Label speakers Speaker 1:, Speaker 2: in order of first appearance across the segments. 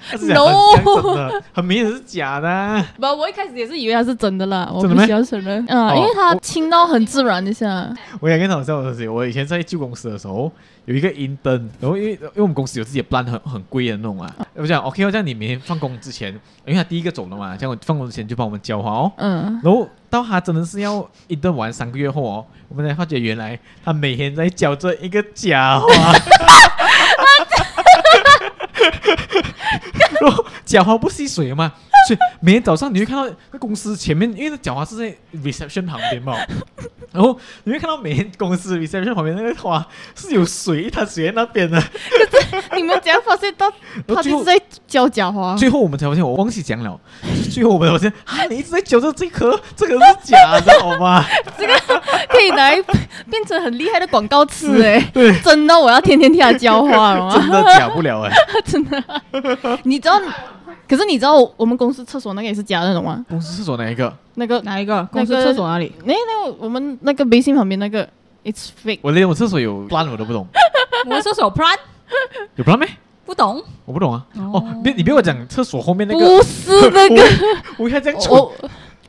Speaker 1: 他是讲很像真的，很明显是假的啊。
Speaker 2: 不，我一开始也是以为它是真的啦，我
Speaker 1: 真的
Speaker 2: 必
Speaker 1: 咩
Speaker 2: 须要承认，嗯，
Speaker 1: 哦
Speaker 2: 因为它
Speaker 1: 我
Speaker 2: 亲到很自然一下，
Speaker 1: 我想跟你讲笑的东西，我以前在旧公司的时候，有一个 intern，然后因为因为我们公司有自己的 plan 很很贵的那种啊，我讲 OK 哦，这样你明天放工之前，因为他第一个走了嘛，这样我放工之前就帮我们交换哦。
Speaker 2: 嗯，
Speaker 1: 然后到他真的是要 intern 完三个月后哦，我们才发觉原来他每天在教这一个假花。然后假花不吸水嘛，所以每天早上你会看到那公司前面，因为那假花是在 reception 旁边嘛，然后你会看到每天公司 reception 旁边那个花是有水，一滩水在那边的。
Speaker 2: 你们怎样发现到
Speaker 1: 然
Speaker 2: 它
Speaker 1: 后最后
Speaker 2: 就是在教假花？
Speaker 1: 最后我们才发现，我忘记讲了。最后我们才发现，啊，你一直在嚼着这颗，这个是假的，好吗？
Speaker 2: 这个可以来 变成很厉害的广告词哎、
Speaker 1: 对，
Speaker 2: 真的，我要天天替它教花了 吗？
Speaker 1: 真的假不了哎、
Speaker 2: 真的， 你知道，可是你知道我们公司厕所那个也是假的那种吗？
Speaker 1: 公司厕所哪一个？
Speaker 2: 那个
Speaker 3: 哪一个？
Speaker 2: 那
Speaker 3: 公司
Speaker 2: 个
Speaker 3: 厕所哪里？
Speaker 2: 那那我们那个 basin 旁边那个，it's fake。
Speaker 1: 我连我厕所有 plan 我都不懂，
Speaker 3: 我们厕所 plan
Speaker 1: 有 plan 没？
Speaker 3: 不懂，
Speaker 1: 我不懂啊。
Speaker 3: 哦
Speaker 1: 哦，别你别跟我讲厕所后面 那个，
Speaker 2: 不是那 个，
Speaker 1: 我一看这样蠢，
Speaker 2: 我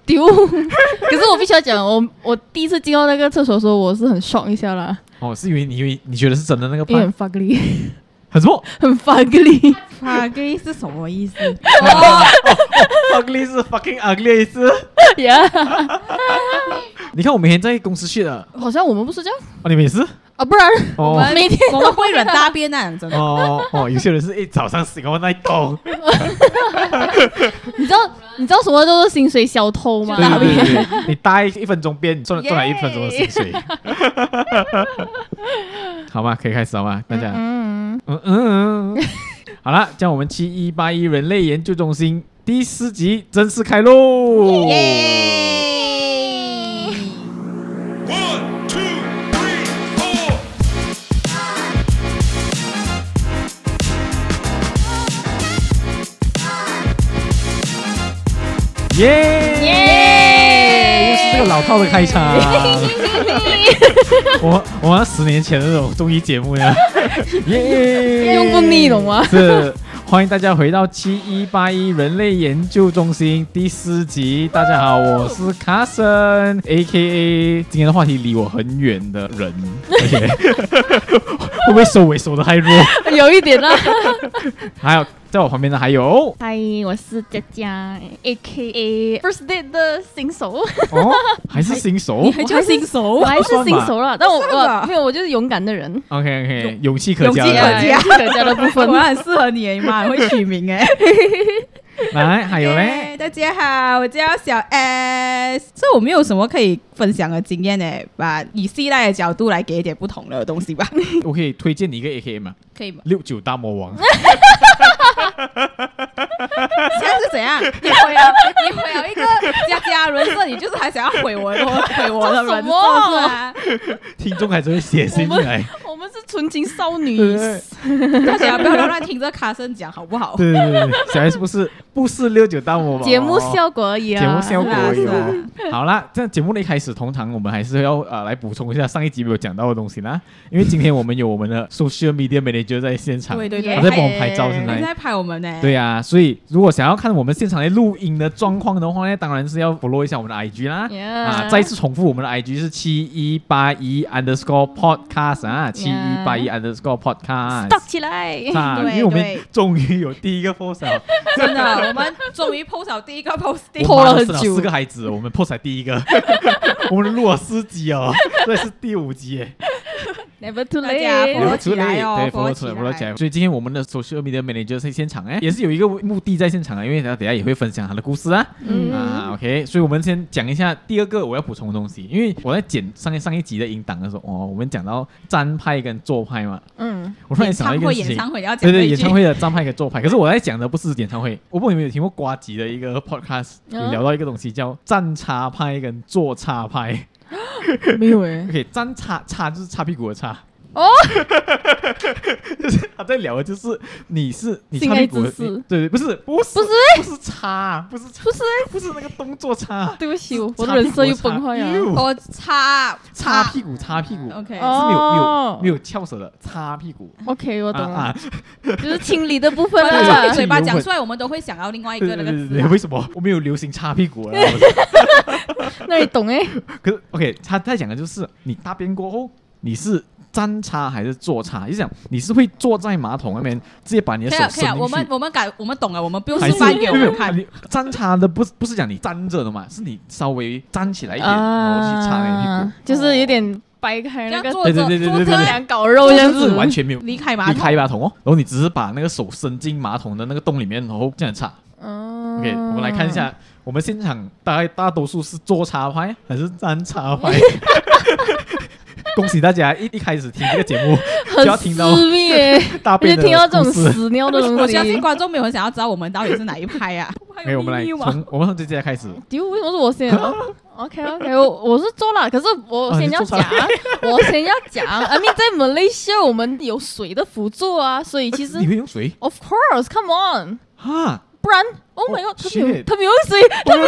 Speaker 2: 丢。 可是我必须要讲，我我第一次进到那个厕所的时候，我是很 shock 一下啦，
Speaker 1: 哦，是因为你以为你觉得是真的那个
Speaker 2: 因为
Speaker 1: plan
Speaker 2: 很 fugly，
Speaker 1: 很什么
Speaker 2: 很 fugly。
Speaker 3: 法规 是什么意思？
Speaker 1: ugly 是 fucking ugly 的意思。
Speaker 2: yeah，
Speaker 1: 你看我每天在公司去的，
Speaker 2: 好像我们不是这样
Speaker 1: 哦，你们也是
Speaker 2: 啊，不然
Speaker 3: 我
Speaker 1: 哦
Speaker 3: 们
Speaker 2: 每天
Speaker 3: 我们会忍大便啊，真的。
Speaker 1: 哦哦，有些人是一早上醒后那一桶，
Speaker 2: 你知道你知道什么叫做薪水小偷吗？
Speaker 1: 对对对对对，你搭一一分钟边赚赚了一分钟的薪水， 好吗？可以开始好吗？大家。
Speaker 2: 嗯，
Speaker 1: 嗯嗯，嗯 嗯好了，这样我们七一八一人类研究中心第四集正式开喽！
Speaker 4: One, two, three, four.
Speaker 1: 耶
Speaker 2: 耶
Speaker 1: 又是这个老套的开场。我我们十年前的那种综艺节目呀，耶，
Speaker 2: 用不腻懂吗
Speaker 1: 是，欢迎大家回到七一八一人类研究中心第四集。大家好，我是卡森，A K A 今天的话题离我很远的人，而且会不会收尾收的太弱？
Speaker 2: 有一点啦。
Speaker 1: 还有在我旁边的还有哦
Speaker 2: 嗨，我是佳佳，A K A First Date 的新手，
Speaker 1: 哦，还是新手
Speaker 3: 你还叫新手
Speaker 2: 我？还是
Speaker 1: 算吧
Speaker 2: 新手啦，但我
Speaker 3: 算吧
Speaker 2: 我没有，我就是勇敢的人，
Speaker 1: ，OK OK，勇气可
Speaker 3: 勇气
Speaker 1: 嘉
Speaker 3: 可
Speaker 1: 的。
Speaker 3: 嘉
Speaker 2: 勇气可嘉的部分
Speaker 3: 我。很适合你耶，你 妈很会取名哎。
Speaker 1: 来，还有嘞，
Speaker 3: 耶 大家好，我叫小 S。所以我没有什么可以分享的经验哎，把以系代的角度来给一点不同的东西吧，
Speaker 1: 我可以推荐你一个 A K 吗？
Speaker 3: 可以吗？
Speaker 1: 六九大魔王，
Speaker 3: 现在是怎样？你毁了，你毁了一个佳佳人设，你就是还想要毁 我的毁我的人设是吗？
Speaker 1: 听众还是会写信
Speaker 2: 我们
Speaker 1: 来。
Speaker 2: 我们是纯情少女
Speaker 1: 对对
Speaker 3: 大家不要乱乱听这卡森讲好不好？
Speaker 1: 对对对对，小 S 不是不是六九大魔王哦，
Speaker 2: 节目效果而已啊，
Speaker 1: 节目效果而已
Speaker 3: 是啊
Speaker 1: 哦。好啦，这节目的一开始，通常我们还是要呃来补充一下上一集没有讲到的东西啦，因为今天我们有我们的 social media manager 在现场，
Speaker 3: 对对对，
Speaker 1: 他
Speaker 2: 还
Speaker 1: 在帮我们拍照，
Speaker 2: 耶
Speaker 1: 现
Speaker 3: 你
Speaker 1: 在。
Speaker 3: 在拍我们呢？
Speaker 1: 对呀、所以如果想要看我们现场的录音的状况的话呢，当然是要 follow 一下我们的 IG 啦。啊，
Speaker 2: Yeah
Speaker 1: 再次重复，我们的 IG 是七一八一 underscore podcast 啊，七一八一 underscore podcast。
Speaker 2: 搭起来。
Speaker 1: 啊，
Speaker 3: 对
Speaker 1: 因为我们
Speaker 3: 对
Speaker 1: 终于有第一个 post 了，
Speaker 3: 真的，我们终于 post 了第一个 posting，
Speaker 2: 拖了很
Speaker 1: 我们
Speaker 2: 久
Speaker 1: 四个孩子，我们 post 才第一 个，我们录了四集哦， 这是第五集耶。
Speaker 2: Never too
Speaker 3: 大家
Speaker 2: late。
Speaker 3: follow 起来哦
Speaker 1: 对，follow
Speaker 3: follow
Speaker 1: 起来
Speaker 3: 起
Speaker 1: ，follow
Speaker 3: 来
Speaker 1: 起来。所以今天我们的 social media manager 在现场哎，也是有一个目的在现场啊，因为他等一下也会分享他的故事啊。
Speaker 2: 嗯，
Speaker 1: 啊，OK，所以我们先讲一下第二个我要补充的东西，因为我在剪上一上一集的音档的时候，哦，我们讲到站派跟坐派嘛，
Speaker 2: 嗯，
Speaker 1: 我突然
Speaker 3: 演
Speaker 1: 想到一
Speaker 3: 唱
Speaker 1: 个
Speaker 3: 会，
Speaker 1: 事
Speaker 3: 演
Speaker 1: 情，
Speaker 3: 唱会要讲
Speaker 1: 对对，
Speaker 3: 这一
Speaker 1: 演
Speaker 3: 句
Speaker 1: 唱会的站派跟坐派，可是我在讲的不是演唱会，我不知道你们有听过瓜吉的一个 podcast，有
Speaker 2: 嗯
Speaker 1: 聊到一个东西叫站叉派跟坐叉派
Speaker 2: 没有哎，
Speaker 1: ，OK，站叉叉就是擦屁股的叉，
Speaker 2: 哦，
Speaker 1: 就是他在聊的就是你是你
Speaker 2: 性
Speaker 1: 唱
Speaker 2: 爱
Speaker 1: 屁股
Speaker 2: 姿
Speaker 1: 的，
Speaker 2: 势
Speaker 1: 你对对，不是不是
Speaker 2: 不是
Speaker 1: 不是差，不是差，
Speaker 2: 不是，
Speaker 1: 不是那个动作差，
Speaker 2: 对不起，
Speaker 1: 是
Speaker 2: 哎我我
Speaker 1: 擦
Speaker 2: 的
Speaker 1: 屁
Speaker 2: 人设
Speaker 1: 股
Speaker 2: 又
Speaker 1: 擦
Speaker 2: 崩坏了。
Speaker 1: 哟
Speaker 3: 我擦
Speaker 1: 擦屁股擦屁股
Speaker 3: 哦嗯，OK，
Speaker 1: 是没有没
Speaker 2: 哦
Speaker 1: 有没有翘舌的，擦屁股。
Speaker 2: OK，我
Speaker 1: 啊
Speaker 2: 懂了
Speaker 1: 啊，，
Speaker 2: 就是清理的部分啊
Speaker 3: 反 正
Speaker 1: 对
Speaker 2: 了
Speaker 3: 你
Speaker 1: 对。
Speaker 3: 嘴巴讲出来，我们都会想到另外一个
Speaker 1: 对
Speaker 3: 那
Speaker 1: 对
Speaker 3: 个
Speaker 1: 对
Speaker 3: 词
Speaker 1: 对，
Speaker 3: 啊。
Speaker 1: 为什么我没有流行擦屁股了？我
Speaker 2: 那你懂哎？
Speaker 1: 可是 OK，他在讲的就是哦你大便过后，你是站擦还是坐擦？就是讲你是会坐在马桶那边，直接把你的
Speaker 3: 可
Speaker 1: 手
Speaker 3: 以啊，可以
Speaker 1: 伸
Speaker 3: 啊，
Speaker 1: 进
Speaker 3: 我
Speaker 1: 去
Speaker 3: 们。我们改，我们懂了，我们不用
Speaker 1: 还
Speaker 3: 示
Speaker 1: 是
Speaker 3: 范给我
Speaker 1: 没有
Speaker 3: 们看。
Speaker 1: 你站插的不是不是讲你站着的嘛，是你稍微站起来一点，然后去擦你的
Speaker 2: 啊
Speaker 1: 屁，
Speaker 2: 就是有点掰开那个
Speaker 3: 这样
Speaker 2: 桌
Speaker 3: 坐着，
Speaker 1: 对对对
Speaker 3: 坐
Speaker 1: 对对
Speaker 2: 子
Speaker 1: 对
Speaker 3: 着
Speaker 2: 两搞肉这样
Speaker 1: 股，就
Speaker 2: 子
Speaker 1: 是，完全没有
Speaker 3: 离开马
Speaker 1: 离开
Speaker 3: 桶。
Speaker 1: 马桶哦，然后你只是把那个手伸进马桶的那个洞里面，然后这样擦。
Speaker 2: 嗯
Speaker 1: OK，我们来看一。下，我们现场大概大多数是坐插拍还是站插 拍？恭喜大家一一开始听这个节 目就要
Speaker 2: 很
Speaker 1: 听到
Speaker 2: 私密耶，
Speaker 1: 大
Speaker 2: 而且
Speaker 1: 便的
Speaker 2: 听到这种
Speaker 1: 故事
Speaker 2: 屎尿的
Speaker 3: 我
Speaker 2: 东西
Speaker 3: 相，信观众没有很想要知道我们到底是哪一派啊。
Speaker 1: 没有，我们来从我们从这接开始。
Speaker 2: 丢，为什么是我先？OK OK，我我是做了，可是我
Speaker 1: 哦
Speaker 2: 先
Speaker 1: 你
Speaker 2: 要
Speaker 1: 做错
Speaker 2: 讲
Speaker 1: 了，
Speaker 2: 我先要讲。I mean，在 Malaysia 我们有水的辅助啊，所以其实
Speaker 1: 你会用水
Speaker 2: Of course，come on，
Speaker 1: 哈？
Speaker 2: 不然 Oh my
Speaker 1: Oh,
Speaker 2: God，他没有
Speaker 1: shit
Speaker 2: 他没有水，
Speaker 1: 哦
Speaker 2: 他没有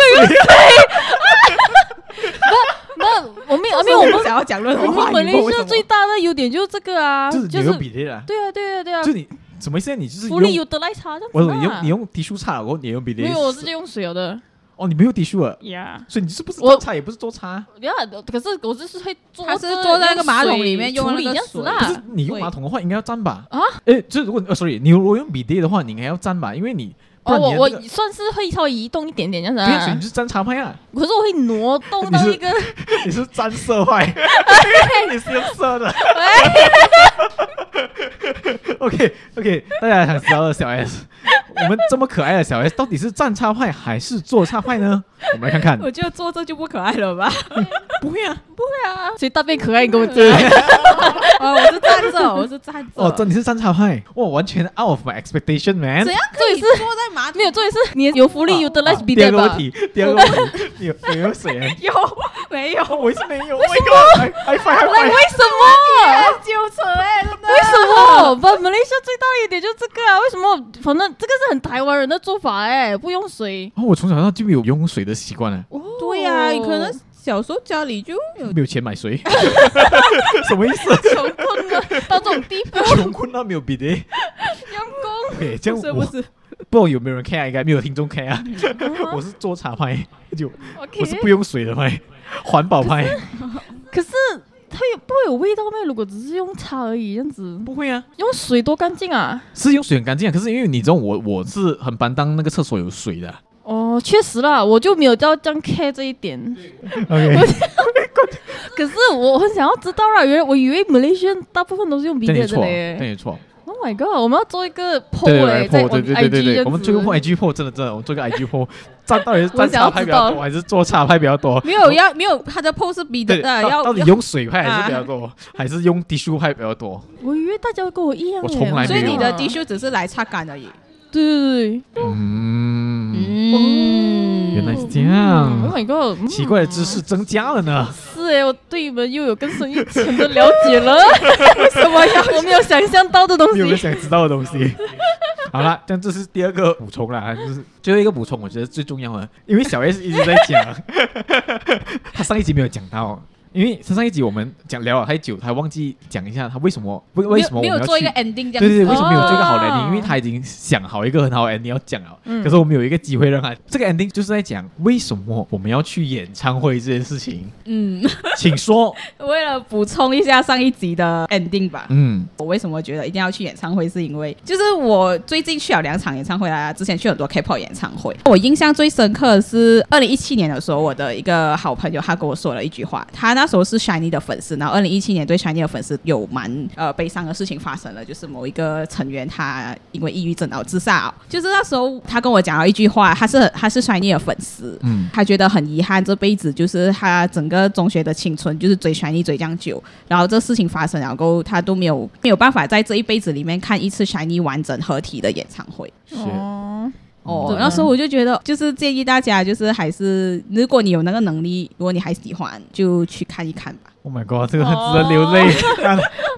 Speaker 2: 那我们我们
Speaker 3: 没有，
Speaker 2: 哦我
Speaker 3: 我
Speaker 2: 们
Speaker 3: 们想要讲论
Speaker 2: 我
Speaker 3: 文
Speaker 2: 们
Speaker 3: 化，
Speaker 2: 本来
Speaker 3: 你懂为什
Speaker 2: 就
Speaker 3: 么
Speaker 2: 最大的优点就是这个啊，
Speaker 1: 就是
Speaker 2: 就
Speaker 1: 你有比例啦，
Speaker 2: 对啊对啊对啊
Speaker 1: 就，你什么意思啊？你就是
Speaker 2: 福利
Speaker 1: 用
Speaker 2: 有得来查这
Speaker 1: 我
Speaker 2: 样子
Speaker 1: 懂你
Speaker 2: 啊
Speaker 1: 用你。用滴数擦，然后你用 BD，
Speaker 2: 没有，我是用水有的
Speaker 1: 哦，你没有滴数 啊，
Speaker 2: 呀。
Speaker 1: 所以你就是不是
Speaker 2: 我
Speaker 1: 做擦也不是做啊擦，
Speaker 2: 不要，可是我就是会坐着，
Speaker 3: 他是坐在那个马桶里面
Speaker 2: 用
Speaker 3: 用
Speaker 2: 水
Speaker 3: 那
Speaker 2: 处理这样子啊
Speaker 3: 个水
Speaker 2: 啦
Speaker 1: 可。是你用
Speaker 3: 对
Speaker 1: 马桶的话应该要站吧？
Speaker 2: 啊，
Speaker 1: 诶，就是如果你呃，sorry，你如果用 BD 的话，你应该要站吧，因为你不
Speaker 2: 哦，
Speaker 1: 然你
Speaker 2: 我
Speaker 1: 的
Speaker 2: 我
Speaker 1: 那个
Speaker 2: 算是会稍微移动一点点这样子
Speaker 1: 对，所以
Speaker 2: 啊
Speaker 1: 你，是站插派 啊，
Speaker 2: 可是我会挪动
Speaker 1: 你
Speaker 2: 到
Speaker 1: 是
Speaker 2: 一个，
Speaker 1: 你是站色坏，你是用色的。OK OK，大家想知道的小 S，我们这么可爱的小 S 到底是站插派还是做插派呢？我们来看看，
Speaker 3: 我觉得做这就不可爱了吧？
Speaker 1: 不会 啊，
Speaker 2: 所以大便可爱，你跟我讲，
Speaker 3: 哦，我是站着，我是站着。
Speaker 1: 哦，真的是站插派，哇，完全 out of my expectation man
Speaker 3: 怎。样可以坐在马桶？
Speaker 2: 没有，这也是你有福利有得来
Speaker 1: 啊
Speaker 2: 比
Speaker 1: 第二个
Speaker 2: 的
Speaker 1: 问
Speaker 2: 吧？
Speaker 1: 题，第二个问题，你有你有水 啊？
Speaker 3: 有没有？
Speaker 1: 哦我是没有，我靠，还还 还
Speaker 2: 来，
Speaker 1: 还
Speaker 2: 为什 么？
Speaker 3: 纠扯哎，真的
Speaker 2: 为什么？把马来西亚最大的一点就是这个啊？为什么？反正这个是很台湾人的做法哎、不用水。哦
Speaker 1: 哦，我从小到大就没有用水的习惯啊了，
Speaker 3: 对
Speaker 2: 啊
Speaker 3: 呀、你可能小时候家里就有
Speaker 1: 没有钱买水， 什么意思？
Speaker 2: 穷困啊，到这种地步
Speaker 1: 穷困到没有比的。
Speaker 2: 用功。
Speaker 1: OK，这样
Speaker 3: 是
Speaker 1: 我
Speaker 3: 不
Speaker 1: 不知
Speaker 3: 是？
Speaker 1: 道有没有人 care，应该没有听众 care 啊。
Speaker 2: Uh-huh
Speaker 1: 我是做茶派，就我是不
Speaker 2: OK，
Speaker 1: 用水的派，环保派。
Speaker 2: 可是它有不会有味道吗？如果只是用擦而已，这样子
Speaker 1: 不会啊，
Speaker 2: 用水多干净啊！
Speaker 1: 是用水很干净啊。可是因为你知道我我是很担当那个厕所有水的啊。
Speaker 2: 哦，确实啦，我就没有到这样 care 这一点。
Speaker 1: OK，
Speaker 2: 可是我很想要知道啦，原来我以为马来西亚大部分都是用鼻
Speaker 1: 这样也
Speaker 2: 贴的
Speaker 1: 错，啊
Speaker 2: 嘞
Speaker 1: 这。样也错。
Speaker 2: Oh my god！我们要做一个
Speaker 1: 对
Speaker 2: poll
Speaker 1: 对
Speaker 2: 哎，在
Speaker 1: 对
Speaker 2: 我
Speaker 1: 对
Speaker 2: 们
Speaker 1: 对
Speaker 2: IG
Speaker 1: 对对
Speaker 2: 这
Speaker 1: 对，
Speaker 2: 样
Speaker 1: 我们最后
Speaker 2: 子
Speaker 1: IG 破真的真的，我们做个 IG 破，站到底是
Speaker 2: 我
Speaker 1: 站
Speaker 2: 想要
Speaker 1: 茶派比较
Speaker 2: 知
Speaker 1: 多，
Speaker 2: 道
Speaker 1: 还是做茶派比较多？
Speaker 3: 没有要没有，他的 pose 比的
Speaker 1: 哦对，
Speaker 3: 呃
Speaker 1: 到
Speaker 3: 要
Speaker 1: 到底
Speaker 3: 要
Speaker 1: 用水派还是比较多，还是用滴数派比较多？
Speaker 2: 我以为大家都跟我一样欸，
Speaker 1: 我从来
Speaker 2: 觉
Speaker 3: 所
Speaker 1: 没有
Speaker 3: 以
Speaker 1: 啊
Speaker 2: 得
Speaker 3: 你的 T 恤只是来擦干而已。
Speaker 2: 对对对
Speaker 1: 嗯，
Speaker 3: 嗯
Speaker 1: 原来哎是这样
Speaker 2: ，Oh，my god，嗯
Speaker 1: 奇怪的知识增加了呢。
Speaker 3: 嗯
Speaker 2: 是哎，我对你们又有更深一层的了 解了，为什么呀？我没有想象到的东
Speaker 1: 你有没有
Speaker 2: 西。
Speaker 1: 想知道的东 西？ 好啦，但这是第二个补充啦，就是最后一个补充，我觉得最重要的，因为小 S 一直在讲，他上一集没有讲到。因为上上一集我们讲聊了太久，他忘记讲一下他为什么为为什么我
Speaker 3: 没
Speaker 1: 们要
Speaker 3: 有没有做一
Speaker 1: 去
Speaker 3: 个 ending 这样子？
Speaker 1: 对对对，为什么没有这个好的
Speaker 2: 哦
Speaker 1: ending？、因为他已经想好一个很好的 ending 要讲了，
Speaker 2: 嗯
Speaker 1: 可是我们有一个机会让他这个 ending 就是在讲为什么我们要去演唱会这件事情，
Speaker 3: 嗯，
Speaker 1: 请说。
Speaker 3: 为了补充一下上一集的 ending 吧。
Speaker 1: 嗯，
Speaker 3: 我为什么觉得一定要去演唱会，是因为就是我最近去了两场演唱会啦，之前去很多 K-pop 演唱会。我印象最深刻的是二零一七年的时候，我的一个好朋友他跟我说了一句话，他那时候是 Shiny 的粉丝，然后二零一七年对 Shiny 的粉丝有蛮呃悲伤的事情发生了，就是某一个成员他因为抑郁症然后自杀哦，就是那时候他跟我讲了一句话，他是他是 Shiny 的粉丝，
Speaker 1: 嗯
Speaker 3: 他觉得很遗憾，这辈子就是他整个中学的青春就是追 Shiny 追这样久，然后这事情发生了，然后他都没有没有办法在这一辈子里面看一次 Shiny 完整合体的演唱会。
Speaker 1: 是
Speaker 2: 哦，
Speaker 3: 哦
Speaker 2: 对，
Speaker 3: 那时候我就觉得，就是建议大家，就是还是如果你有那个能力，如果你还喜欢，就去看一看吧。
Speaker 1: Oh my god，这个很值得流泪。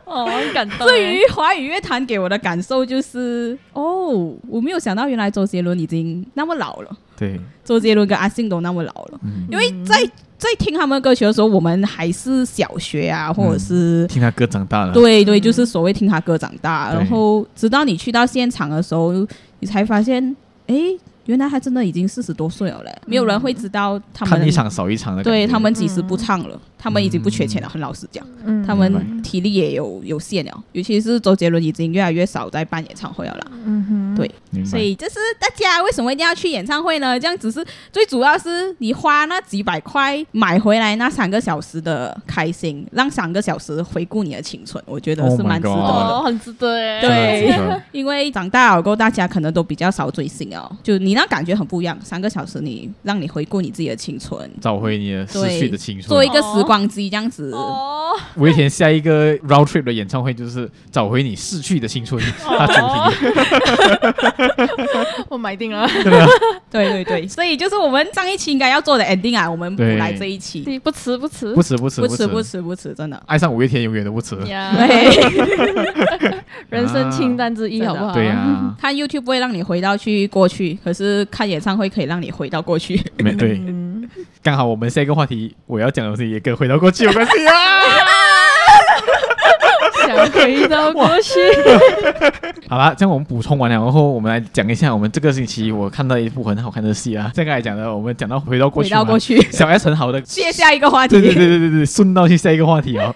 Speaker 2: 哦，很感动。
Speaker 3: 对于华语乐坛给我的感受就是，哦，我没有想到原来周杰伦已经那么老了，
Speaker 1: 对，
Speaker 3: 周杰伦跟阿信都那么老了。
Speaker 1: 嗯，
Speaker 3: 因为在在听他们歌曲的时候，我们还是小学啊，或者是、
Speaker 1: 听他歌长大了。
Speaker 3: 对对，就是所谓听他歌长大，
Speaker 1: 嗯对
Speaker 3: 然后直到你去到现场的时候，你才发现，诶，原来他真的已经四十多岁了嘞，没有人会知道他们
Speaker 1: 看一场少一场的感觉。嗯
Speaker 3: 对他们几时不唱了，他们已经不缺钱了，很老实讲，
Speaker 2: 嗯
Speaker 3: 他
Speaker 1: 明
Speaker 3: 们体力也有有限了，尤其是周杰伦已经越来越少在办演唱会了啦。
Speaker 2: 嗯哼
Speaker 3: 对，
Speaker 1: 明白
Speaker 3: 所以这是大家为什么一定要去演唱会呢？这样只是最主要是你花那几百块买回来那三个小时的开心，让三个小时回顾你的青春，我觉得
Speaker 1: Oh
Speaker 3: 是
Speaker 1: my
Speaker 3: 蛮值得的。
Speaker 1: God
Speaker 2: 哦，很值得哎。
Speaker 1: 真的
Speaker 3: 对
Speaker 1: 真的
Speaker 3: 因为长大了过后，大家可能都比较少追星哦，就你那感觉很不一样。三个小时你让你回顾你自己的青春，
Speaker 1: 找回你的逝去的青
Speaker 3: 做一
Speaker 1: 春。
Speaker 3: 个时光机这样子。
Speaker 2: 哦，
Speaker 1: 五月天下一个 round trip 的演唱会就是找回你逝去的青春，
Speaker 3: 哦
Speaker 1: 他主题。
Speaker 2: 我买定了。
Speaker 3: 对对对，所以就是我们上一期应该要做的 ending 啊，我们补
Speaker 1: 对
Speaker 3: 来这一期，
Speaker 2: 不吃不吃
Speaker 1: 不迟不迟
Speaker 3: 不吃不
Speaker 1: 迟，
Speaker 3: 吃不吃，真的。
Speaker 1: 爱上五月天永远都不迟。
Speaker 2: 呀，
Speaker 3: 对，
Speaker 2: 人生清单之一，
Speaker 3: 啊
Speaker 2: 好不好？
Speaker 1: 对 呀，
Speaker 3: 看 YouTube 不会让你回到去过去，可是看演唱会可以让你回到过去。
Speaker 1: 没对，
Speaker 2: 嗯
Speaker 1: 刚好我们下一个话题我要讲的东西也跟回到过去有关 系啊。
Speaker 2: 想回到过去。
Speaker 1: 好啦，这样我们补充完了，然后我们来讲一下我们这个星期我看到一部很好看的戏啊。这个来讲的，我们讲到回 到过
Speaker 3: 回
Speaker 1: 去，
Speaker 3: 到过，去，
Speaker 1: 小 S 很好的
Speaker 3: 接下一个话题。
Speaker 1: 对对对对对对，顺道去下一个话题哦。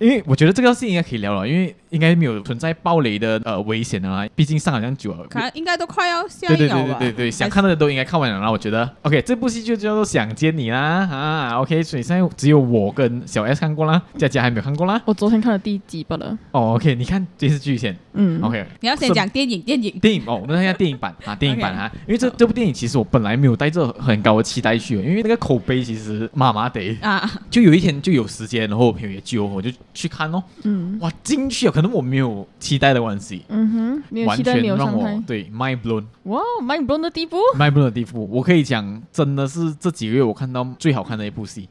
Speaker 1: 因为我觉得这个事情应该可以聊了，因为应该没有存在暴雷的呃危险的啦，毕竟上好像久了。
Speaker 3: 看应该都快要下
Speaker 1: 对
Speaker 3: 一
Speaker 1: 对
Speaker 3: 秒
Speaker 1: 对
Speaker 3: 吧
Speaker 1: 对对对，想看到的都应该看完了啦。我觉得，OK，这部戏就叫做《想见你》啦啊，OK，所以现在只有我跟小 S 看过啦，佳佳还没有看过啦。
Speaker 2: 我昨天看了第一集罢了。
Speaker 1: 哦，OK，你看电视剧先
Speaker 2: 嗯
Speaker 1: ，OK，
Speaker 3: 你要先讲电影，电影。
Speaker 1: 电影哦，我们看一下电影版啊，电影版啊，因为这这部电影其实我本来没有带着很高的期待去的，因为那个口碑其实麻麻得。
Speaker 3: 啊，
Speaker 1: 就有一天就有时间，然后我朋友也揪我，我就去看咯。
Speaker 2: 嗯
Speaker 1: 哇，进去了，可能我没有期待的关系，
Speaker 2: 嗯哼，没有
Speaker 1: 完
Speaker 2: 期待，
Speaker 1: 全
Speaker 2: 没有
Speaker 1: 让
Speaker 2: 伤
Speaker 1: 我
Speaker 2: 害。
Speaker 1: 对 mind blown，mind
Speaker 2: 哇，mind blown 的地步。
Speaker 1: blown 的地步。我可以讲，真的是这几个月我看到最好看的一部戏。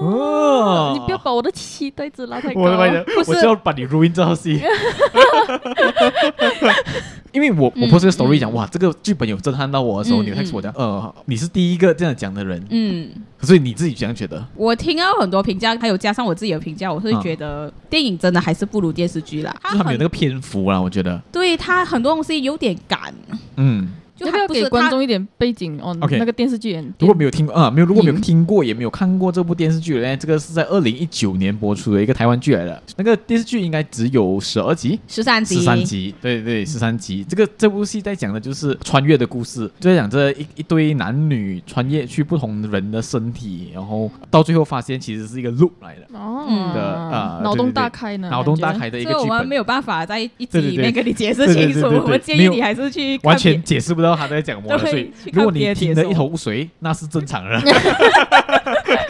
Speaker 1: 哦
Speaker 2: 你不要把我的期待值拉太高。
Speaker 1: 我的妈呀！我就要把你 ruin 这套戏。 因为我我
Speaker 2: 嗯
Speaker 1: post 这个 story 讲，哇，这个剧本有震撼到我的时候，
Speaker 3: 嗯
Speaker 1: 你有 text
Speaker 3: 嗯
Speaker 1: 我讲，呃，你是第一个这样讲的人，
Speaker 3: 嗯，
Speaker 1: 所以你自己这样觉得？
Speaker 3: 我听到很多评价，还有加上我自己的评价，我会
Speaker 1: 嗯
Speaker 3: 觉得电影真的还是不如电视剧啦。
Speaker 1: 就是他们有
Speaker 3: 很
Speaker 1: 那个篇幅啦，我觉得，
Speaker 3: 对它很多东西有点赶，
Speaker 1: 嗯。
Speaker 3: 就
Speaker 2: 要不
Speaker 3: 它
Speaker 2: 要
Speaker 3: 不是
Speaker 2: 给
Speaker 3: 它
Speaker 2: 观众一点背景哦
Speaker 1: OK
Speaker 2: 那个电视剧演
Speaker 1: 如果没有听过啊，没有，如果没有
Speaker 2: 嗯
Speaker 1: 听过，也没有看过这部电视剧嘞，这个是在二零一九年播出的一个台湾剧来的。那个电视剧应该只有十二集。
Speaker 3: 十三集，
Speaker 1: 十三集，对对，十三集。这个这部戏在讲的就是穿越的故事，就在讲这一一对男女穿越去不同人的身体，然后到最后发现其实是一个 loop 来的，
Speaker 2: 哦
Speaker 3: 嗯
Speaker 1: 的呃
Speaker 2: 脑
Speaker 1: 对对
Speaker 2: 洞
Speaker 1: 对
Speaker 2: 大开呢，
Speaker 1: 脑洞大
Speaker 2: 嗯感觉。
Speaker 1: 开的一
Speaker 3: 所
Speaker 1: 个
Speaker 3: 以我
Speaker 1: 剧
Speaker 3: 们没
Speaker 1: 本，
Speaker 3: 有办法在一集
Speaker 1: 对对
Speaker 3: 里面
Speaker 1: 对
Speaker 3: 跟你解释
Speaker 1: 对对对
Speaker 3: 清楚。
Speaker 1: 对对
Speaker 3: 我们建
Speaker 1: 没
Speaker 3: 议
Speaker 1: 有
Speaker 3: 你还是去看
Speaker 1: 完全
Speaker 3: 别
Speaker 1: 解释不到他在讲什 么，
Speaker 3: 对
Speaker 1: 所以
Speaker 3: 去看
Speaker 1: 如果
Speaker 3: 别
Speaker 1: 你
Speaker 3: 的
Speaker 1: 听
Speaker 3: 解
Speaker 1: 得
Speaker 3: 说
Speaker 1: 一头雾水，那是正常的。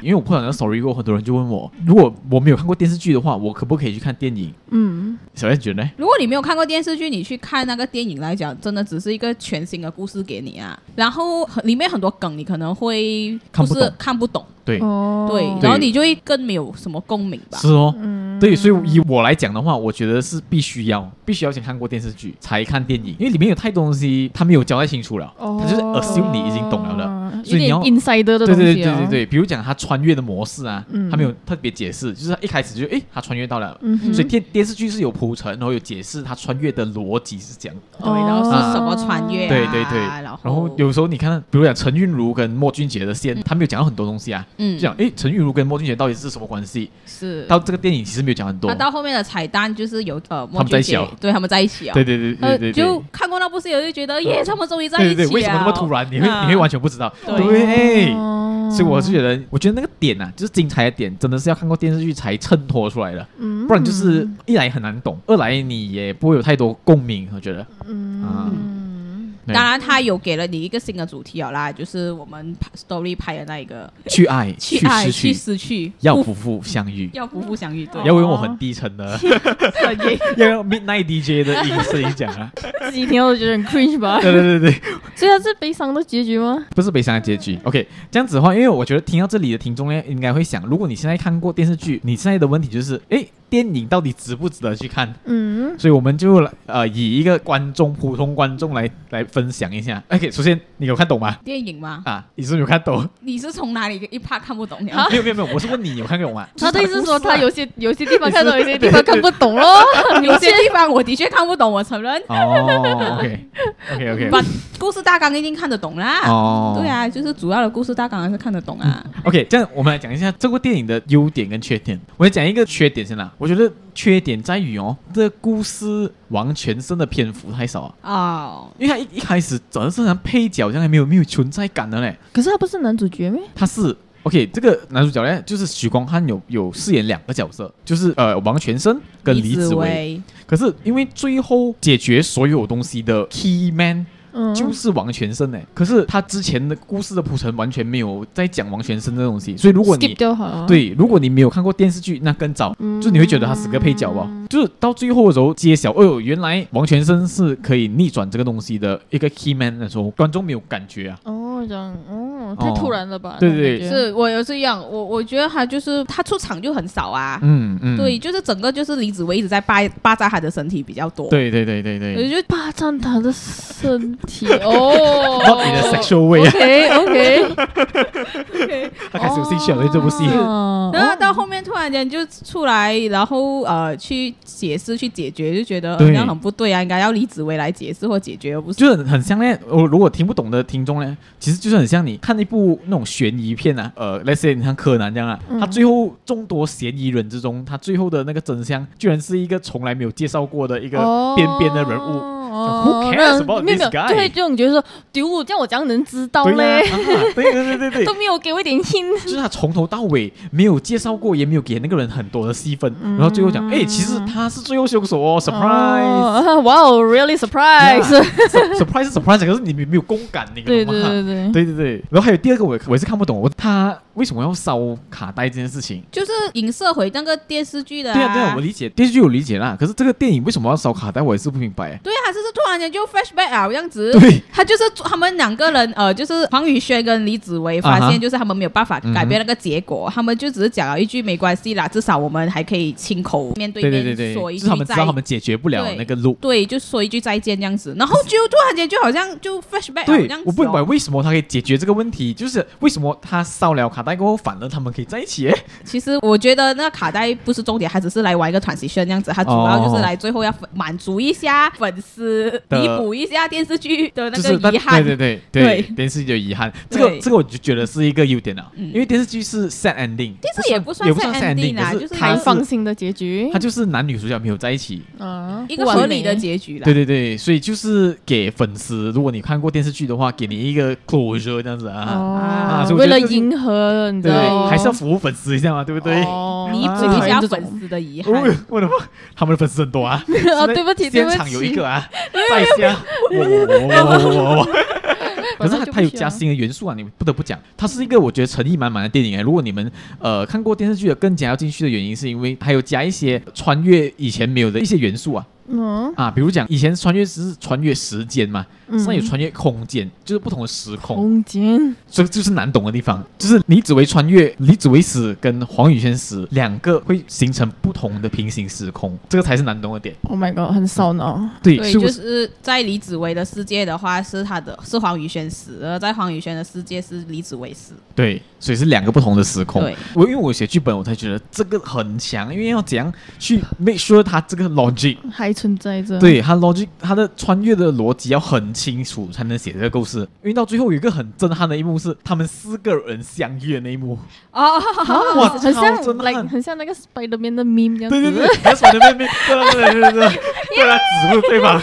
Speaker 1: 因为我碰到那个 story 过，很多人就问我，如果我没有看过电视剧的话，我可不可以去看电影？
Speaker 2: 嗯，
Speaker 1: 小燕觉得呢？
Speaker 3: 如果你没有看过电视剧，你去看那个电影来讲，真的只是一个全新的故事给你啊。然后很里面很多梗，你可能会
Speaker 1: 看不
Speaker 3: 不
Speaker 1: 懂
Speaker 3: 是看不懂，
Speaker 1: 对，
Speaker 2: 哦
Speaker 3: 对，然后你就会更没有什么共鸣吧。
Speaker 1: 是哦。
Speaker 2: 嗯
Speaker 1: 对，所以以我来讲的话，我觉得是必须要，必须要先看过电视剧才看电影，因为里面有太多东西他没有交代清楚了，
Speaker 3: 哦
Speaker 1: 他就是 assume 你已经懂了的。
Speaker 2: 的
Speaker 1: 所以你要
Speaker 2: 哦 insider 的
Speaker 1: 对
Speaker 2: 东
Speaker 3: 哦
Speaker 2: 西
Speaker 1: 对
Speaker 2: 啊
Speaker 1: 对对对，对比如讲他穿越的模式啊，
Speaker 2: 嗯
Speaker 1: 他没有特别解释，就是他一开始就诶他穿越到了，
Speaker 2: 嗯哼，
Speaker 1: 所以电电视剧是有铺陈，然后有解释他穿越的逻辑是这样。
Speaker 3: 对，然后是什么穿越、啊？
Speaker 1: 对对对，
Speaker 3: 然
Speaker 1: 然后有时候你看，比如讲陈韵如跟莫俊杰的线，他没有讲到很多东西啊，
Speaker 3: 嗯
Speaker 1: 就讲诶陈韵如跟莫俊杰到底是什么关系？
Speaker 3: 是
Speaker 1: 到这个电影其实没有讲很多
Speaker 3: 啊他。到后面的彩蛋就是有呃，
Speaker 1: 他们在一起
Speaker 3: 莫
Speaker 1: 哦
Speaker 3: 俊杰对他们在一起啊、
Speaker 1: 对对对对对对，
Speaker 3: 呃，就看过那部戏，我就觉得耶，他们终于在一起
Speaker 1: 对
Speaker 3: 啊了。
Speaker 1: 对对，为什么那么突然？你会
Speaker 3: 啊
Speaker 1: 你会完全不知道，
Speaker 3: 对
Speaker 1: 对。哎
Speaker 2: 哦
Speaker 1: 所以我是觉得，我觉得那个点啊，就是精彩的点，真的是要看过电视剧才衬托出来的，
Speaker 2: 嗯
Speaker 1: 不然就是一来很难懂，二来你也不会有太多共鸣。我觉得，啊
Speaker 2: 嗯
Speaker 1: 对
Speaker 3: 当然，他有给了你一个新的主题了啦，就是我们拍 story 拍的那一个
Speaker 1: 去爱，
Speaker 3: 去爱、
Speaker 1: 失
Speaker 3: 去
Speaker 1: 去，
Speaker 3: 失去，
Speaker 1: 要
Speaker 3: 不
Speaker 1: 夫妇相遇，
Speaker 3: 要不哦不 相遇，对，
Speaker 1: 要用我很低沉的，
Speaker 3: 声音
Speaker 1: 要用 Midnight DJ 的音声音讲啊。
Speaker 2: 集听，我觉得很 cringe 吧。
Speaker 1: 对对对对，
Speaker 2: 所以它是悲伤的结局吗？
Speaker 1: 不是悲伤的结局。OK，这样子的话，因为我觉得听到这里的听众呢，应该会想，如果你现在看过电视剧，你现在的问题就是，诶，电影到底值不值得去看？
Speaker 2: 嗯，
Speaker 1: 所以我们就来呃以一个观众普通观众来来分享一下。OK，首先你有看懂吗？
Speaker 3: 电影吗？
Speaker 1: 啊，你是不是有看懂？
Speaker 3: 你是从哪里一趴看不懂的？
Speaker 1: 没有没有没有，我是问你有看懂吗？
Speaker 2: 他的意思是说啊
Speaker 1: 就是它
Speaker 2: 他
Speaker 1: 的故
Speaker 2: 有些有些地方看懂，有些地方看不懂咯。
Speaker 3: 有些地方我的确看不懂，我承认。
Speaker 1: 哦，OK OK OK，
Speaker 3: 把 故事大纲一定看得懂啦。
Speaker 1: 哦
Speaker 3: 对啊，就是主要的故事大纲还是看得懂啊。
Speaker 1: OK，这样我们来讲一下这部电影的优点跟缺点。我先讲一个缺点先啦，我觉得缺点在于哦，这个故事王全胜的篇幅太少啊。
Speaker 3: 哦，
Speaker 1: 因为他一一开始找的是像配角这样，没有没有存在感的嘞。
Speaker 2: 可是他不是男主角咩？
Speaker 1: 他是 OK，这个男主角呢，就是许光汉有有饰演两个角色，就是呃王全生跟李
Speaker 3: 子
Speaker 1: 子维。
Speaker 3: 维
Speaker 1: 可是因为最后解决所有东西的 key man
Speaker 2: 嗯，
Speaker 1: 就是王全生哎，可是他之前的故事的铺陈完全没有在讲王全生这东西，所以如果
Speaker 2: skip
Speaker 1: 你
Speaker 2: 掉好了。，
Speaker 1: 对，如果你没有看过电视剧，那更早，
Speaker 2: 哦嗯
Speaker 1: 就你会觉得他是个配角吧。就是到最后的时候揭晓，哦，原来王全生是可以逆转这个东西的一个 key man 的时候，观众没有感觉啊。
Speaker 2: 哦，这样，哦，太
Speaker 1: 哦
Speaker 2: 突然了吧？
Speaker 1: 对
Speaker 2: 那种
Speaker 1: 对
Speaker 2: 感觉
Speaker 3: 是我有这样，我我觉得他就是他出场就很少啊。
Speaker 1: 嗯嗯，
Speaker 3: 对，就是整个就是李子维一直在霸霸占他的身体比较多。，
Speaker 1: 对对对对
Speaker 3: 我
Speaker 1: 对，
Speaker 3: 就觉得
Speaker 2: 霸占他的身 体哦。
Speaker 1: not in a sexual way 啊，
Speaker 2: OK OK，
Speaker 1: 他
Speaker 2: 哦
Speaker 1: 开始有兴趣了对这部戏。
Speaker 3: 然
Speaker 1: 哦
Speaker 3: 后到后面突然间就出来，然后呃去解释去解决，就觉得哦
Speaker 1: 对
Speaker 3: 好像很不对啊，应该要李子维来解释或解决，而不是。
Speaker 1: 就是很像呢，我如果听不懂的听众呢，其实就是很像你看一部那种悬疑片啊，呃，let's say 你像柯南这样啊，
Speaker 2: 嗯
Speaker 1: 他最后众多嫌疑人之中，他最后的那个真相，居然是一个从来没有介绍过的一个边边的人物，
Speaker 2: 哦
Speaker 1: Who cares
Speaker 2: 那
Speaker 1: about
Speaker 2: 没有没有
Speaker 1: this guy？
Speaker 2: 就会这种觉得说，丢，这样我怎样能知道
Speaker 1: 对
Speaker 2: 嘞？
Speaker 1: 啊，啊对对对对
Speaker 2: 都
Speaker 1: 对。
Speaker 2: 没有给我一点 hint。
Speaker 1: 就是他从头到尾没有介绍过，也没有给那个人很多的戏份，然后最后讲，哎、其实他是最后凶手哦，surprise，surprise、
Speaker 2: 哦 哇哦，really surprise！
Speaker 1: surprise 是 surprise，可是你没有共感，你
Speaker 2: 对
Speaker 1: 懂吗？
Speaker 2: 对对对，
Speaker 1: 对对对，然后还有第二个我也，我也是看不懂，我他为什么要烧卡带这件事情？
Speaker 3: 就是影射回那个电视剧的、
Speaker 1: 对啊对啊，我理解电视剧有理解啦，可是这个电影为什么要烧卡带，我也是不明白。
Speaker 3: 对啊，就是突然间就 flashback 啊，这样子。
Speaker 1: 对，
Speaker 3: 他就是他们两个人，呃，就是黄宇轩跟李子维发
Speaker 1: 啊哈
Speaker 3: 现，就是他们没有办法改变那个结果，他们就只是讲了一句没关系啦，至少我们还可以亲口面对
Speaker 1: 对对
Speaker 3: 面
Speaker 1: 对对，
Speaker 3: 说一
Speaker 1: 就
Speaker 3: 句
Speaker 1: 是他们知
Speaker 3: 再
Speaker 1: 道他们解决不了
Speaker 3: 对
Speaker 1: 那个路。
Speaker 3: 对，就说一句再见这样子，然后就突然间就好像就 flashback 了
Speaker 1: 对
Speaker 3: 这样，子、哦，
Speaker 1: 我不明白为什么他可以解决这个问题，就是为什么他烧了卡带过后，反而他们可以在一起？哎
Speaker 3: 其实我觉得那个卡带不是重点，它只是来玩一个 transition 这样子，它主要就是来最后要满足一下粉丝，
Speaker 1: 的
Speaker 3: 弥补一下电视剧的那
Speaker 1: 就是
Speaker 3: 个
Speaker 1: 那
Speaker 3: 遗憾。
Speaker 1: 对对对对，
Speaker 3: 对
Speaker 1: 电视剧的遗憾，这个
Speaker 3: 对
Speaker 1: 这个我就觉得是一个优点了，
Speaker 3: 嗯
Speaker 1: 因为电视剧是 sad ending，
Speaker 3: 电视也不算
Speaker 1: 也不算
Speaker 3: sad ending 啦
Speaker 1: 可
Speaker 3: 就是
Speaker 1: 它
Speaker 2: 开
Speaker 1: 是
Speaker 2: 放性的结局
Speaker 1: 它。就是男女主角没有在一起，
Speaker 2: 嗯，
Speaker 3: 一个合理的结局啦。
Speaker 1: 对对对，所以就是给粉丝，如果你看过电视剧的话，给你一个 closure 这样子啊，
Speaker 2: 哦
Speaker 1: 所以我觉得
Speaker 2: 为了
Speaker 1: 就是
Speaker 2: 迎合，你知
Speaker 1: 对不
Speaker 2: 道
Speaker 1: 对？还是要服务粉丝一下嘛，对不对？啊哦
Speaker 2: 哦
Speaker 3: 弥补一下粉丝的遗憾。
Speaker 1: 为什么他们的粉丝很多啊？
Speaker 2: 啊对不起对
Speaker 1: 现
Speaker 2: 不
Speaker 1: 场有一
Speaker 2: 起
Speaker 1: 个啊，在下我我我我我。可是它它有加新的元素啊，你不得不讲，它是一个我觉得诚意满满的电影哎。如果你们呃看过电视剧的，更加要进去的原因，是因为还有加一些穿越以前没有的一些元素啊
Speaker 2: 嗯，
Speaker 1: 啊，比如讲以前穿越只是穿越时间嘛，
Speaker 2: 嗯
Speaker 1: 现在有穿越空间，就是不同的时空。
Speaker 2: 空间
Speaker 1: 这就是难懂的地方，就是李子维穿越，李子维死跟黄宇轩死，两个会形成不同的平行时空，这个才是难懂的点。
Speaker 2: ，Oh my god，很烧脑。
Speaker 1: 对，
Speaker 3: 对，
Speaker 1: 是不？
Speaker 3: 就是是在李子维的世界的话，是他的是黄宇轩死，而在黄宇轩的世界是李子维死。
Speaker 1: 对，所以是两个不同的时空
Speaker 3: 对。
Speaker 1: 我因为我写剧本，我才觉得这个很强，因为要怎样去 make sure 它这个 logic，
Speaker 2: 还存在着。，
Speaker 1: 对它 logic，它的穿越的逻辑要很清楚，才能写这个故事。因为到最后有一个很震撼的一幕是他们四个人相遇的那一幕。
Speaker 2: 啊
Speaker 3: 哦，
Speaker 1: 哇
Speaker 2: 很
Speaker 1: 超
Speaker 2: 像
Speaker 1: 震撼
Speaker 2: like 很像那个 Spiderman 的 meme 这样
Speaker 1: 对对对
Speaker 2: 子。，
Speaker 1: 还甩在那边，对对对对对，对他指挥对方。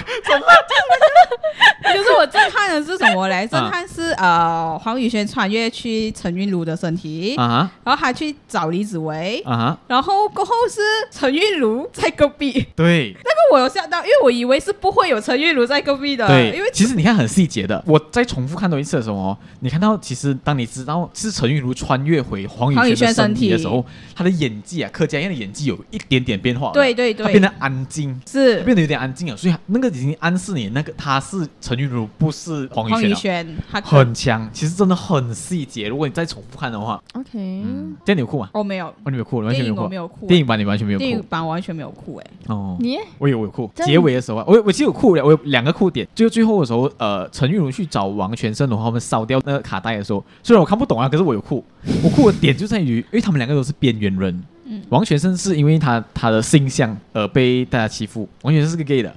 Speaker 3: 就是我震撼的是什么 嘞？震
Speaker 1: 啊
Speaker 3: 撼是呃，黄宇轩穿越去陈韵如的身体，
Speaker 1: 啊
Speaker 3: 然后他去找李子维，
Speaker 1: 哈啊哈，
Speaker 3: 然后过后是陈韵如在隔壁。
Speaker 1: 对，
Speaker 3: 那我有吓到，因为我以为是不会有陈韵如在隔壁的，
Speaker 1: 对，
Speaker 3: 呃因为
Speaker 1: 其实你看很细节的。我再重复看多一次的时候哦，你看到其实当你知道是陈韵如穿越回黄
Speaker 3: 黄
Speaker 1: 宇
Speaker 3: 宇
Speaker 1: 轩的
Speaker 3: 轩身
Speaker 1: 身体的时
Speaker 3: 体
Speaker 1: 候，她的演技啊，柯佳嬿的演技有一点点变化了。
Speaker 3: 对对对
Speaker 1: 她变得安静，
Speaker 3: 是
Speaker 1: 变得有点安静了，所以她那个已经暗示你那个她是陈韵如，不是黄宇
Speaker 3: 黄
Speaker 1: 轩
Speaker 3: 宇
Speaker 1: 了。
Speaker 3: 轩，他
Speaker 1: 很强，其实真的很细节。如果你再重复看的话，
Speaker 2: OK，
Speaker 1: 嗯，这样你有哭吗？
Speaker 3: 我没有
Speaker 1: 哦，你没有哭，你完全没有
Speaker 3: 电影我
Speaker 1: 哭。
Speaker 3: 没有哭啊
Speaker 1: 电影版你完全没有
Speaker 3: 电影
Speaker 1: 哭。
Speaker 3: 版，我完全没有哭哎，
Speaker 1: 哦，
Speaker 2: 你
Speaker 1: 我有我有哭，
Speaker 2: 这样
Speaker 1: 结尾的时候啊，我有我其实有哭了，我有两个哭点，就是最后的时候，呃，陈韵如去找王全胜，然后他们烧掉那个卡带的时候，虽然我看不懂啊，可是我有哭，我哭的点就在于，因 为他们两个都是边缘人，
Speaker 3: 嗯
Speaker 1: 王全胜是因为他他的性向而被大家欺负，王全胜是个 gay 的，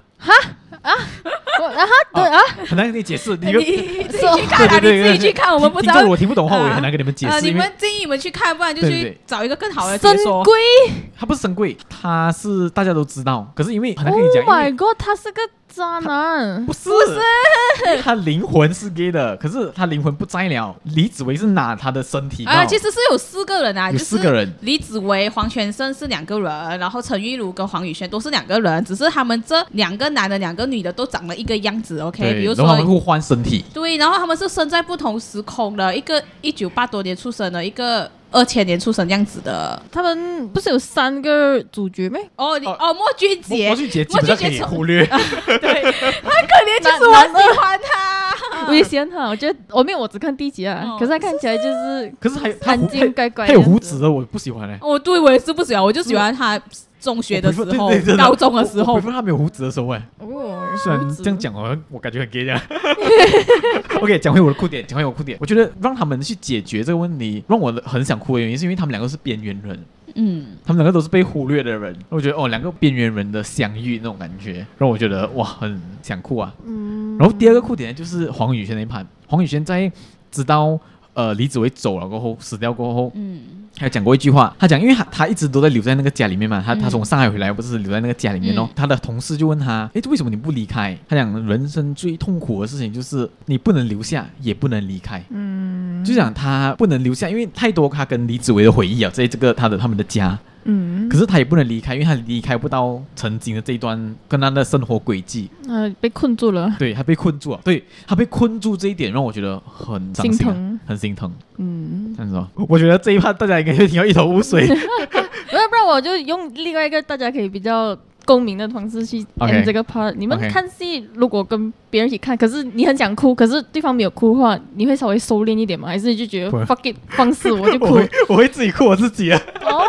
Speaker 1: 哦
Speaker 2: 我啊哈对啊，
Speaker 1: 很难跟你解释，你
Speaker 3: 你
Speaker 1: 个
Speaker 3: 自己去看啦，你自己去看，我们不知
Speaker 1: 听听
Speaker 3: 道
Speaker 1: 众我听不懂的话，
Speaker 3: 啊
Speaker 1: 我也很难给你们解
Speaker 3: 啊，
Speaker 1: 释，
Speaker 3: 你
Speaker 1: 因为
Speaker 3: 们建议你们去看，不然就
Speaker 1: 对对
Speaker 3: 去
Speaker 1: 对
Speaker 3: 找一个更好的解
Speaker 2: 深
Speaker 3: 说。
Speaker 2: 闺
Speaker 1: 他不是神贵，他是大家都知道，可是因为很难
Speaker 2: ，Oh
Speaker 1: 跟你讲，因为
Speaker 2: my god，他是个渣男
Speaker 1: 不是，因为他灵魂是 gay 的，可是他灵魂不在了。李子维是拿他的身体
Speaker 3: 啊，
Speaker 1: 到
Speaker 3: 其实是有四个人啊，
Speaker 1: 有
Speaker 3: 就
Speaker 1: 四个
Speaker 3: 是
Speaker 1: 人
Speaker 3: 李子维、黄全胜是两个人，然后陈玉茹跟黄宇轩都是两个人，只是他们这两个男的、两个女的都长得一个样子，OK？
Speaker 1: 对，
Speaker 3: 比如
Speaker 1: 然后他们
Speaker 3: 说。
Speaker 1: 互换身体，
Speaker 3: 对，然后他们是生在不同时空的，一个一九八多年出生的，一个二千年出生这样子的。
Speaker 2: 他们不是有三个主角咩？
Speaker 3: 哦，你哦，莫俊杰，
Speaker 1: 我去姐基
Speaker 3: 莫
Speaker 1: 本上
Speaker 3: 俊
Speaker 1: 可
Speaker 3: 杰
Speaker 1: 以
Speaker 3: 从
Speaker 1: 忽略，
Speaker 3: 对，他很可怜，就是我喜欢他。
Speaker 2: 我也喜欢他，我觉得我没有，我只看第一集啊
Speaker 3: 哦，
Speaker 2: 可是他看起来就是
Speaker 1: 可是 还有他胡
Speaker 2: 安静
Speaker 1: 他
Speaker 2: 乖乖，
Speaker 1: 他有胡子，的，我不喜欢嘞。欸
Speaker 3: 哦，对，我也是不喜欢，我就喜欢他中学的时候，高中的时
Speaker 1: 我
Speaker 3: 候
Speaker 1: 不，他没有胡子的时候哎，
Speaker 2: 哦，
Speaker 1: 虽然这样讲好像我感觉很 gay 这样。OK，讲回我的哭点，讲回我的哭点，我觉得让他们去解决这个问题，让我很想哭的原因是因为他们两个是边缘人，
Speaker 3: 嗯，
Speaker 1: 他们两个都是被忽略的人，我觉得哦，两个边缘人的相遇那种感觉，让我觉得哇，很想哭啊。
Speaker 2: 嗯，
Speaker 1: 然后第二个哭点就是黄宇轩那一盘，黄宇轩在知道呃李子维走了过后，死掉过后，
Speaker 3: 嗯，
Speaker 1: 他有讲过一句话，他讲，因为他他一直都在留在那个家里面嘛，他、
Speaker 3: 嗯
Speaker 1: 他从上海回来，不是留在那个家里面哦。
Speaker 3: 嗯
Speaker 1: 他的同事就问他，诶，为什么你不离开？他讲，人生最痛苦的事情就是你不能留下，也不能离开。
Speaker 2: 嗯
Speaker 1: 就讲他不能留下，因为太多他跟李子维的回忆啊，在这个他的他们的家，
Speaker 2: 嗯
Speaker 1: 可，是他也不能离开，因为他离开不到曾经的这一段跟他的生活轨迹，
Speaker 2: 呃，被困住了，
Speaker 1: 对他被困住了，啊对他被困住这一点让我觉得很伤
Speaker 2: 心
Speaker 1: 心、啊
Speaker 2: 疼，
Speaker 1: 很心疼。
Speaker 2: 嗯，
Speaker 1: 这样子哦，我觉得这一趴大家应该会听到一头雾水。
Speaker 2: 不然不然我就用另外一个大家可以比较。共鸣的方式去
Speaker 1: OK
Speaker 2: end 这个 part。你们
Speaker 1: OK
Speaker 2: 看戏，如果跟别人一起看，可是你很想哭，可是对方没有哭的话，你会稍微收敛一点吗？还是你就觉得
Speaker 1: 不会
Speaker 2: fuck it，放肆我就
Speaker 1: 我
Speaker 2: 哭？
Speaker 1: 会我会自己哭我自己啊，
Speaker 2: 哦，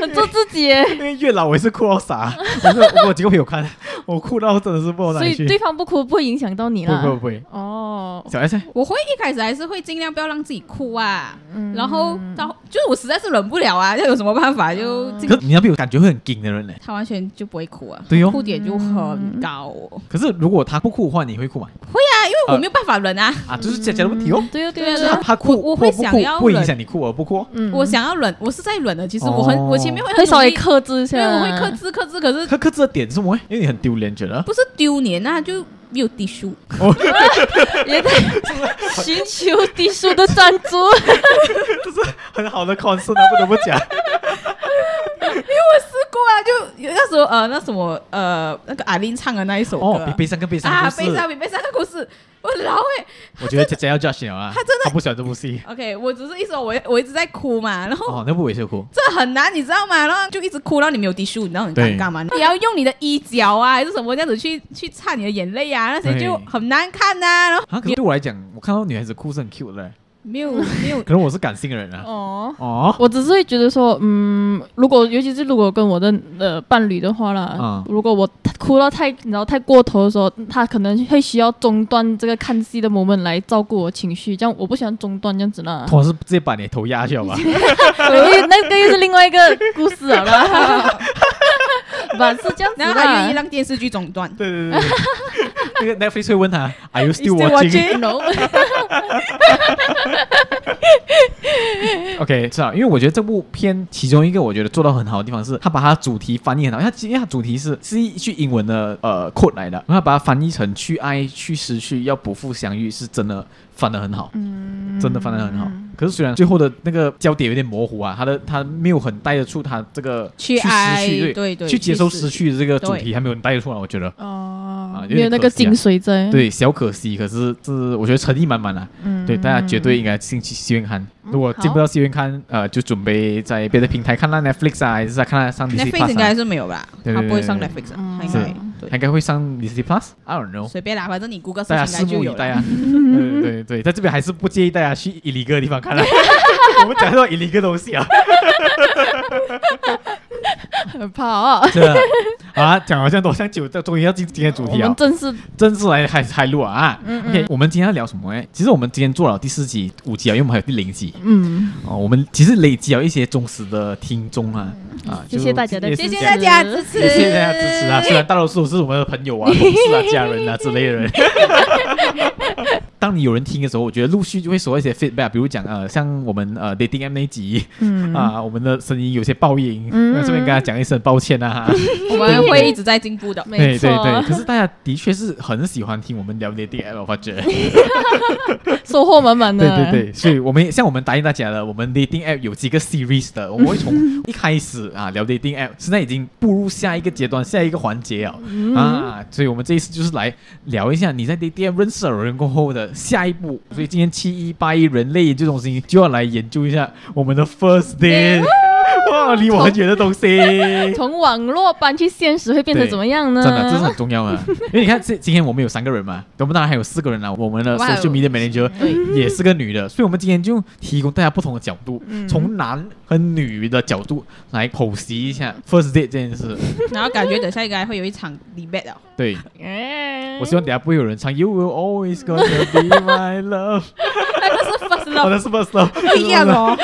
Speaker 2: 很做自己耶，
Speaker 1: 因为越老我也是哭到傻。我是我有几个朋友 看，我哭到真的是不知道哪
Speaker 2: 所
Speaker 1: 里
Speaker 2: 以
Speaker 1: 去。
Speaker 2: 对方不哭不会影响到你
Speaker 1: 不
Speaker 2: 啦。
Speaker 1: 不不，
Speaker 2: 哦，
Speaker 1: 小 S 呢
Speaker 3: 我会一开始还是会尽量不要让自己哭啊，
Speaker 2: 嗯
Speaker 3: 然后到就是我实在是忍不了啊，要有什么办法就
Speaker 2: 嗯
Speaker 3: 尽、
Speaker 1: 可是你那边有感觉会很紧的人呢？
Speaker 3: 他完全就不会哭啊，
Speaker 1: 对
Speaker 3: 哭
Speaker 1: 哦，
Speaker 3: 点就很高、哦
Speaker 2: 嗯
Speaker 1: 可是如果他不哭的话，你会哭吗？
Speaker 3: 啊，因为我没有办法忍啊，
Speaker 1: 啊，就是姐姐的问题哦。
Speaker 2: 对啊对
Speaker 3: 对
Speaker 2: 啊
Speaker 3: 啊
Speaker 1: 就
Speaker 2: 对
Speaker 1: 是他
Speaker 2: 啊，
Speaker 1: 他哭，
Speaker 3: 我我会
Speaker 1: 不哭
Speaker 3: 想要
Speaker 1: 不影
Speaker 3: 忍
Speaker 1: 响你哭而不哭哦。
Speaker 2: 嗯
Speaker 3: 我想要忍，我是在忍的，其实
Speaker 1: 哦
Speaker 3: 我很、我前面会很
Speaker 2: 会稍微
Speaker 3: 努力，
Speaker 2: 克制一啊下，
Speaker 3: 对，我会克。制克制，可是
Speaker 1: 他克制的点是什么？因为你很丢脸，觉得。
Speaker 3: 不是丢脸啊，就没有低俗。
Speaker 2: 也在寻求低俗的赞助。
Speaker 1: 很好的 concern 啊，不得不 讲。
Speaker 3: 试过啊，就那时候呃，那什么呃，那个阿琳唱的那一首歌，
Speaker 1: 哦，比悲伤更悲伤
Speaker 3: 啊，
Speaker 1: 的故
Speaker 3: 悲
Speaker 1: 事。
Speaker 3: 伤比悲伤的故事，我老哎、
Speaker 1: 我觉得姐姐要 judge 你了啊，
Speaker 3: 他真的
Speaker 1: 她不喜欢这部戏。
Speaker 3: OK，我只是一首我我一直在哭嘛，然后
Speaker 1: 哦，那部我也是有哭。
Speaker 3: 这很难，你知道吗？然后就一直哭，然后你没有滴数，你知道很
Speaker 1: 对
Speaker 3: 尴尬吗？你要用你的衣角啊，还是什么这样子去去擦你的眼泪啊，那些
Speaker 1: 对
Speaker 3: 就很难看呐、然后
Speaker 1: 啊，可是对我来讲，我看到女孩子哭是很 cute 的，
Speaker 3: 没有没有
Speaker 1: 可能我是感性的人啊。
Speaker 2: 哦，
Speaker 1: 哦，
Speaker 2: 我只是会觉得说，嗯，如果尤其是如果跟我的呃伴侣的话啦，
Speaker 1: 嗯
Speaker 2: 如果我哭到太然后太过头的时候，他可能会需要中断这个看戏的 moment 来照顾我情绪，这样我不喜欢中断这样 子啦。
Speaker 1: 同是直接把你的头压下 吧。
Speaker 2: 对，又那个又是另外一个故事了 啦。吧，是这样子
Speaker 3: 然后他愿意
Speaker 2: 啦。
Speaker 3: 让电视剧中断。
Speaker 1: 对对对对，那个 Netflix 会问他，Are you still
Speaker 2: You still
Speaker 1: watching？OK，
Speaker 2: No，
Speaker 1: 是啊，因为我觉得这部片其中一个我觉得做到很好的地方是，他把它主题翻译很好，因为它因为它主题是是一句英文的呃 code 来的，然后它把它翻译成
Speaker 3: 嗯
Speaker 1: 嗯
Speaker 2: 嗯
Speaker 1: 去爱、去失去、要不负相遇，是真的翻得很好，真的翻得很好。可是虽然最后的那个焦点有点模糊啊，他的他没有很带得出他这个
Speaker 3: 去
Speaker 1: 失
Speaker 3: 爱
Speaker 1: 去，
Speaker 3: 对对
Speaker 1: 去接受
Speaker 3: 去
Speaker 1: 失
Speaker 3: 死
Speaker 1: 去的这个主
Speaker 3: 对
Speaker 1: 题还没有人带得出来，我觉得。
Speaker 2: 哦
Speaker 1: 有，点
Speaker 2: 没有那
Speaker 1: 可
Speaker 2: 个
Speaker 1: 惜啊
Speaker 2: 精髓
Speaker 3: 嗯
Speaker 2: 在。，
Speaker 1: 对，小可惜，可是是我觉得诚意满满啊。
Speaker 2: 嗯
Speaker 1: 对，大家绝对应该进去戏院看。
Speaker 3: 嗯
Speaker 1: 如果进不
Speaker 2: 好
Speaker 1: 到戏院看，呃，就准备在别的平台看那 Netflix 啊，还是在看那上 Disney
Speaker 3: Netflix
Speaker 1: Plus
Speaker 3: 应
Speaker 1: 啊、
Speaker 3: 该是没有吧？
Speaker 1: 对对
Speaker 3: 他不会上
Speaker 1: 对对
Speaker 3: Netflix，
Speaker 2: 嗯
Speaker 3: 啊他应
Speaker 1: 是
Speaker 3: 该对
Speaker 1: 它应该会上 Disney Plus，I don't know。
Speaker 3: 随便啦，反正你 Google
Speaker 1: 大家
Speaker 3: 搜寻
Speaker 1: 拭目
Speaker 3: 应该就
Speaker 1: 以
Speaker 3: 有
Speaker 1: 待
Speaker 3: 了。
Speaker 1: 啊！对对对，在这边还是不建议大家去 i l l 的地方看 啊。我们讲到 i l l 的东西啊，
Speaker 2: 很怕啊。
Speaker 1: 真的 啊，讲好像多像酒，终于要进今天的主
Speaker 2: 我
Speaker 1: 题啊
Speaker 2: 们。正式
Speaker 1: 正式来开开录啊！OK，我们
Speaker 3: 嗯
Speaker 1: 今天要聊什么哎？其实我们今天做了第四集、五集啊，因为我们还有第零集
Speaker 2: 嗯，
Speaker 1: 哦。我们其实累积了一些忠实的听众啊啊，
Speaker 2: 谢
Speaker 1: 就
Speaker 2: 谢大家的
Speaker 1: 也是
Speaker 3: 嗯谢谢
Speaker 1: 讲
Speaker 3: 大家支持，
Speaker 1: 谢谢大家支 持啊！虽然大多数是我们的朋友啊、同事啊、家人啊之类的 人。当你有人听的时候，我觉得陆续就会收到一些 feedback，比如讲呃，像我们呃 dating M 那集
Speaker 2: 嗯
Speaker 1: 啊，我们的声音有些爆音，
Speaker 2: 嗯
Speaker 1: 那这边跟他讲一声抱歉啊。
Speaker 3: 我们会一直在进步的。
Speaker 2: 没
Speaker 1: 对
Speaker 2: 错啊
Speaker 1: 对，对，可是大家的确是很喜欢听我们聊 dating M，我发觉。
Speaker 2: 收获满满的。
Speaker 1: 对对对，所以我们也像我们答应大家的，我们 dating app 有几个 series 的，我们 会从一开始啊聊 dating app，现在已经步入下一个阶段，下一个环节了、啊，所以我们这一次就是来聊一下你在 dating app 认识了人过后的下一步。所以今天七一八一人类研究中心就要来研究一下我们的 first date，哇，离我很远的东西。
Speaker 2: 从网络搬去现实会变成怎么
Speaker 3: 嗯
Speaker 2: 样呢？
Speaker 1: 真的，这是很重要的，啊 因为你看，这今天我们有三个人嘛，我们当然还有四个人啦。我们的
Speaker 3: 哇哦
Speaker 1: social media manager
Speaker 3: 对
Speaker 1: 也是个女的，所以我们今天就提供大家不同的角度，
Speaker 3: 嗯
Speaker 1: 从男和女的角度来剖析一下 first date 这件事。
Speaker 3: 然后感觉等下应该会有一场 debate 哦。
Speaker 1: 对，
Speaker 2: 哎
Speaker 1: 我希望等下不会有人唱 You will always gonna be my love，好
Speaker 3: First love
Speaker 1: 的是 first love，
Speaker 3: 不一样哦。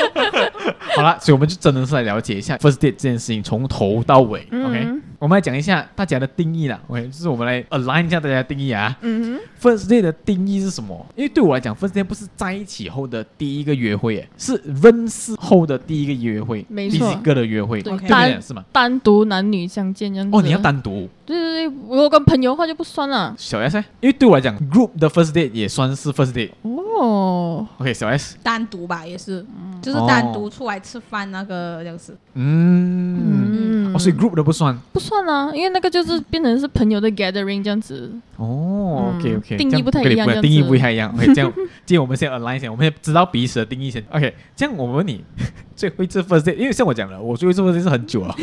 Speaker 1: 好啦，所以我们就真的是来了解一下 first date 这件事情从头到尾。
Speaker 2: 嗯
Speaker 1: OK，我们来讲一下大家的定义啦。OK，就是我们来 align 一下大家的定义啊。
Speaker 2: 嗯哼
Speaker 1: first day 的定义是什么？因为对我来讲，first day 不是在一起后的第一个约会，哎，是认识后的第一个约会，
Speaker 2: 没
Speaker 1: 第
Speaker 2: 错
Speaker 1: 一个的约会，
Speaker 3: 对
Speaker 1: 对不对？
Speaker 2: 单
Speaker 1: 是吗？
Speaker 2: 单独男女相见这样子。
Speaker 1: 哦，你要单独
Speaker 2: 对对对，如果跟朋友的话就不算了。
Speaker 1: 小 S，诶因为对我来讲，group 的 first date 也算是 first date。
Speaker 2: 哦，
Speaker 1: OK，小 S，
Speaker 3: 单独吧，也是，就是单独出来吃饭那个这样子。
Speaker 1: 嗯，
Speaker 2: 嗯
Speaker 1: 哦，所以 group 的不算。
Speaker 2: 不算啊，因为那个就是变成是朋友的 gathering 这样子。
Speaker 1: 哦
Speaker 2: 嗯
Speaker 1: ，OK OK，
Speaker 2: 定义不太一样这样
Speaker 1: 定义
Speaker 2: 子
Speaker 1: 不太一样。OK，这样， 今天我们先 align 先，我们先知道彼此的定义先。OK，这样我问你， 最后一次 first date，因为像我讲的，我最后一次 first date 是很久了，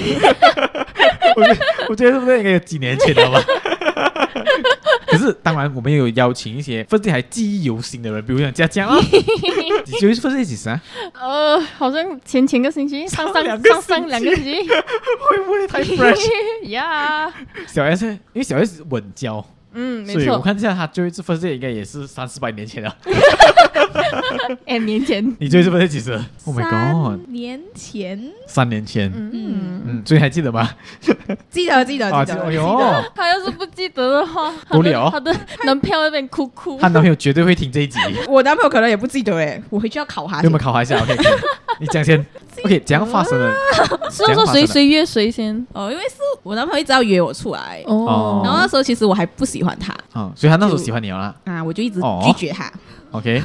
Speaker 1: 我觉得我觉得是不是应该有几年前了吧？ 可是当然，我们也有邀请一些 first date 还记忆犹新的人，比如像佳 佳啊，你最后一次 first date 几时啊？
Speaker 2: 呃，好像前前个星期，上上
Speaker 1: 两个
Speaker 2: 上上两个星期
Speaker 1: 会不 会太 fresh？
Speaker 2: 呀，
Speaker 1: 小 S，因为小 S 稳交，
Speaker 2: 嗯，没
Speaker 1: 所以我
Speaker 2: 错，
Speaker 1: 看一下她最后一次 first date 应该也是三四百年前了。
Speaker 2: 哎，年前，
Speaker 1: 你最后一次 first date 几时？Oh my god！
Speaker 3: 三年前，
Speaker 1: 三年前，
Speaker 2: 嗯，
Speaker 1: 嗯，所以还记得吗？
Speaker 3: 记得记得
Speaker 1: 啊，
Speaker 3: 记
Speaker 1: 记得
Speaker 3: 得
Speaker 1: 哎
Speaker 3: 记
Speaker 1: 呦
Speaker 3: 得。，
Speaker 2: 他要是不记得的话，
Speaker 1: 狗脸哦
Speaker 2: 他的男票那边哭哭
Speaker 1: 她。男朋友绝对会听这一集，
Speaker 3: 我男朋友可能也不记得哎，我回去要考他
Speaker 1: 给我。们考核一下。OK，可以 你讲先。OK，怎样发生的？
Speaker 2: 是要说
Speaker 1: 怎样发生
Speaker 2: 谁
Speaker 1: 的？
Speaker 2: 谁约谁先
Speaker 3: 哦，因为是我男朋友一直要约我出来，
Speaker 1: 哦
Speaker 3: 然后那时候其实我还不喜欢他
Speaker 1: 啊，所以她那时候喜欢你了啦。
Speaker 3: 啊，我就一直
Speaker 1: 哦
Speaker 3: 拒绝他，
Speaker 1: OK，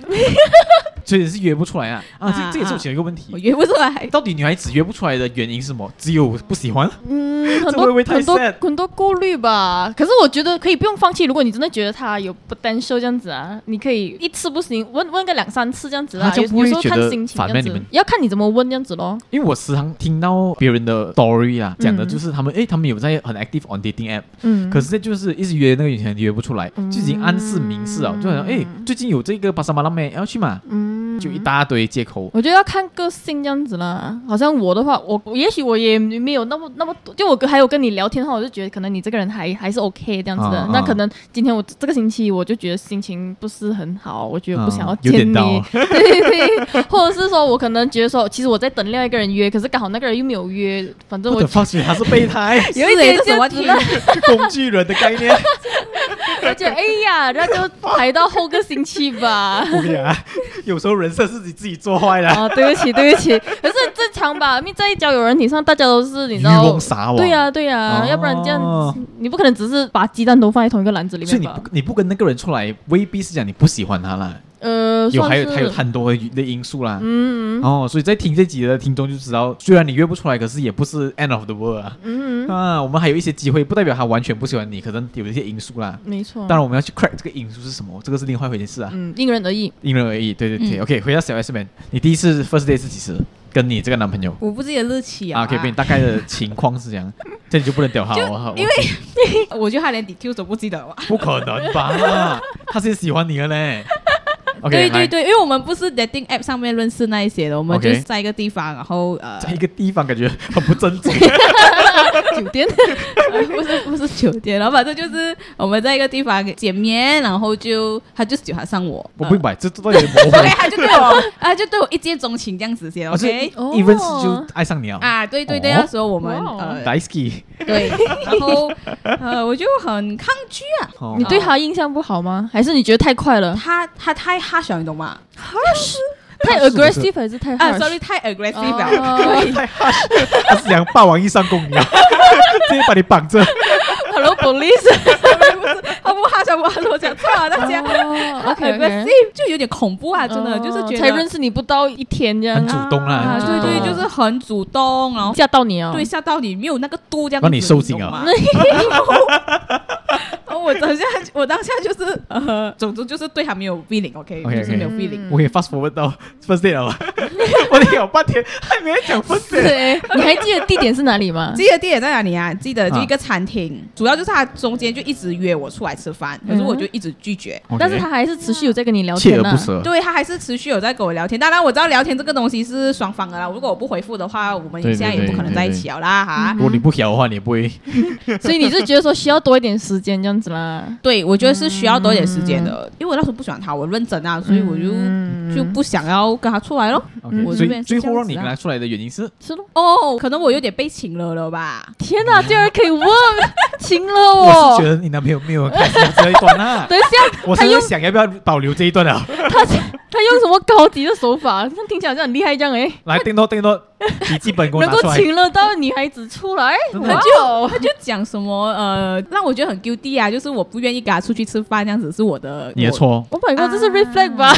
Speaker 1: 所以是约不出来啊。啊，这
Speaker 3: 啊
Speaker 1: 这也是我其中一个问
Speaker 3: 我
Speaker 1: 题。
Speaker 3: 约不出 来。
Speaker 1: 到底女孩子约不出来的原因是什么？只有不喜欢？
Speaker 2: 嗯，
Speaker 1: 这
Speaker 2: 很
Speaker 1: 会
Speaker 2: 多
Speaker 1: 不会太
Speaker 2: 很多
Speaker 1: sad？
Speaker 2: 很多顾虑吧。可是我觉得可以不用放弃，如果你真的觉得他有 potential 这样子啊，你可以一次不行，问问个两三次这样子
Speaker 1: 他
Speaker 2: 啊。
Speaker 1: 就
Speaker 2: 有
Speaker 1: 不会
Speaker 2: 有时候
Speaker 1: 觉
Speaker 2: 看
Speaker 1: 得
Speaker 2: 心情
Speaker 1: 反
Speaker 2: 这样
Speaker 1: 面你
Speaker 2: 子
Speaker 1: 们，
Speaker 2: 要看你怎么问这样子咯。
Speaker 1: 因为我时常听到别人的 story 啊，讲的就是他们，诶，他们有在很 active on dating app，
Speaker 2: 嗯，
Speaker 1: 可是呢就是一直约那个女生约不出来，就已经暗示明示啊，就好像诶，最近有这个巴沙马拉妹要去嘛，
Speaker 2: 嗯，
Speaker 1: 就一大堆借口。
Speaker 2: 我觉得要看个性这样子啦。好像我的话，我我也许我也没有那么那么多，就我跟还有跟你聊天的话，我就觉得可能你这个人还还是 OK 这样子的。
Speaker 1: 啊
Speaker 2: 那
Speaker 1: 啊
Speaker 2: 可能今天我这个星期我就觉得心情不是很好，我觉得不想要
Speaker 1: 啊有点
Speaker 2: 见你，
Speaker 1: 到
Speaker 2: 对对对，或者是说我可能觉得说，其实我在等另外一个人约，可是刚好那个人又没有约，反正
Speaker 1: 我
Speaker 2: 我
Speaker 1: 的发觉他是备 胎，
Speaker 3: 有一点
Speaker 2: 是
Speaker 3: 什么
Speaker 2: 这样
Speaker 3: 天
Speaker 1: 工具人的概 念。
Speaker 2: 而且哎呀，那就排到后个星 期吧。
Speaker 1: 不会啊，有时候人设是你自己做坏的。
Speaker 2: 哦，对不起，对不起，可是很正常吧？因为在交友软体上，大家都是你知道，
Speaker 1: 撒网
Speaker 2: 对啊呀、、对呀、要不然这样子
Speaker 1: 哦
Speaker 2: 你不可能只是把鸡蛋都放在同一个篮子里
Speaker 1: 所以
Speaker 2: 面
Speaker 1: 你
Speaker 2: 吧
Speaker 1: 不？你不跟那个人出来，未必是讲你不喜欢他啦。
Speaker 2: 呃，呃，
Speaker 1: 有还
Speaker 2: 算
Speaker 1: 有还有
Speaker 2: 是
Speaker 1: 很多的因素啦。
Speaker 2: 嗯嗯
Speaker 1: 哦，所以在听这集的听众就知道，虽然你约不出来，可是也不是 end of the world 啊。
Speaker 2: 嗯，嗯
Speaker 1: 啊，我们还有一些机会，不代表他完全不喜欢你，可能有一些因素啦。
Speaker 2: 没
Speaker 3: 嗯
Speaker 2: 错。
Speaker 1: 当然，我们要去 crack 这个因素是什么，这个是另外一回事啊，
Speaker 2: 嗯，因人而异。
Speaker 1: 因人而异。对对对、
Speaker 3: 嗯
Speaker 1: o k 回到小 S 们，你第一次 first day 是几时？跟你这个男朋友
Speaker 3: 我不记得日期
Speaker 1: 啊，可以给你大概的情况是这 样，这你就不能屌他
Speaker 3: 就
Speaker 1: 哦，
Speaker 3: 因为我觉得他连 details 都不记得哇。
Speaker 1: 不可能吧？他是喜欢你的嘞。OK，
Speaker 3: 对对
Speaker 1: 来，
Speaker 3: 对，因为我们不是 dating app 上面认识那一些的，我们
Speaker 1: OK
Speaker 3: 就是在一个地方，然后呃，
Speaker 1: 在一个地方感觉很不正经。
Speaker 3: 酒 店，呃不是不是酒店，然后反正就是我们在一个地方见面，然后就他就喜欢上我，
Speaker 1: 我不明白，这这到底有点模糊。
Speaker 3: OK，他哎 就对 我，他就对我一见钟情这样子先
Speaker 1: 而且
Speaker 3: ，OK。
Speaker 2: 哎哦
Speaker 1: even 就爱上你啊。
Speaker 3: 啊，对对对，
Speaker 1: 哦
Speaker 3: 那时候我们
Speaker 2: 哇哦
Speaker 3: 呃
Speaker 1: Daisy，
Speaker 3: 对，然后呃我就很抗拒啊，
Speaker 1: 哦
Speaker 2: 你对他印象不好吗？还是你觉得太快
Speaker 1: 啊
Speaker 2: 了，
Speaker 3: 他他太 harsh 了，你懂吗？
Speaker 2: 太
Speaker 1: 是不是
Speaker 2: aggressive 还是太
Speaker 3: 啊
Speaker 2: harsh？
Speaker 3: ，sorry，太 aggressive 了，
Speaker 2: 哦
Speaker 1: 他是想霸王硬上弓，你啊， 直接把你绑着。
Speaker 2: ，Hello police。
Speaker 3: 他不 harsh，我我讲错了，大 家。
Speaker 2: OK OK。
Speaker 3: aggressive 就有点恐怖啊，真的、
Speaker 2: 哦
Speaker 3: 就是觉得
Speaker 2: 才认识你不到一天这样
Speaker 1: 很，主动啦
Speaker 3: 啊，
Speaker 1: 很
Speaker 3: 对
Speaker 1: 主动
Speaker 3: 对，
Speaker 1: 啊
Speaker 3: 就是很主动，然后
Speaker 2: 吓到你啊！
Speaker 3: 对，吓到你没有那个度这样子，
Speaker 1: 让你受惊啊
Speaker 3: 懂吗然后我当下，我当下就是呃，总之就是对他没有 feeling，OK，、
Speaker 1: OK，OK
Speaker 3: 就是没有 feeling。
Speaker 1: 我可以 fast forward 到 first day 了吗？ 我得有半天还没 讲 first day。
Speaker 2: 对，哎你还记得地点是哪里 吗？
Speaker 3: 记得地点在哪里啊？记得就
Speaker 1: 嗯
Speaker 3: 一个餐厅，主要就是他中间就一直约我出来吃饭，可是我就一直拒绝。
Speaker 1: OK
Speaker 2: 但是他还是持续有在跟你聊
Speaker 1: 锲
Speaker 2: 天啊
Speaker 1: 而
Speaker 2: 呢
Speaker 1: 不。舍，
Speaker 3: 对他还是持续有在跟我聊天，当然我知道聊天这个东西是双方的啦。如果我不回复的话，我们
Speaker 1: 对对
Speaker 3: 现在也不可能在一起了啦哈
Speaker 1: 如。果你不调的话，你也不 会。
Speaker 2: 所以你是觉得说需要多一点时间这样子啦？
Speaker 3: 对，我觉得是需要多一点时间的，因为我那时候不喜欢他，我认真啊，所以我就、
Speaker 2: 嗯
Speaker 3: 就不想要跟他出来咯。
Speaker 1: OK，
Speaker 3: 我
Speaker 1: 所
Speaker 3: 这边
Speaker 1: 以
Speaker 3: 是
Speaker 1: 最
Speaker 3: 这
Speaker 1: 后
Speaker 3: 样
Speaker 1: 让你
Speaker 3: 子
Speaker 1: 跟
Speaker 3: 啊
Speaker 1: 他出来的原因 是
Speaker 2: 是咯。
Speaker 3: 哦，可能我有点被请了了吧？
Speaker 2: 天哪，竟然可以问亲了
Speaker 1: 我是觉得
Speaker 2: 哦！
Speaker 1: 你男朋友没有很开心这一段 啊，
Speaker 2: 等一下，
Speaker 1: 我
Speaker 2: 他
Speaker 1: 现在
Speaker 2: 用
Speaker 1: 想要不要保留这一段啊？
Speaker 2: 他他用什么高级的手法？那听起来好像很厉害这样哎，
Speaker 1: 来，叮咚叮咚，笔记本给我
Speaker 2: 能
Speaker 1: 拿
Speaker 2: 够
Speaker 1: 出来。
Speaker 2: 请了到女孩子出来，
Speaker 1: 真的
Speaker 2: 哇哦！
Speaker 3: 他就讲什么呃，让我觉得很 guilty 啊，就是我不愿意跟他出去吃饭，这样子是我的
Speaker 1: 你的。错，
Speaker 2: 我感觉 Oh 这是 reflect 吧？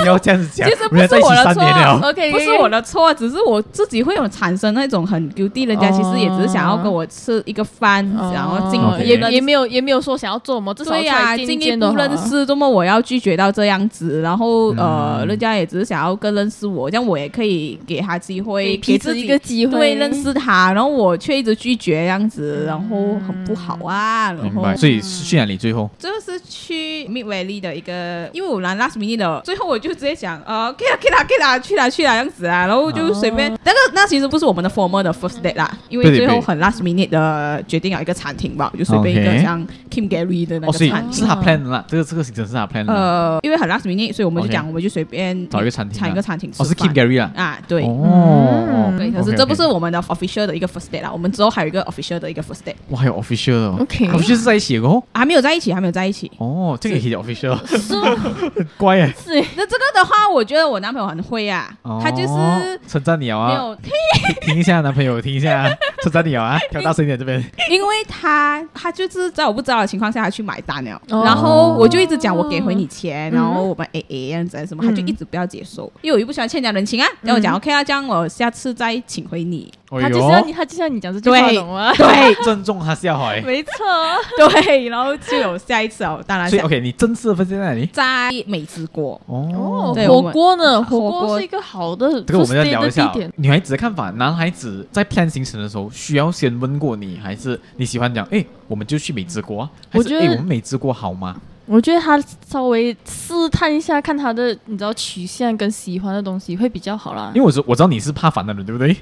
Speaker 1: 不要这样子
Speaker 3: 我
Speaker 1: 讲。
Speaker 3: 其实不
Speaker 1: 人家在
Speaker 3: 是
Speaker 1: 一起
Speaker 3: 我的
Speaker 1: 三
Speaker 3: 错
Speaker 1: 年 了，
Speaker 2: OK，
Speaker 3: 不是我的错，只是我自己会有产生那种很 guilty，人家其实也只是想要跟我吃一个饭，
Speaker 2: 哦，
Speaker 3: 然后进
Speaker 1: 哦
Speaker 3: 一
Speaker 2: 也
Speaker 3: 步认
Speaker 2: 也没有也没有说想要做什么，至少
Speaker 3: 对
Speaker 2: 出
Speaker 3: 呀、
Speaker 2: 来见
Speaker 3: 进一
Speaker 2: 见都
Speaker 3: 步
Speaker 2: 好啊
Speaker 3: 认识，这么我要拒绝到这样子，然后、呃，
Speaker 1: 嗯
Speaker 3: 人家也只是想要更认识我，这样我也可以给他机会，
Speaker 2: 给
Speaker 3: 给
Speaker 2: 自
Speaker 3: 自
Speaker 2: 己
Speaker 3: 己
Speaker 2: 一个机会
Speaker 3: 对认识他，然后我却一直拒绝这样子，然后很不好啊，然
Speaker 1: 明
Speaker 3: 后
Speaker 1: 白。所以是去哪里？最后
Speaker 3: 这个是去 Mid Valley 的一个，因为我拿 Last Minute 的，最后我就直接讲，呃，K 啦 K 啦 K 啦，去啦去啦这样子啊，然后就随便。那个那其实不是我们的 formal 的 first date 啦，因为
Speaker 1: 对对
Speaker 3: 最后
Speaker 1: 对
Speaker 3: 很 Last Minute 的决定了啊一个餐厅吧，我就随便一个
Speaker 1: OK
Speaker 3: 像 Kim Gary 的那
Speaker 1: 哦，
Speaker 3: 个
Speaker 1: 所以
Speaker 3: 餐
Speaker 1: 是
Speaker 3: 厅。
Speaker 1: 他 plan 的啦，这个这个行程是他 plan 的啦，
Speaker 3: 呃，因为很 last minute，所以我们就
Speaker 1: OK
Speaker 3: 讲，我们就随便
Speaker 1: 找一个餐厅啊
Speaker 3: 找一个餐厅吃
Speaker 1: 哦
Speaker 3: 饭。
Speaker 1: 是 Kim Gary 啦。
Speaker 3: 啊，对。
Speaker 1: 哦，
Speaker 2: 嗯
Speaker 3: 对，可
Speaker 1: OK，OK
Speaker 3: 是这不是我们的 official 的一个 first date 啦，我们之后还有一个 official 的一个 first date，
Speaker 1: 哇，还有 official 的哦
Speaker 2: OK
Speaker 1: official 是在一起的哦。
Speaker 3: 还没有在一起，还没有在一起。
Speaker 1: 哦，这个也可以叫 official，
Speaker 2: 是吗
Speaker 1: 乖哎。
Speaker 2: 是
Speaker 3: 那这个的话，我觉得我男朋友很会啊，他就是
Speaker 1: 哦称赞你
Speaker 3: 没
Speaker 1: 啊，
Speaker 3: 有，
Speaker 1: 听一下男朋友，听一下， 称赞你 啊，调大声一点这边。
Speaker 3: 因为他他就是在我不知道的情况下，他去买单了，
Speaker 2: 哦
Speaker 3: 然后我就一直讲我给回你钱，
Speaker 2: 嗯
Speaker 3: 然后我们 A A 这样子还是什么，
Speaker 2: 嗯
Speaker 3: 他就一直不要接受，因为我又不喜欢欠人家人情啊，然后我讲
Speaker 2: 嗯
Speaker 3: OK 啊，这样我下次再请回 你，
Speaker 2: 他
Speaker 1: 哎
Speaker 2: 就是要你，他就是要你讲这句话，
Speaker 3: 对
Speaker 2: 懂吗？
Speaker 1: 对，正中他下 怀。
Speaker 2: 没错，
Speaker 3: 对，然后就有下一次哦，当然
Speaker 1: 所以
Speaker 3: 下
Speaker 1: OK，你正式的分在哪里？
Speaker 3: 在美之国。
Speaker 1: 哦，
Speaker 3: 对
Speaker 2: 火
Speaker 3: 我们
Speaker 2: 锅呢？火
Speaker 3: 火锅
Speaker 2: 锅是一个好的，
Speaker 1: 这个我们要
Speaker 2: first date
Speaker 1: 聊一下哦
Speaker 2: 的地点。
Speaker 1: 女孩子的看法，男孩子在 plan 行程的时候需要先问过你，还是你喜欢讲？哎，我们就去美之国啊，还
Speaker 2: 我
Speaker 1: 是
Speaker 2: 觉得
Speaker 1: 哎，我们美之国好吗？
Speaker 2: 我觉得他稍微试探一下，看他的你知道取向跟喜欢的东西会比较好啦
Speaker 1: 因为。我知我知道你是怕烦的人，对不 对？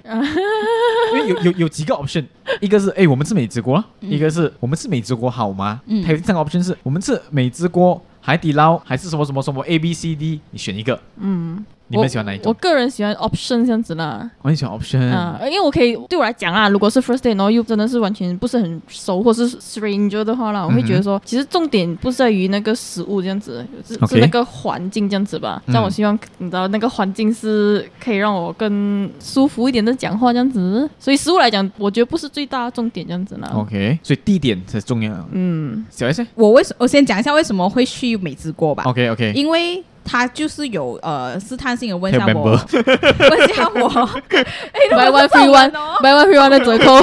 Speaker 1: 因为有有有几个 option，一个是哎、我们吃美之锅，一个是我们吃美之锅好吗？
Speaker 3: 嗯
Speaker 1: 还有第三个 option 是我们吃美之锅、海底捞还是什么什么什么 A B C D，你选一个。
Speaker 2: 嗯，
Speaker 1: 你们喜欢哪一
Speaker 2: 我
Speaker 1: 种？嗯
Speaker 2: 个人喜欢 option 这样子啦，
Speaker 1: 我很喜欢 option，、
Speaker 3: 嗯
Speaker 2: 啊，因为我可以对我来讲啊，如果是 first date，然后又真的是完全不是很熟，或是 stranger 的
Speaker 1: 嗯
Speaker 2: 话啦，我会觉得说，其实重点不在于那个食物这样子，是
Speaker 1: OK
Speaker 2: 是那个环境这样子吧。
Speaker 1: 嗯
Speaker 2: 但我希望你知道那个环境是可以让我更舒服一点的讲话这样子，所以食物来讲，我觉得不是最大的重点这样子
Speaker 3: 嗯
Speaker 2: 啦。
Speaker 1: OK，所以地点才重要。
Speaker 2: 嗯，
Speaker 1: 小 S
Speaker 3: 我为什我先讲一下为什么会去美之锅吧。
Speaker 1: OK OK，
Speaker 3: 因为他就是有呃试探性的问一下
Speaker 1: Can
Speaker 3: 我，问一下 我， 哎
Speaker 2: buy one
Speaker 3: 中
Speaker 2: free
Speaker 3: 文
Speaker 2: one
Speaker 3: 哦
Speaker 2: buy one free one 的折扣，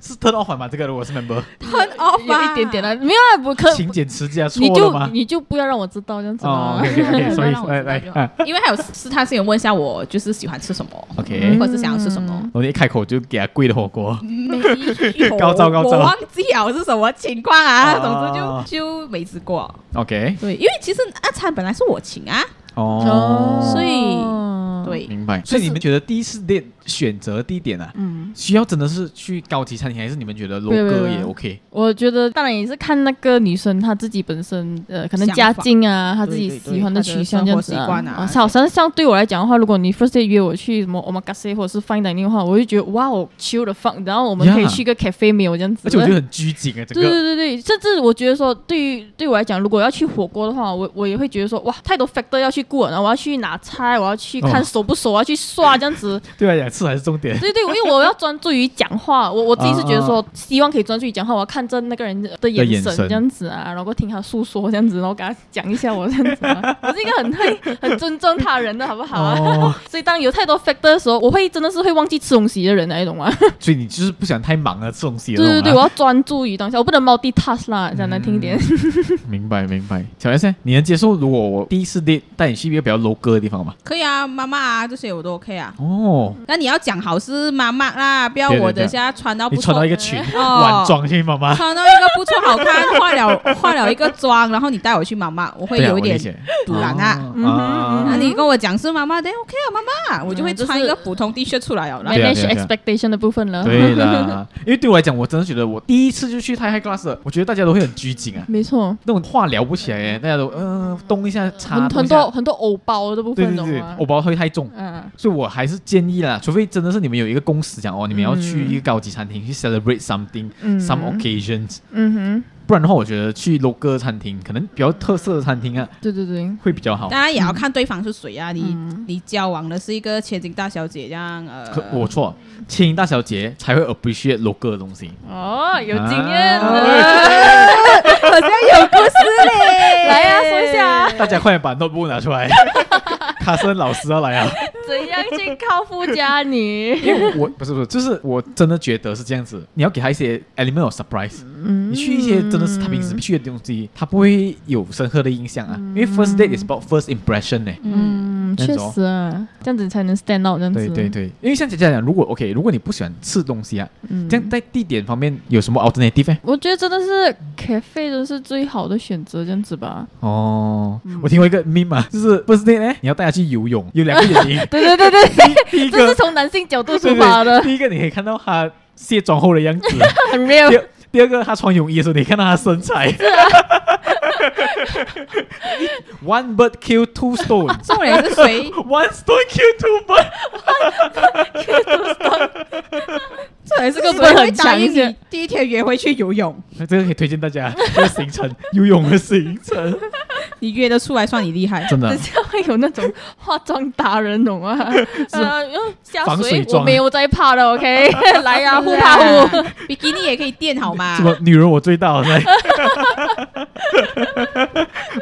Speaker 1: 是 turn off 嘛？这个如果是 member，
Speaker 3: 很 off
Speaker 2: 有
Speaker 3: 吧
Speaker 2: 一点点啦，没有啊，我可
Speaker 1: 勤俭持家错
Speaker 2: 你
Speaker 1: 了
Speaker 2: 就
Speaker 1: 吗？
Speaker 2: 你就不要让我知道这样子
Speaker 1: 哦
Speaker 2: 啦。
Speaker 1: ，OK OK，所以
Speaker 3: 让我
Speaker 1: 来
Speaker 3: 知道
Speaker 1: 来
Speaker 3: 就好
Speaker 1: 啊
Speaker 3: 因为还有试探性的问一下我，就是喜欢吃什么，
Speaker 1: ，OK，
Speaker 3: 或者是想要吃什么。
Speaker 1: 我一开口就给他贵的火锅。
Speaker 2: 嗯
Speaker 3: 没
Speaker 1: 高招高招
Speaker 3: 我忘记了是什么情况啊，
Speaker 1: 啊
Speaker 3: 总之就就没吃过。
Speaker 1: OK，
Speaker 3: 对，因为其实那餐本来是我请啊，
Speaker 1: 哦，
Speaker 3: 所以
Speaker 2: 哦
Speaker 3: 对，
Speaker 1: 明白。所以你们觉得第一次店选择地点啊，
Speaker 2: 嗯。
Speaker 1: 需要真的是去高级餐厅，还是你们觉得 low
Speaker 2: 没有没有
Speaker 1: 哥
Speaker 2: 没有
Speaker 1: 也 OK？
Speaker 2: 我觉得当然也是看那个女生她自己本身呃，可能
Speaker 3: 想
Speaker 2: 家
Speaker 3: 法
Speaker 2: 境啊，她自己
Speaker 3: 对对对
Speaker 2: 喜欢的取向这样子
Speaker 3: 她的生活习惯啊
Speaker 2: 啊。像像像对我来讲的话，如果你 first day 约我去什么 omakase 或者是 fine dining 的话，我就觉得哇哦，chill 的 fun，然后我们
Speaker 1: Yeah
Speaker 2: 可以去个 cafe meal 这样子。
Speaker 1: 而且我觉得很拘谨啊，整
Speaker 2: 对
Speaker 1: 个
Speaker 2: 对对对，甚至我觉得说，对于对我来讲，如果要去火锅的话，我我也会觉得说，哇，太多 factor 要去顾了，然后我要去拿菜，我要去看
Speaker 1: 哦
Speaker 2: 熟不熟，我要去刷这 样子。
Speaker 1: 对我来讲吃还是重点。
Speaker 2: 对对，因为我要专注于讲话，我我自己是觉得
Speaker 1: 啊
Speaker 2: 说，希望可以专注于讲话，我要看着那个人的
Speaker 1: 的眼
Speaker 2: 眼神
Speaker 1: 神
Speaker 2: 这样子啊，然后听他诉说这样子，然后给他讲一下我这样子、 啊，我是一个很会很尊重他人的好不好啊？
Speaker 1: 哦，
Speaker 2: 所以当有太多 factor 的时候，我会真的是会忘记吃东西的人那一种啊。
Speaker 1: 所以你就是不想太忙了，吃东西的
Speaker 2: 对
Speaker 1: 那种
Speaker 2: 对
Speaker 1: 啊。
Speaker 2: 对，我要专注于当下，我不能 multitask 啦，讲难听一点。
Speaker 1: 明白明白。小 S，呢你能接受如果我第一次 date 带你去一个比较 low 哥的地方吗？
Speaker 3: 可以啊，妈妈啊这些我都 OK 啊。
Speaker 1: 哦，
Speaker 3: 那你要讲好是妈妈啦，不要
Speaker 1: 对对
Speaker 3: 我
Speaker 1: 对
Speaker 3: 等下穿到不
Speaker 1: 你
Speaker 3: 错，
Speaker 1: 穿到一个裙，
Speaker 2: 啊
Speaker 3: 哦
Speaker 1: 晚装去妈妈。
Speaker 3: 穿到一个不错好看，化了化了一个妆，然后你带我去妈妈，我会
Speaker 1: 对啊
Speaker 3: 有
Speaker 1: 我理
Speaker 3: 点
Speaker 1: 解
Speaker 3: 堵然啊。
Speaker 1: 哦
Speaker 2: 嗯哼嗯
Speaker 3: 那
Speaker 2: 哼
Speaker 1: 啊
Speaker 3: 你跟我讲是妈妈的，OK 啊，妈妈，我就会
Speaker 2: 嗯就是
Speaker 3: 穿一个普通 T 恤出来哦了啦。
Speaker 1: 对啊
Speaker 2: manage
Speaker 1: 对啊
Speaker 2: expectation 的部分了，
Speaker 1: 对啦，因为对我来讲，我真的觉得我第一次就去太 high class 了，我觉得大家都会很拘谨啊，
Speaker 2: 没错，
Speaker 1: 那种话聊不起来耶，大家都嗯、呃、动一下
Speaker 2: 很
Speaker 1: 擦，动
Speaker 2: 很
Speaker 1: 一下
Speaker 2: 多很多偶包的部
Speaker 1: 对
Speaker 2: 分，
Speaker 1: 对
Speaker 2: 懂
Speaker 1: 对，
Speaker 2: 吗
Speaker 1: 我？不要会太重。
Speaker 2: 嗯，
Speaker 1: 所以我还是建议啦，除非真的是你们有一个共识讲哦，你们要去一个高级餐厅去 celebrate something、
Speaker 2: 嗯
Speaker 1: some occasions，
Speaker 2: 嗯哼，
Speaker 1: 不然的话，我觉得去 local 餐厅，可能比较特色的餐厅啊，
Speaker 2: 对对对。
Speaker 1: 会比较好
Speaker 3: 当。然也要看对方是谁啊，你
Speaker 2: 嗯
Speaker 3: 你交往的是一个千金大小姐这样，呃
Speaker 1: 可，我错，青音大小姐才会 appreciate local 的东西。
Speaker 2: 哦，有经验
Speaker 1: 啊
Speaker 2: 了，
Speaker 3: 好像有故事
Speaker 2: 啊
Speaker 3: 嘞，
Speaker 2: 来呀、说一下啊、
Speaker 1: 大家快点把 notebook 拿出来，卡森老师要来啊！
Speaker 2: 怎样去靠附加你？
Speaker 1: 因为我不是不是，就是我真的觉得是这样子，你要给他一些 element of surprise。你
Speaker 2: 嗯
Speaker 1: 去一些真的是他平时去的东西，他不会有深刻的印象啊。因为 first date is about first impression 呢、
Speaker 3: 嗯，
Speaker 2: 嗯，
Speaker 1: 那
Speaker 2: 确
Speaker 1: 种
Speaker 2: 实啊，这样子才能 stand out，这样子。
Speaker 1: 对对，对，因为像姐姐讲，如果 OK，如果你不喜欢吃东西啊，
Speaker 2: 嗯
Speaker 1: 这样在地点方面有什么 alternative？呢
Speaker 2: 我觉得真的是 cafe 真的是最好的选择，这样子吧。。
Speaker 1: 哦，我听过一个 meme 啊，就是 first date 呢，你要带他去游泳，有两个原因
Speaker 2: 对对对对，
Speaker 1: 第一
Speaker 2: 这是
Speaker 1: 个，
Speaker 2: 从男性角度
Speaker 1: 对
Speaker 2: 出发
Speaker 1: 对，
Speaker 2: 的，
Speaker 1: 第一个你可以看到他卸妆后的样子，
Speaker 2: 很
Speaker 1: 第
Speaker 2: real。
Speaker 1: 二第二个他穿泳衣的时候，你看到他身材。One bird kill two stones.
Speaker 3: 重点是谁
Speaker 1: One stone kill two bird.
Speaker 3: 这也是
Speaker 2: 这个
Speaker 3: 谁
Speaker 2: 不是很
Speaker 3: 会答应
Speaker 2: 强烈
Speaker 3: 你第一天约会去游泳，
Speaker 1: 那这个可以推荐大家，这个行程 游泳的行程，
Speaker 3: 你约得出来算你厉害。
Speaker 1: 真 的
Speaker 2: 等。下会有那种化妆达人，懂吗？呃，下
Speaker 1: 防水
Speaker 2: 水我
Speaker 1: 妆
Speaker 2: 没有在怕的，OK？来呀、互
Speaker 3: 互
Speaker 2: 怕
Speaker 3: 怕
Speaker 2: 互。
Speaker 3: 互，比基尼也可以垫好吗
Speaker 1: 什？么女人我最大 了在。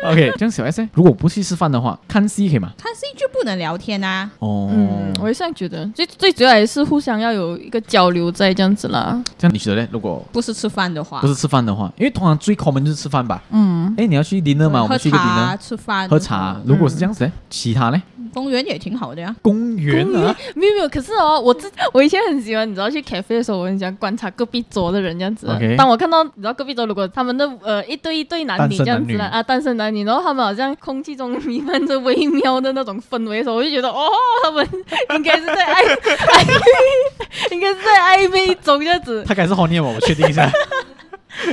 Speaker 1: OK，这样小 S，呢如果不去吃饭的话，看戏可以吗？
Speaker 3: 看戏就不能聊天啊，
Speaker 1: 哦，
Speaker 2: 嗯，我也这样觉得。最最主要也是互相要有一个交流在这样子啦。
Speaker 1: 这样你觉得呢？如果
Speaker 3: 不是吃饭的话，
Speaker 1: 不是吃饭的话，因为通常最 common 就是吃饭吧。
Speaker 2: 嗯，
Speaker 1: 哎，你要去 dinner 吗？我
Speaker 3: 喝
Speaker 1: 们去一个 dinner，
Speaker 3: 茶吃饭
Speaker 1: 喝茶。如果是这样子呢，其他呢？
Speaker 3: 公园也挺好的呀。
Speaker 1: 公园啊，
Speaker 2: 没有没有，可是哦，我自我以前很喜欢，你知道去 cafe 的时候，我很喜欢观察隔壁桌的人这样子。啊
Speaker 1: OK
Speaker 2: 当我看到你知道隔壁桌如果他们的呃一对一对男女这样子啦啊单身男女，然后他们好像空气中弥漫着微妙的那种氛围的时候，我就觉得哦， 他们应该是在暧 暧昧，应该是在暧昧中这样子。
Speaker 1: 他该是 horny 吧？我确定一下。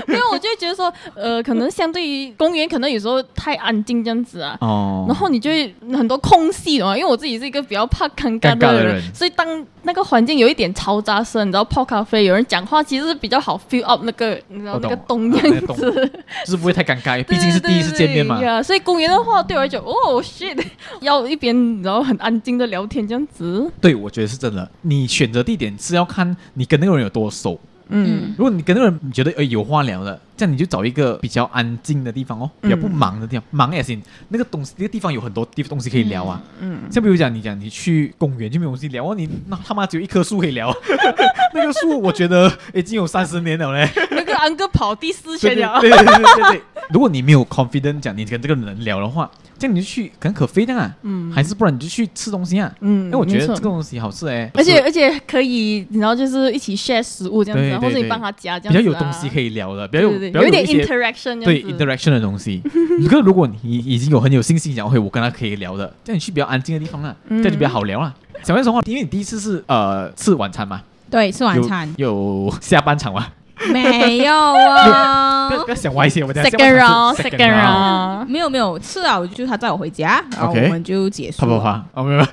Speaker 2: 因为我就会觉得说，呃，可能相对于公园，可能有时候太安静这样子啊，
Speaker 1: 哦，
Speaker 2: 然后你就会很多空隙的嘛，因为我自己是一个比较怕尴尬
Speaker 1: 尴尬
Speaker 2: 的
Speaker 1: 的
Speaker 2: 人，
Speaker 1: 人
Speaker 2: 所以当那个环境有一点嘈杂声，你知道泡咖啡有人讲话，其实是比较好 feel up 那个你知道
Speaker 1: 我
Speaker 2: 那
Speaker 1: 懂啊
Speaker 2: 个咚这
Speaker 1: 那
Speaker 2: 样
Speaker 1: 个咚
Speaker 2: 子，
Speaker 1: 就是不会太尴尬，毕竟是第一次见面嘛
Speaker 2: 对。对对对呀所以公园的话，对我来讲，哦 shit，要 一边你知道很安静的聊天这样子，
Speaker 1: 对，我觉得是真的。你选择地点是要看你跟那个人有多熟。
Speaker 2: 嗯，
Speaker 1: 如果你跟那个人你觉得哎有话聊的，这样你就找一个比较安静的地方哦，
Speaker 2: 嗯
Speaker 1: 比较不忙的地方。忙也行，那个东西那个地方有很多地东西可以聊啊。
Speaker 2: 嗯，
Speaker 1: 像比如讲，你讲你去公园就没有东西聊哦，你那他妈只有一棵树可以聊，啊 那个树我觉得呃已经有三十年了 嘞。
Speaker 2: 那个安哥跑第四
Speaker 1: 对
Speaker 2: 圈
Speaker 1: 对
Speaker 2: 了，
Speaker 1: 对对对对对。如果你没有 confident 讲你跟这个人聊的话，这样你就去可能可飞的啊，
Speaker 2: 嗯
Speaker 1: 还是不然你就去吃东西啊。
Speaker 2: 嗯，
Speaker 1: 哎，我觉
Speaker 2: 没
Speaker 1: 得
Speaker 2: 错
Speaker 1: 这个东西好吃哎，
Speaker 2: 而且而且可以，然后就是一起 share 食物这样子啊，
Speaker 1: 对对
Speaker 2: 或者你
Speaker 1: 对
Speaker 2: 帮他夹这
Speaker 1: 比
Speaker 2: 样子
Speaker 1: 较
Speaker 2: 啊，
Speaker 1: 有东西可以聊的，比较有
Speaker 2: 对对
Speaker 1: 比较
Speaker 2: 对，有一点
Speaker 1: 些
Speaker 2: interaction 这
Speaker 1: 对
Speaker 2: 样子。
Speaker 1: interaction 的东 西。可是如果你已经有很有信心讲，会我跟他可以聊的，这样你去比较安静的地方啦，这样
Speaker 2: 嗯
Speaker 1: 就比较好聊啦。小燕说话，因为你第一次是呃吃晚餐嘛，
Speaker 3: 对，吃晚
Speaker 1: 有
Speaker 3: 餐
Speaker 1: 有下半场嘛，
Speaker 3: 没有啊
Speaker 1: 不要不要想歪斜，我等下下
Speaker 2: 哦 Second
Speaker 1: 半场
Speaker 2: round,
Speaker 1: 是
Speaker 2: second round，
Speaker 3: 没有没有，吃了就他载我回家，然后
Speaker 1: OK
Speaker 3: 我们就结束
Speaker 1: 啪啪
Speaker 3: 了。
Speaker 1: 啪，哦没有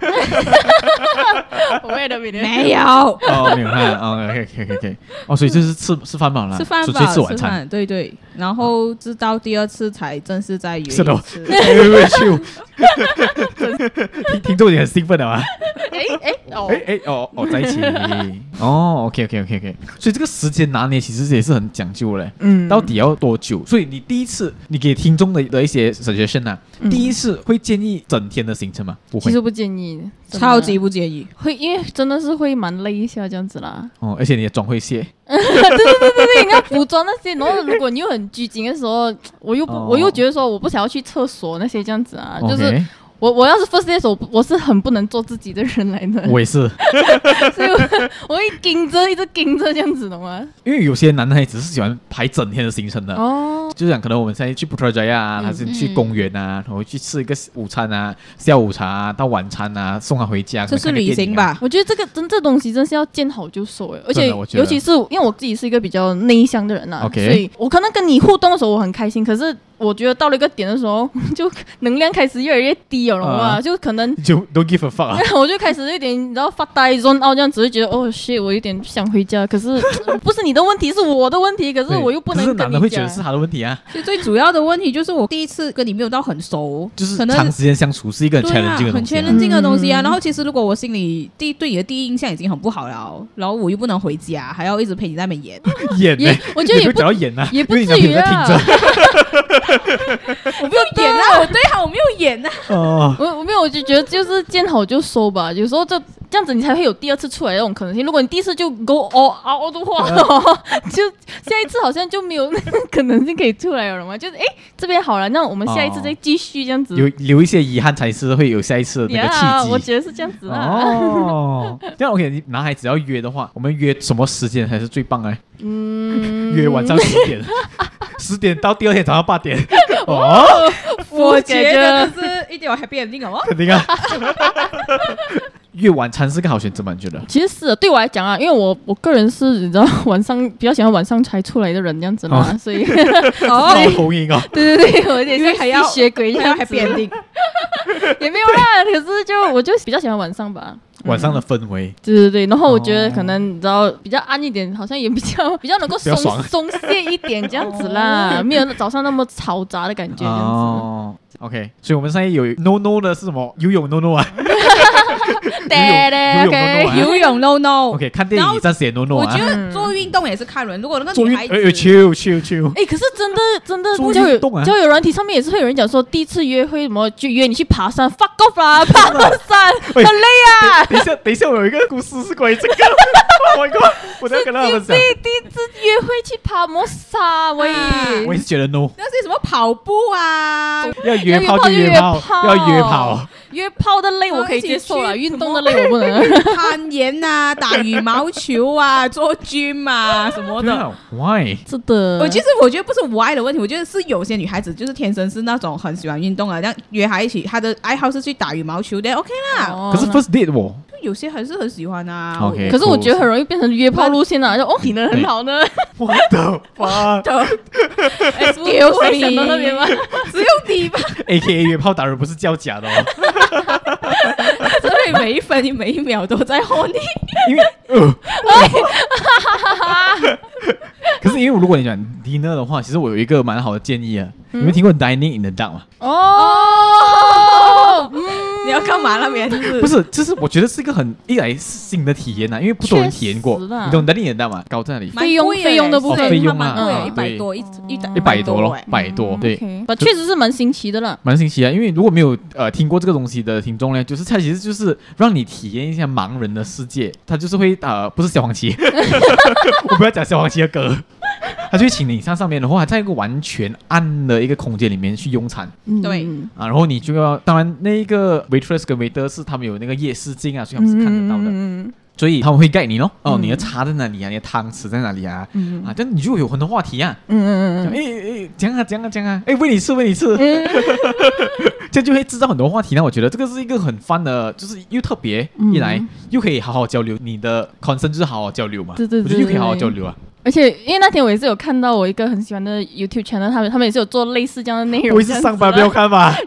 Speaker 2: 我也得每天
Speaker 3: 没有
Speaker 1: 哦没有看哦 OK OK OK OK，哦所以就是吃吃饭饱了，
Speaker 3: 吃饭
Speaker 1: 纯粹
Speaker 3: 吧，
Speaker 1: 啊吃晚
Speaker 3: 吃
Speaker 1: 餐。
Speaker 3: 饭对对，然后直到第二次才正式在约
Speaker 1: 是的
Speaker 3: 一 次。
Speaker 1: 喂喂咻！ 听听众也很兴奋的嘛？
Speaker 2: 哎哎哦
Speaker 1: 哎，哎哦哦，在一 起哦，OK OK OK OK，所以这个时间拿捏其实也是很讲究嘞。
Speaker 2: 嗯
Speaker 1: 到底要多久？所以你第一次，你给听众的的一些 suggestion 啊，
Speaker 2: 嗯
Speaker 1: 第一次会建议整天的行程吗？不
Speaker 2: 其
Speaker 1: 会
Speaker 2: 实不建议，真的
Speaker 3: 超级不介意，
Speaker 2: 会，因为真的是会蛮累一下这样子啦。
Speaker 1: 哦，而且你也妆会卸，
Speaker 2: 对对，你 要服装那些，然后如果你又很拘谨的时候，我又不
Speaker 1: 哦
Speaker 2: 我又觉得说我不想要去厕所那些这样子啊，就是
Speaker 1: OK，
Speaker 2: 我我要是 first day 的时候，我不我是很不能做自己的人来的，
Speaker 1: 我也是，
Speaker 2: 所以我我会盯着一直盯着这样子，懂 吗？
Speaker 1: 因为有些男孩子是喜欢排整天的行程的。
Speaker 2: 哦，
Speaker 1: 就想可能我们现在去 p u t r a j a 啊，
Speaker 2: 嗯
Speaker 1: 还是去公园啊，然后去吃一个午餐啊、下午茶啊、到晚餐啊，送他回家，
Speaker 3: 这是
Speaker 1: 可能看个
Speaker 3: 旅行
Speaker 1: 电影啊？
Speaker 3: 吧？
Speaker 2: 我觉得这个真这东西真是要见好就收哎，而
Speaker 1: 真
Speaker 2: 且
Speaker 1: 的我觉得
Speaker 2: 尤其是因为我自己是一个比较内向的人呐、
Speaker 1: OK
Speaker 2: 所以我可能跟你互动的时候我很开心，可是我觉得到了一个点的时候， 就能量开始越来越低了，懂吗？
Speaker 1: 啊
Speaker 2: 就可能
Speaker 1: 就 don't give a fuck 啊。
Speaker 2: 我就开始有点你知道发呆 zone out 这样子，就觉得哦 shit，我有点不想回家，可是 不是你的问题，是我的问题， 可是
Speaker 1: 对
Speaker 2: 我又不
Speaker 1: 可
Speaker 2: 能
Speaker 1: 是男
Speaker 2: 跟
Speaker 1: 的
Speaker 2: 你
Speaker 1: 会觉得
Speaker 2: 讲。
Speaker 1: 是他的问题啊，
Speaker 3: 就最主要的问题就是我第一次跟你没有到很熟，
Speaker 1: 就是
Speaker 3: 可能
Speaker 1: 长时间相处是一个很
Speaker 3: 对啊
Speaker 1: challenging 的
Speaker 3: 很
Speaker 1: 东西、
Speaker 3: 缺
Speaker 1: 啊。
Speaker 3: 人进的东西啊。
Speaker 2: 嗯
Speaker 3: 然后其实如果我心里第对你的第一印象已经很不好了，然后我又不能回家，还要一直陪你在那 边演， 啊
Speaker 1: 演呢、
Speaker 2: 也我觉得也
Speaker 1: 你不
Speaker 2: 不
Speaker 1: 要演啊，
Speaker 2: 也不
Speaker 1: 因为你
Speaker 2: 至
Speaker 1: 男朋
Speaker 2: 于
Speaker 1: 友在
Speaker 2: 啊，
Speaker 1: 听
Speaker 3: 我没有演啊，我对啊，我没有演啊。
Speaker 1: 着。哦，
Speaker 2: 我我没有，我就觉得就是见好就收吧。有时候这这样子，你才会有第二次出来的那种可能性。如果你第一次就 go all out 的话，
Speaker 1: 嗯
Speaker 2: 就下一次好像就没有那个可能性可以出来了嘛。就是哎，这边好了，那我们下一次再继续这样子。
Speaker 1: 哦有留一些遗憾才是会有下一次的那
Speaker 2: Yeah，我
Speaker 1: 个契机。
Speaker 2: 觉得是这样子啊。
Speaker 1: 哦，这样 OK，你男孩子要约的话，我们约什么时间才是最棒哎？
Speaker 2: 嗯，
Speaker 1: 约晚上十 点，十点到第二天早上八点。哦，
Speaker 3: 我觉得是一点 happy ending 好吗？
Speaker 1: 肯定啊。 约晚餐是个好选择吗？你觉 得？
Speaker 2: 其实是的对我来讲啊，因为我我个人是你知道 晚上比较喜欢晚上才出来的人这样子嘛，所 以
Speaker 3: 哦，
Speaker 1: 好红英哦，
Speaker 2: 对对对，我有点
Speaker 3: 因为
Speaker 2: 像
Speaker 3: 还要
Speaker 2: 吸血鬼一
Speaker 3: 还要
Speaker 2: 样
Speaker 3: happy ending。
Speaker 2: 也没有 啦，可是就我就比较喜欢晚上吧。
Speaker 1: 晚上的氛围。
Speaker 2: 对对对，然后我觉得
Speaker 1: 哦
Speaker 2: 可能你知道比较暗一点，好像也比较 比较能够
Speaker 1: 比较
Speaker 2: 松
Speaker 1: 爽
Speaker 2: 松懈一点这样子啦，没有早上那么嘈杂的感觉这样
Speaker 1: 哦，OK，所以我们现在有 no no 的是什么？游泳 no no 啊，
Speaker 2: 子。
Speaker 1: 游泳游泳
Speaker 2: OK，
Speaker 1: 游泳
Speaker 3: 游泳 no no。
Speaker 1: 哎 OK，看电影暂时也 no no
Speaker 3: 我
Speaker 1: 啊
Speaker 3: 觉。得做运动也是看人，如果那个
Speaker 1: 做
Speaker 3: 女
Speaker 1: 运
Speaker 3: 孩
Speaker 1: 哎哎
Speaker 3: 子。
Speaker 1: ，chill chill chill，
Speaker 2: 哎，可是真的真的
Speaker 1: 做
Speaker 2: 交
Speaker 1: 运
Speaker 2: 友
Speaker 1: 动啊
Speaker 2: 交友软体上面也是会有人讲说，第一次约会什么就约你去爬山，fuck off 啦， 爬山很
Speaker 1: 喂
Speaker 2: 累啊。
Speaker 1: 等一下，等一下，我有一个故事是关于这个。我跟我等一下跟他们 讲，
Speaker 2: 第一次约会去爬摩沙喂，
Speaker 1: 我也是觉得 no，
Speaker 3: 那些什么跑步啊，
Speaker 1: 要约炮
Speaker 2: 要
Speaker 1: 就
Speaker 2: 约
Speaker 1: 约
Speaker 2: 炮
Speaker 1: 炮
Speaker 2: 就约，炮
Speaker 1: 要约炮。
Speaker 2: 约炮的累我可以接受了，
Speaker 3: 一起去
Speaker 2: 运动的累我不能。
Speaker 3: 攀岩啊，打羽毛球啊，做 gym 啊什么
Speaker 1: 对
Speaker 3: 的。呃
Speaker 1: 啊，why？
Speaker 2: 是的，
Speaker 3: 我其实我觉得不是我爱的问题，我觉得是有些女孩子就是天生是那种很喜欢运动啊，这样约她一起，她的爱好是去打羽毛球的，OK 啦。
Speaker 2: 哦
Speaker 1: 可是 first date 我
Speaker 3: 有些还是很喜欢啊。
Speaker 1: OK
Speaker 2: 可是我觉得很容易变成约炮路线啊，就哦，你的很好呢，
Speaker 1: 我的妈
Speaker 3: Excuse
Speaker 2: 哎不会想到那边吗？
Speaker 3: 我只有你吧，
Speaker 1: ！A K A 约炮打人不是叫假的哦，
Speaker 3: 所以每一分每一秒都在 honey。
Speaker 1: 因为呃， 可是因为如果你讲 dinner 的话，其实我有一个蛮好的建议啊，你们听过 dining in the dark 吗？
Speaker 2: 哦，嗯，
Speaker 3: 你要干嘛那边？就是
Speaker 1: 不是，就是我觉得是一个很一来是新的体验呐、啊因为不多人体验过，
Speaker 2: 确实啦
Speaker 1: 你懂 dining in the dark 吗？高在哪里？
Speaker 3: 蛮
Speaker 2: 费用
Speaker 3: 贵的
Speaker 2: 费用的
Speaker 3: 嘞
Speaker 2: 部分
Speaker 1: 哦费用
Speaker 3: 它蛮贵
Speaker 1: 啊嗯
Speaker 3: 的，一百
Speaker 1: 对
Speaker 3: 多一一
Speaker 1: 一百多
Speaker 3: 多
Speaker 1: 咯
Speaker 3: 哎，
Speaker 1: 百多，对。
Speaker 2: OK，吧嗯确实是蛮新奇的啦。
Speaker 1: 蛮新奇啊，因为如果没有呃听过这个东西的听众呢，就是它其实就是让你体验一下盲人的世界，它就是会呃不是小黄 旗，我不要讲小黄旗的歌，它就会请你上上面的话，在一个完全暗的一个空间里面去用餐
Speaker 3: 对
Speaker 2: 嗯
Speaker 1: 啊，然后你就要当然那一个 waitress 跟 waiter 是他们有那个夜视镜啊，所以他们是看得到的，
Speaker 2: 嗯
Speaker 1: 所以他们会盖你咯，哦，你的茶在哪里啊，你的汤匙在哪里啊，
Speaker 2: 嗯
Speaker 1: 啊，这样你就有很多话题啊，
Speaker 2: 嗯嗯
Speaker 1: 讲
Speaker 2: 嗯
Speaker 1: 哎哎讲啊讲啊讲啊，哎喂你吃喂你吃，
Speaker 2: 嗯嗯，
Speaker 1: 这样就会制造很多话题。那我觉得这个是一个很 fun 的，就是又特别，
Speaker 2: 嗯
Speaker 1: 一来又可以好好交流，你的 concern 就是好好交流嘛，
Speaker 2: 对对对
Speaker 1: 我觉得又可以好好交流啊。
Speaker 2: 而且因为那天我也是有看到我一个很喜欢的 YouTube channel，他们他们也是有做类似这样的内容，
Speaker 1: 我也是上班不
Speaker 2: 这
Speaker 1: 要
Speaker 2: 样子
Speaker 1: 看嘛，
Speaker 2: 的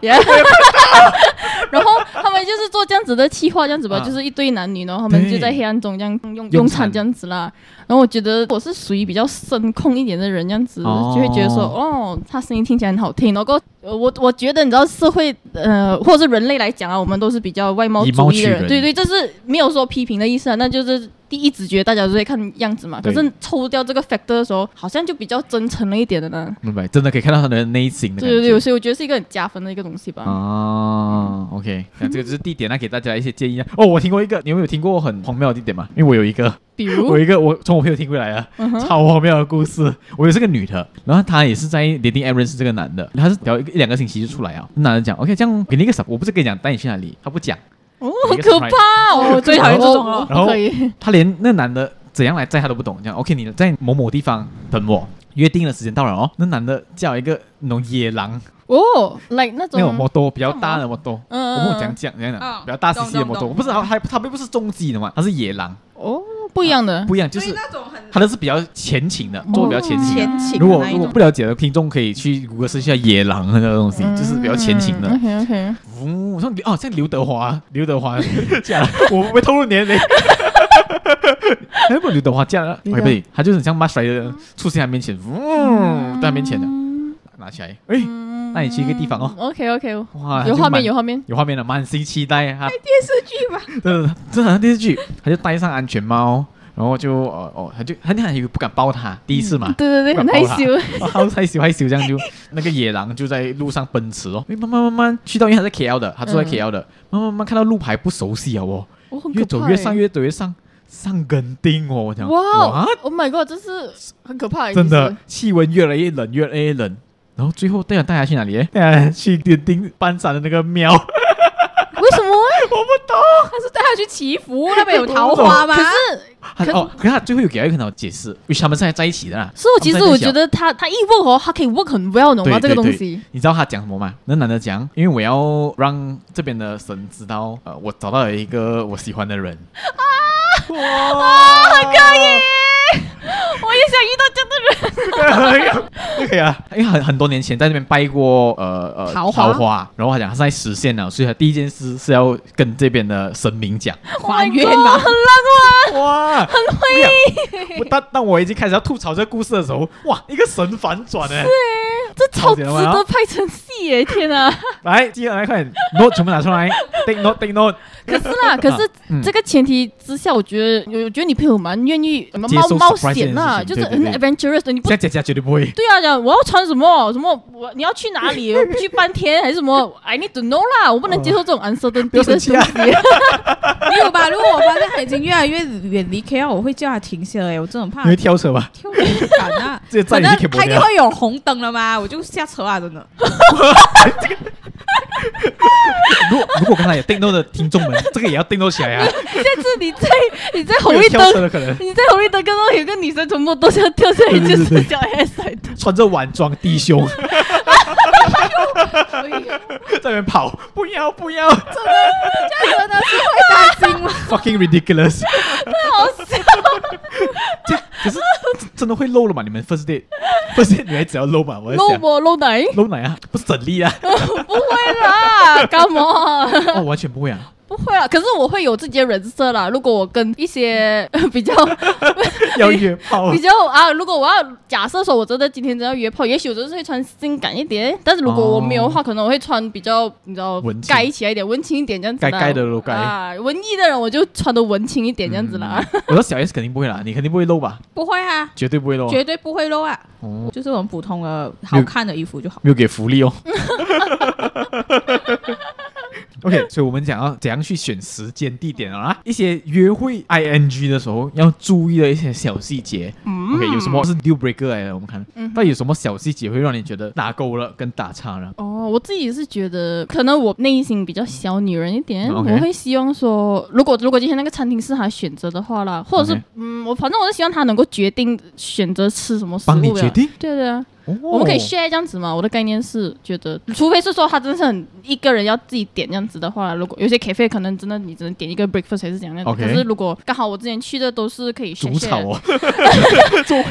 Speaker 2: 然后他们就是做这样子的企划，这样子吧，
Speaker 1: 啊
Speaker 2: 就是一对男女，然后他们
Speaker 1: 对
Speaker 2: 就在黑暗中这样用
Speaker 1: 用
Speaker 2: 用
Speaker 1: 餐
Speaker 2: 餐这样子啦。然后我觉得我是属于比较声控一点的人，这样子、
Speaker 1: 哦
Speaker 2: 就会觉得说，哦，他声音听起来很好听。然后呃我我觉得你知道社会呃或者是人类来讲啊，我们都是比较外貌
Speaker 1: 以貌
Speaker 2: 主义
Speaker 1: 取
Speaker 2: 的人，
Speaker 1: 人
Speaker 2: 对对，这是没有说批评的意思啊，那就是。第一直觉大家都在看样子嘛，可
Speaker 1: 对
Speaker 2: 是抽掉这个 factor 的时候，好像就比较真诚了一点的呢。
Speaker 1: 明白？真的可以看到他的内心的感
Speaker 2: 对
Speaker 1: 觉。
Speaker 2: 对对，所以我觉得是一个很加分的一个东西吧。
Speaker 1: 啊，OK，那这个就是地点，那给大家一些建议啊。哦，我听过一个，你们有听过很荒谬的地点吗？因为我有一个，
Speaker 2: 比如
Speaker 3: 哦
Speaker 1: 我有一个我从我朋友听过来的、
Speaker 3: 嗯
Speaker 1: 超荒谬的故事。我有这个女的，然后她也是在 dating app 认识这个男的，她是聊一个一两个星期就出来啊。那男的讲 OK，这样给你一个 s 我不是跟你讲带你去哪里，她不讲，
Speaker 2: 哦，
Speaker 1: 一
Speaker 2: 好
Speaker 1: 个
Speaker 2: 可
Speaker 1: surprise
Speaker 2: 怕哦！ 我最讨厌这种了，
Speaker 1: 然后
Speaker 2: 不可以。
Speaker 1: 她连那男的怎样来载她都不懂，讲 OK，你在某某地方等我。约定的时间到了哦，那男的叫一个那种野狼，
Speaker 2: 哦，like 那
Speaker 1: 那种摩
Speaker 2: 种，
Speaker 1: 托比较大的摩托，
Speaker 2: 嗯
Speaker 1: 我跟我讲讲讲讲，
Speaker 3: 哦
Speaker 1: 比较大 CC 的
Speaker 3: 懂
Speaker 1: 摩托，
Speaker 3: 懂
Speaker 1: 我不知道他他并不是中级的嘛，他是野狼，
Speaker 2: 哦，不一样的，
Speaker 1: 不一样，就
Speaker 3: 所以
Speaker 1: 是
Speaker 3: 那种很
Speaker 1: 他的是比较前倾的，做得比较前倾的，
Speaker 3: 前倾的
Speaker 1: 如果
Speaker 3: 那一
Speaker 1: 如果
Speaker 3: 种。
Speaker 1: 不了解的听众可以去谷歌搜一下野狼那个东西，
Speaker 3: 嗯
Speaker 1: 就是比较前倾的。
Speaker 2: OK OK，
Speaker 1: 呜、像哦，像刘德华，刘德 华嫁了，我不会透露年龄。哎，不，刘德华嫁了，哎
Speaker 2: 刘
Speaker 1: 不
Speaker 2: 德
Speaker 1: 对，他就是很像 m a s h 来的，出现在他面前，呜，
Speaker 3: 嗯
Speaker 1: 在他面前的，拿起来，哎，带你去一个地方哦，
Speaker 2: OK OK，
Speaker 1: 哇，
Speaker 2: 嗯有
Speaker 1: 就
Speaker 2: 画
Speaker 1: 满
Speaker 2: 面有画面，
Speaker 1: 有画面了，满心期待啊，
Speaker 3: 电视剧吧，
Speaker 1: 真的真的很像电视剧，他就戴上安全帽，然后就哦哦，他就他那还以为不敢抱他，第一次嘛，
Speaker 2: 对对对，
Speaker 1: 啊不敢抱
Speaker 2: 很害
Speaker 1: 他
Speaker 2: 羞。
Speaker 1: 好害羞害羞，这样就那个野狼就在路上奔驰哦，诶慢慢慢慢去到，因为他在 KL 的，他住在
Speaker 2: 嗯
Speaker 1: KL 的，慢慢慢慢看到路牌不熟悉啊哦，
Speaker 2: 我很可怕
Speaker 1: 越走越上
Speaker 2: 欸
Speaker 1: 越走越上上根钉哦，我讲
Speaker 2: 哇哎
Speaker 1: 哇，
Speaker 2: ！Oh my god，这是很可怕，欸
Speaker 1: 真
Speaker 2: 其
Speaker 1: 的
Speaker 2: 实。
Speaker 1: 气温越来越冷越来越冷，然后最后带带他去哪 里？带他去点钉半山的那个庙，我
Speaker 2: 为什么欸？
Speaker 1: 不懂。
Speaker 3: 他是带他去祈福，那边有桃花吗？
Speaker 2: 可是
Speaker 1: 他
Speaker 2: 可
Speaker 1: 哦，可是他最后有给他一个很好的解释，因为他们现在在一起的啦。
Speaker 2: 所以我其
Speaker 1: 他
Speaker 2: 实
Speaker 1: 们
Speaker 2: 我
Speaker 1: 现在在一
Speaker 2: 觉
Speaker 1: 起了啊
Speaker 2: 得他他一 work 哦，他可以 work 很 well，懂啊吗？这
Speaker 1: 对
Speaker 2: 个东
Speaker 1: 对
Speaker 2: 西
Speaker 1: 对，你知道他讲什么吗？那男的讲，因为我要让这边的神知道，呃，我找到了一个我喜欢的人。啊，哇，可以，
Speaker 2: 我也想遇到这样的人。
Speaker 1: 可以啊，因为很很多年前在那边拜过，呃呃，
Speaker 3: 桃花
Speaker 1: 然后他讲他现在实现了，所以他第一件事是要跟这边的神明讲。
Speaker 2: Oh
Speaker 3: 还愿吗？
Speaker 1: 哇，很会。我当当我已经开始要吐槽这个故事的时候，哇，一个神反转哎、
Speaker 2: 这超
Speaker 1: 了
Speaker 2: 值
Speaker 1: 解了吗
Speaker 2: 得拍成戏耶！天啊！
Speaker 1: 来，接下来快点 note 全部拿出来，take note，take note。
Speaker 2: 可是 啦，可是
Speaker 1: 嗯
Speaker 2: 这个前提之下，我觉得，我觉得你朋友蛮愿意什么
Speaker 1: 接
Speaker 2: 冒
Speaker 1: 受
Speaker 2: 冒
Speaker 1: surprise
Speaker 2: 险呐，
Speaker 1: 这
Speaker 2: 就
Speaker 1: 件事情
Speaker 2: 是很
Speaker 1: 对对
Speaker 2: adventurous 的。你不
Speaker 1: 现在佳佳绝对不会。
Speaker 2: 对啊，讲我要穿什么什么，我你要去 哪里，我去半天还是什么？I need to know 啦，我不能接受这种 uncertainty
Speaker 1: 哦不
Speaker 2: 的
Speaker 1: 要
Speaker 2: 东
Speaker 1: 生
Speaker 2: 西
Speaker 1: 气啊。
Speaker 3: 没有吧？如果我发现他已经越来越远离 KL，我会叫他停下来。我真的很怕
Speaker 1: 你会跳车吧？。
Speaker 3: 跳不敢啊
Speaker 1: 这 再
Speaker 3: 反
Speaker 1: 也
Speaker 3: 正
Speaker 1: 是 Cambodia
Speaker 3: 他一定会有红灯了吗？我就下车啊！ 真的，
Speaker 1: 如果如果刚才有订到的听众 们，这个也要订到起来啊！
Speaker 2: 下次 你在你在
Speaker 1: 会
Speaker 2: 红
Speaker 1: 有
Speaker 2: 绿
Speaker 1: 跳车
Speaker 2: 灯，
Speaker 1: 的可能，
Speaker 2: 你在红绿灯看到有个女生从摩托车跳下来，
Speaker 1: 对对对
Speaker 2: 就是
Speaker 1: 对
Speaker 2: 叫 S 来的。
Speaker 1: 穿着晚装低胸，
Speaker 2: 所以
Speaker 1: 在那边跑，不要不要
Speaker 3: 真的是会担心吗？
Speaker 1: ，fucking ridiculous，
Speaker 2: 好笑。
Speaker 1: 这可是真的会漏了嘛？你们 first date，first date 女孩子要漏嘛？我在
Speaker 2: 露
Speaker 1: 想
Speaker 2: 不露奶？
Speaker 1: 漏奶啊，不是整粒 啊，
Speaker 2: 不会啦，干嘛？
Speaker 1: 哦，完全不会啊，
Speaker 2: 不会啦。可是我会有自己的人设啦。如果我跟一些 呃比较
Speaker 1: 要约炮
Speaker 2: 比，较啊，如果我要假设说我真的今天真的要约炮，也许我就是会穿性感一点。但是如果我没有的话，可能我会穿比较你知道
Speaker 1: 文青
Speaker 2: 盖起来一点，文青一点这样子
Speaker 1: 该
Speaker 2: 啦。
Speaker 1: 该的都该。
Speaker 2: 啊，文艺的人我就穿的文青一点这样子啦。
Speaker 1: 嗯我说小 S 肯定不会啦，你肯定不会漏吧？
Speaker 3: 不会啊，
Speaker 1: 绝对不会漏啊，
Speaker 3: 绝对不会漏啊。
Speaker 1: 哦
Speaker 3: 就是我们普通的好看的衣服就好。
Speaker 1: 没有给福利哦。OK，所以我们讲要怎样去选时间地点啊？一些约会 ing 的时候要注意的一些小细节。OK，有什么是 deal breaker 来的？我们看，
Speaker 2: 嗯
Speaker 1: 到底有什么小细节会让你觉得打勾了跟打叉了？
Speaker 2: 哦，我自己是觉得，可能我内心比较小女人一点，
Speaker 1: 嗯，OK
Speaker 2: 我会希望说，如果如果今天那个餐厅是他选择的话啦，或者是
Speaker 1: OK
Speaker 2: 嗯，我反正我是希望他能够决定选择吃什么食物
Speaker 1: 帮你
Speaker 2: 的
Speaker 1: 决定
Speaker 2: 对对啊，
Speaker 1: 哦
Speaker 2: 我们可以 share 这样子嘛？我的概念是觉得，除非是说他真的是很一个人要自己点这样子的话，如果有些 cafe 可能真的你只能点一个 breakfast 还是怎样的。
Speaker 1: OK
Speaker 2: 可是如果刚好我之前去的都是可以 share
Speaker 1: 煮
Speaker 2: share
Speaker 1: 草
Speaker 2: 的。
Speaker 1: 哦，做。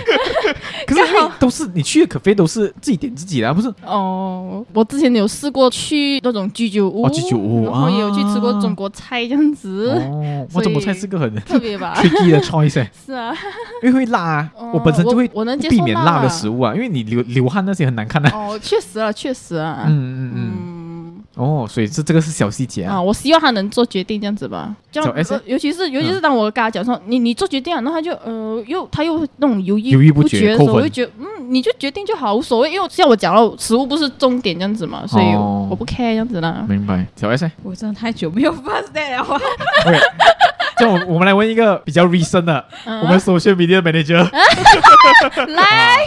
Speaker 1: 可是因为都是你去的可非都是自己点自己的、啊，不是？
Speaker 2: 哦，我之前有试过去那种居酒屋，
Speaker 1: 哦居酒屋
Speaker 2: 然后也有去吃过
Speaker 1: 啊
Speaker 2: 中国菜这样子，
Speaker 1: 哦，我
Speaker 2: 嗯所以
Speaker 1: 中国菜是个很
Speaker 2: 特 别吧？
Speaker 1: tricky 的 choice，欸
Speaker 2: 是啊，
Speaker 1: 因为会辣啊。
Speaker 2: 哦
Speaker 1: 我本身就会
Speaker 2: 我我能接受
Speaker 1: 避免辣的
Speaker 2: 辣
Speaker 1: 食物啊，因为你流流汗那些很难看的、
Speaker 2: 哦，确实啊，确实啊，
Speaker 1: 嗯嗯嗯。
Speaker 2: 嗯
Speaker 1: 哦，所以这这个是小细节啊。
Speaker 2: 啊，我希望他能做决定这样子吧，这样
Speaker 1: 小 S
Speaker 2: 呃尤其
Speaker 1: 嗯
Speaker 2: 是尤其是当我跟他讲说、你你做决定啊，然后他就呃又他又那种犹豫
Speaker 1: 犹豫不
Speaker 2: 不
Speaker 1: 决
Speaker 2: 的
Speaker 1: 扣
Speaker 2: 时候，我
Speaker 1: 分
Speaker 2: 就觉得嗯你就决定就好无所谓，因为像我讲了食物不是重点这样子嘛，所以
Speaker 1: 哦
Speaker 2: 我不 care 这样 子啦。
Speaker 1: 明白，小 S 欸。
Speaker 3: 我真的太久没有 first day 了，啊 我
Speaker 1: OK，就我我们来问一个比较 recent 的，
Speaker 2: 嗯
Speaker 1: 我们 social media manager，
Speaker 2: 来，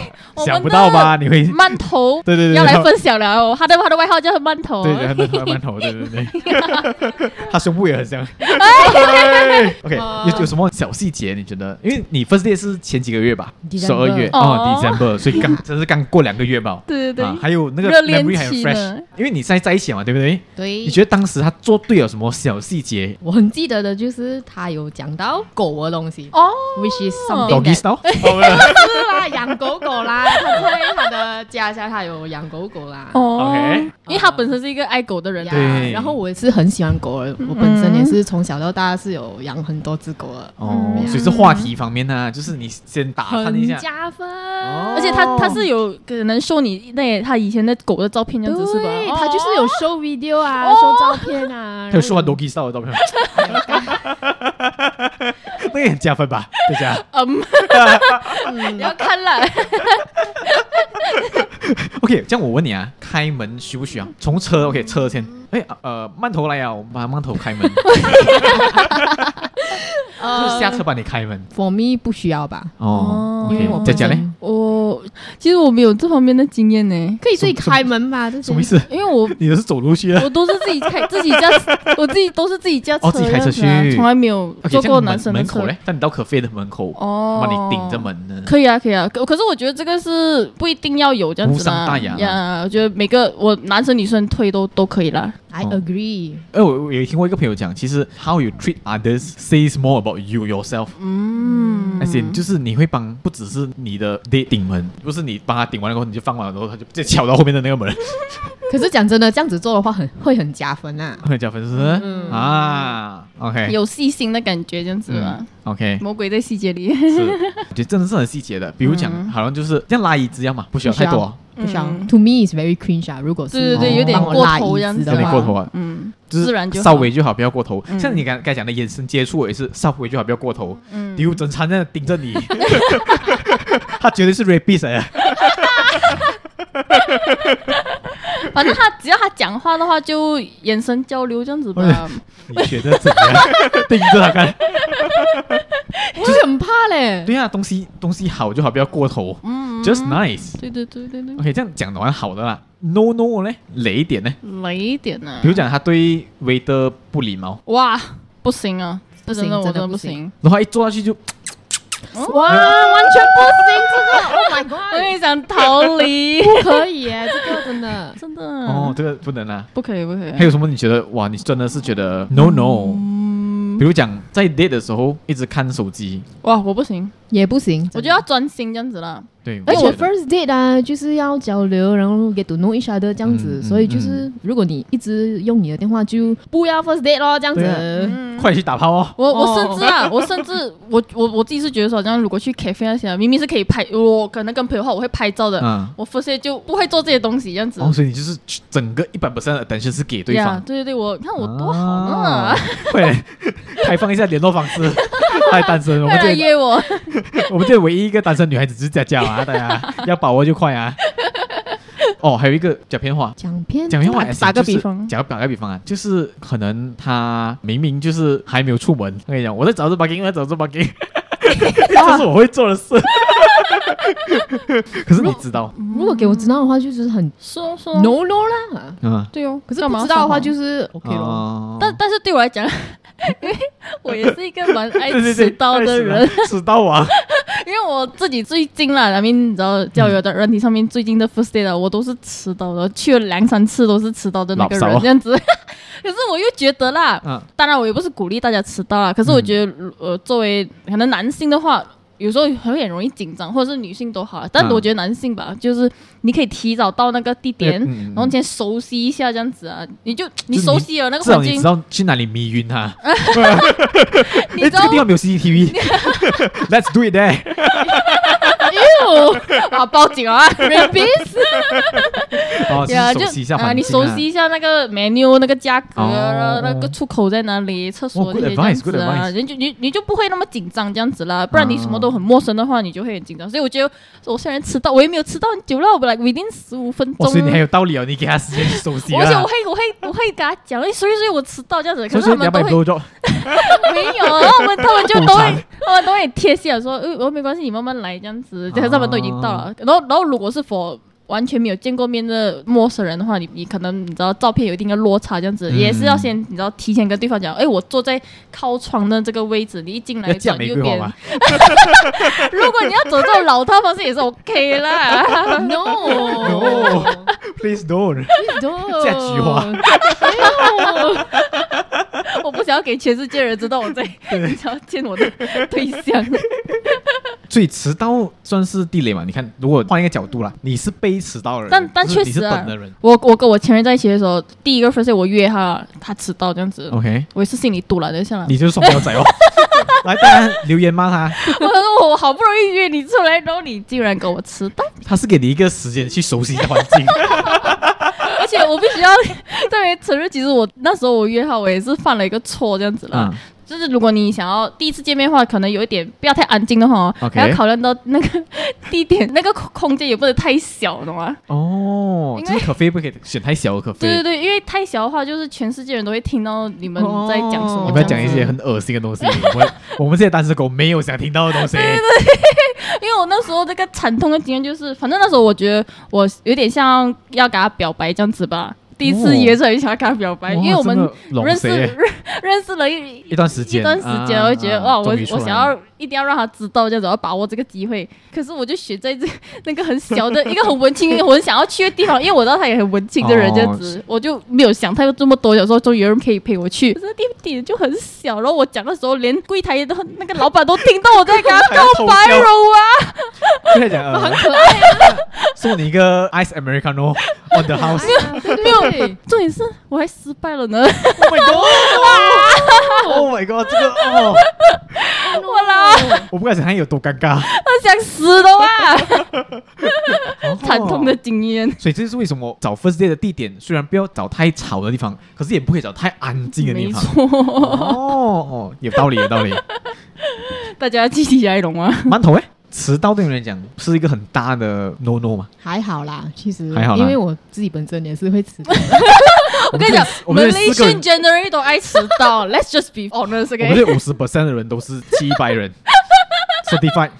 Speaker 2: 我
Speaker 1: 想
Speaker 2: 们
Speaker 1: 不
Speaker 2: 的
Speaker 1: 到吧？你会
Speaker 2: 馒头
Speaker 1: 对对对
Speaker 2: 要来
Speaker 1: 然后
Speaker 2: 分享了哦，他的他的外号叫馒头，
Speaker 1: 对对，他馒头，对对对， 他胸部也很像。OK，有
Speaker 2: 哎哦
Speaker 1: 有什么小细节？你觉得？因为你 first day 是前几个月吧，十二
Speaker 3: December
Speaker 1: 月哦
Speaker 2: 哦
Speaker 1: ，December，所以刚 真是刚过两个月吧。
Speaker 2: 对对对
Speaker 1: 啊，还有那个
Speaker 2: 热恋
Speaker 1: memory 还有
Speaker 2: 期
Speaker 1: fresh，
Speaker 2: 呢
Speaker 1: 因为你现在在一起嘛，对不对？
Speaker 5: 对
Speaker 1: 你，觉得当时他做对了什么小细节
Speaker 5: 我很记得的就是他有讲到狗的东西、
Speaker 2: 哦，
Speaker 5: w h i c h is something
Speaker 1: ？doggy
Speaker 5: that
Speaker 1: style，
Speaker 5: 是啦，养狗狗啦，他在他的家乡他有养狗狗啦。
Speaker 2: 哦
Speaker 1: OK
Speaker 2: 因为他本身是一个爱狗的人
Speaker 5: 呀，
Speaker 1: 对
Speaker 5: 啊然后我也是很喜欢狗的，我本身也是从小到大是有养很多只狗的，
Speaker 1: 哦，
Speaker 5: 嗯
Speaker 1: 所以是话题方面呢、就是你先打探一
Speaker 5: 很
Speaker 1: 下，
Speaker 5: 加分。
Speaker 1: 哦
Speaker 2: 而且他他是有可能秀你那他以前的狗的照片这样子是吧？
Speaker 5: 对，
Speaker 2: 哦
Speaker 5: 他就是有 show video 啊，
Speaker 2: 哦
Speaker 5: show 照 片啊，
Speaker 1: 他有 说完
Speaker 5: 完
Speaker 1: Doki Style 的照片吗，那个很加分吧？大家
Speaker 2: 嗯， 你要看了，
Speaker 1: OK，这样我问你啊，开门需不需要？从车 OK 车先，
Speaker 2: 嗯
Speaker 1: 哎呃慢头来啊，我们把慢头开 门，就是下车帮你开门
Speaker 5: For me 不需要吧？
Speaker 1: 哦
Speaker 2: 哦。
Speaker 1: OK，
Speaker 2: 因为我
Speaker 1: 再讲嘞，
Speaker 2: 我其实我没有这方面的经验呢，
Speaker 5: 可以自己开门吧？这
Speaker 1: 什么意思？
Speaker 2: 因为我
Speaker 1: 你都是走路去的
Speaker 2: 我都是自己开自己驾，我自己都是自己驾车
Speaker 1: 哦自己开车去
Speaker 2: 这样子啊从来没有
Speaker 1: ？OK，
Speaker 2: 坐
Speaker 1: 这样
Speaker 2: 过
Speaker 1: 门
Speaker 2: 男生的
Speaker 1: 门
Speaker 2: 车
Speaker 1: 口嘞，但你到可飞的门口，
Speaker 2: 哦
Speaker 1: 帮你顶着。门呢。
Speaker 2: 可以啊，可以啊，可可是我觉得这个是不一定要有这样子
Speaker 1: 无伤
Speaker 2: 啦
Speaker 1: 大雅啦
Speaker 2: 呀我觉得每个我男生女生推都都可以啦。
Speaker 5: I
Speaker 1: 哦
Speaker 5: agree。
Speaker 1: 哎，我我有听过一个朋友讲，其实 how you treat others says more about you yourself。
Speaker 2: 嗯，
Speaker 1: 而且就是你会帮，不只是你的 date 顶门，不是你帮他顶完了过后你就放完了，然后他就直接敲到后面的那个 门，
Speaker 5: 可是讲真的，这样子做的话很会很加分啊。
Speaker 1: 会加分是不是？啊，OK，
Speaker 2: 嗯有啊细心的感觉这样子啦。
Speaker 1: 嗯，OK，
Speaker 2: 魔鬼在细节里。
Speaker 1: 是，我觉得真的是很细节的。比如讲，好像就是这样拉椅子一啊样嘛，不需要太多，
Speaker 5: 不需要
Speaker 2: 嗯
Speaker 5: To me is very cringe 啊。如果
Speaker 2: 对对
Speaker 5: 是
Speaker 2: 对
Speaker 5: 哦
Speaker 2: 有点
Speaker 5: 帮我拉
Speaker 2: 过头这样
Speaker 5: 椅子
Speaker 2: 子
Speaker 5: 的
Speaker 1: 有点
Speaker 5: 话
Speaker 1: 过头啊。
Speaker 2: 嗯，
Speaker 1: 就是
Speaker 2: 自然就好
Speaker 1: 稍微就好，不要过头。
Speaker 2: 嗯
Speaker 1: 像你刚刚才讲的眼神接触也是稍微就好，不要过头。
Speaker 2: 嗯
Speaker 1: 丢整餐这样盯着你， 他绝对是 rapist 哎。
Speaker 2: 反正他只要他讲话的话，就眼神交流这样
Speaker 1: 哎
Speaker 2: 子吧。
Speaker 1: 你觉得怎样？盯着他看。
Speaker 5: 我会很怕嘞。
Speaker 1: 对啊，东西东西好就好，不要过头。
Speaker 2: 嗯
Speaker 1: Just nice。
Speaker 2: 对对对对对，
Speaker 1: OK，这样讲的蛮好的啦。No no 呢，累一点呢。
Speaker 2: 雷一点呢
Speaker 1: 比。如讲他对 waiter 不礼貌，
Speaker 2: 哇，不行啊，这真的我
Speaker 5: 真
Speaker 2: 真
Speaker 5: 的
Speaker 2: 的
Speaker 5: 不
Speaker 2: 不
Speaker 5: 行
Speaker 2: 行。
Speaker 1: 然后他一坐下去就
Speaker 5: 哇，
Speaker 1: 哎
Speaker 5: 完全不行，这个 Oh my
Speaker 2: 我
Speaker 5: God，
Speaker 2: 也想逃离。
Speaker 5: 可以耶，这个真的。
Speaker 2: 真的
Speaker 1: 哦，，这个不能啊。
Speaker 2: 不可以不可以
Speaker 1: 还。有什么你觉得哇？你真的是觉得 no no？比如讲在 date 的时候一直看手机，
Speaker 2: 哇，我不行，
Speaker 6: 也不行。
Speaker 2: 我就要专心这样子啦。
Speaker 1: 对，
Speaker 6: 而且
Speaker 1: 觉得
Speaker 6: first date 啊，就是要交流，然后 get to know each other 这样子，
Speaker 1: 嗯嗯
Speaker 6: 所以就是、如果你一直用你的电话，就不要 first date 咯，这样子。
Speaker 1: 对啊快去打炮哦。
Speaker 2: 我我
Speaker 6: 哦
Speaker 2: 甚至 啊，我甚至我我我自己是觉得说，好像如果去 cafe 那些啊，明明是可以拍，我可能跟朋友的话我会拍照的，
Speaker 1: 嗯，
Speaker 2: 我 first date 就不会做这些东西，这样子。
Speaker 1: 哦，所以你就是整个一百 percent 的 attention 是给对
Speaker 2: 呀
Speaker 1: 方。
Speaker 2: 对对对，我看我多好
Speaker 1: 啊
Speaker 2: 呢，！
Speaker 1: 快点 开放一下联络方 式，太单身了。我
Speaker 2: 快
Speaker 1: 们
Speaker 2: 来
Speaker 1: 这
Speaker 2: 约我。
Speaker 1: 我们这唯一一个单身女孩子就是佳佳啊，大 家要把握就快啊！哦，还有一个讲偏话，
Speaker 6: 讲偏
Speaker 1: 讲偏话也是
Speaker 2: 嗯打个
Speaker 1: 就是
Speaker 2: 比方
Speaker 1: 假如打个比方啊，就是可能他明明就是还没有出门，我跟你讲，我在找这 bugging，我在找这 bugging，这是我会做的事。可是你知道，
Speaker 6: 如果给我知道的话，就是很
Speaker 2: 说说
Speaker 6: no no 啦。
Speaker 1: 嗯，
Speaker 2: 对哦，
Speaker 6: 可是
Speaker 2: 干
Speaker 6: 不
Speaker 2: 嘛。
Speaker 6: 知道的话，就是是 OK 咯。
Speaker 1: 哦
Speaker 2: 但但是对我来讲， 因为我也是一个蛮 爱
Speaker 1: 对对
Speaker 2: 迟
Speaker 1: 对，开
Speaker 2: 到的
Speaker 1: 始了
Speaker 2: 人，，
Speaker 1: 迟到啊，
Speaker 2: 因为我自己最近啦，那边你知道交友的软体上面最近的 first day 啊，我都是迟到的，去了两三次都是迟到的那个
Speaker 1: 老骚
Speaker 2: 人，这样子。 可是我又觉得啦，
Speaker 1: 嗯
Speaker 2: 当然我也不是鼓励大家迟到啦，可是我觉得、呃，作为可能男性的话。有时候会很容易紧张，或者是女性都好，但
Speaker 1: 嗯
Speaker 2: 我觉得男性吧，就是你可以提早到那个地点，
Speaker 1: 嗯嗯嗯
Speaker 2: 然后先熟悉一下这样子啊，你就你
Speaker 1: 就是
Speaker 2: 熟悉 了那个
Speaker 1: 至少
Speaker 2: 环
Speaker 1: 你
Speaker 2: 境
Speaker 1: 知，道去哪里迷晕他。
Speaker 2: 你
Speaker 1: 哎，这个
Speaker 2: 知道
Speaker 1: 地方没有 CCTV 。Let's do it there。
Speaker 2: 哟，哎啊，报警啊 r a b i s
Speaker 1: 哦，就
Speaker 2: 呀，
Speaker 1: 是
Speaker 2: 就
Speaker 1: 熟悉一下环境
Speaker 2: 啊，你熟悉。一下那个 menu 那个价格
Speaker 1: 哦
Speaker 2: 啊，那个出口在哪里，厕
Speaker 1: 哦
Speaker 2: 所
Speaker 1: ，good
Speaker 2: 那些这样
Speaker 1: advice，good
Speaker 2: 子啊，
Speaker 1: advice
Speaker 2: 你就你你就不会那么紧张这样子啦。不然你什么都很陌生的话，你就会很紧张。所以我觉得我虽然迟到，我也没有迟到很久了，我本来 within 十五分
Speaker 1: 哇，
Speaker 2: 钟。
Speaker 1: 所以你很有道理哦，你给他时间去熟悉
Speaker 2: 而且我
Speaker 1: 啊。
Speaker 2: 会我会我会给他讲，哎，所以所以我迟到这样子，可
Speaker 1: 所以
Speaker 2: 是
Speaker 1: 说
Speaker 2: 他
Speaker 1: 你
Speaker 2: 们
Speaker 1: 要
Speaker 2: 都
Speaker 1: 买
Speaker 2: 会
Speaker 1: blow job，
Speaker 2: 没有，然后我们他们就都
Speaker 1: 补偿
Speaker 2: 会他们都会贴心地说，呃，我没关系，你慢慢来这样子，可是他们都已经到了。然后然后如果是否完全没有见过面的陌生人的话，你你可能你知道照片有一定的落差，这样子、
Speaker 1: 嗯
Speaker 2: 也是要先你知道提前跟对方讲，哎，我坐在靠窗的这个位置，你一进来
Speaker 1: 要嫁
Speaker 2: 转
Speaker 1: 玫
Speaker 2: 右
Speaker 1: 瑰花
Speaker 2: 边。
Speaker 1: 吗？
Speaker 2: 如果你要走这种老套方式也是 OK 啦。
Speaker 6: No，
Speaker 1: 哦，Please don't。嫁菊花
Speaker 2: 我不想要给全世界人知道我在你想要见我的对象。
Speaker 1: 所以迟到算是地雷嘛？你看，如果换一个角度啦，你是被迟到的人，
Speaker 2: 但但
Speaker 1: 就是
Speaker 2: 确
Speaker 1: 你是
Speaker 2: 实啊
Speaker 1: 等的人。
Speaker 2: 我我跟我前任在一起的时候，第一个 first day 我约他，他迟到这样子，
Speaker 1: OK，
Speaker 2: 我也是心里堵了一下了。
Speaker 1: 哦你就是双标仔哦。来，大家留言骂他，
Speaker 2: 我说我好不容易约你出来，然后你竟然跟我迟到，
Speaker 1: 他是给你一个时间去熟悉一下环境。
Speaker 2: 而且我必须要 特别承认，其实我那时候我约他，我也是犯了一个错这样子啦。
Speaker 1: 嗯，
Speaker 2: 就是如果你想要第一次见面的话，可能有一点不要太安静的话哦，
Speaker 1: OK
Speaker 2: 还要考量到那个 地点、那个空空间也不能太小，懂吗？
Speaker 1: 哦，
Speaker 2: 因为
Speaker 1: 这个可啡不可以选太小的可
Speaker 2: 对对
Speaker 1: 啡？
Speaker 2: 对，因为太小的话，就是全世界人都会听到你们
Speaker 1: 哦
Speaker 2: 在讲什么。
Speaker 1: 你不要讲一些很恶心的东西，我们我们这些单身狗没有想听到的东西。
Speaker 2: 因为我那时候这个惨痛的经验就是，反正那时候我觉得我有点像要给他表白这样子吧。第一次约出来就想要跟他表白，
Speaker 1: 哇
Speaker 2: 因为我们
Speaker 1: 真的龙
Speaker 2: 认识
Speaker 1: 谁耶
Speaker 2: 认识了一
Speaker 1: 一段时间，
Speaker 2: 一段时间，
Speaker 1: 啊
Speaker 2: 我就觉得
Speaker 1: 啊
Speaker 2: 哇，我
Speaker 1: 终于出
Speaker 2: 我
Speaker 1: 来
Speaker 2: 想
Speaker 1: 了
Speaker 2: 要一定要让他知道这样子，我要把握这个机会。可是我就选在这那个很小的一个很文青，我很想要去的地方，因为我知道他也很文青的人
Speaker 1: 哦
Speaker 2: 这样子，我就没有想太多这么多，想说终于有人可以陪 我去。可是地点就很小，然后我讲的时候，连柜台都那个老板都听到我在跟他
Speaker 1: 还要
Speaker 2: 告
Speaker 1: 偷
Speaker 2: 白
Speaker 1: 笑
Speaker 2: 了啊。
Speaker 1: 就在讲 呃
Speaker 6: 很可爱
Speaker 1: 送你一个 Ice Americano on the house。
Speaker 6: 啊，对对对，
Speaker 2: 重点是我还失败了呢，
Speaker 1: Oh my god！Oh my god！这个哦，
Speaker 2: 我啦，
Speaker 1: 我不敢想象有多尴尬，
Speaker 2: 我想死了啊！
Speaker 1: 哦
Speaker 2: 惨痛的。经验。
Speaker 1: 所以这是为什么找 first day 的地点，虽然不要找太吵的地方，可是也不会找太安静的地
Speaker 2: 没
Speaker 1: 方。
Speaker 2: 错，
Speaker 1: 哦哦，有道理，有道理。
Speaker 2: 大家集体来龙 啊！
Speaker 1: 馒头哎，迟到对你来讲是一个很大的 no no 嘛？
Speaker 6: 还好啦，其实
Speaker 1: 还好啦
Speaker 6: 因为我自己本身也是会迟 到的，
Speaker 1: 我
Speaker 2: 我跟你讲
Speaker 1: 我们这四个人
Speaker 2: ，Malaysian generally 都爱迟到。Let's just be honest,
Speaker 1: 我们
Speaker 2: OK？
Speaker 1: 这五十 percent 的人都是七百 人 certified。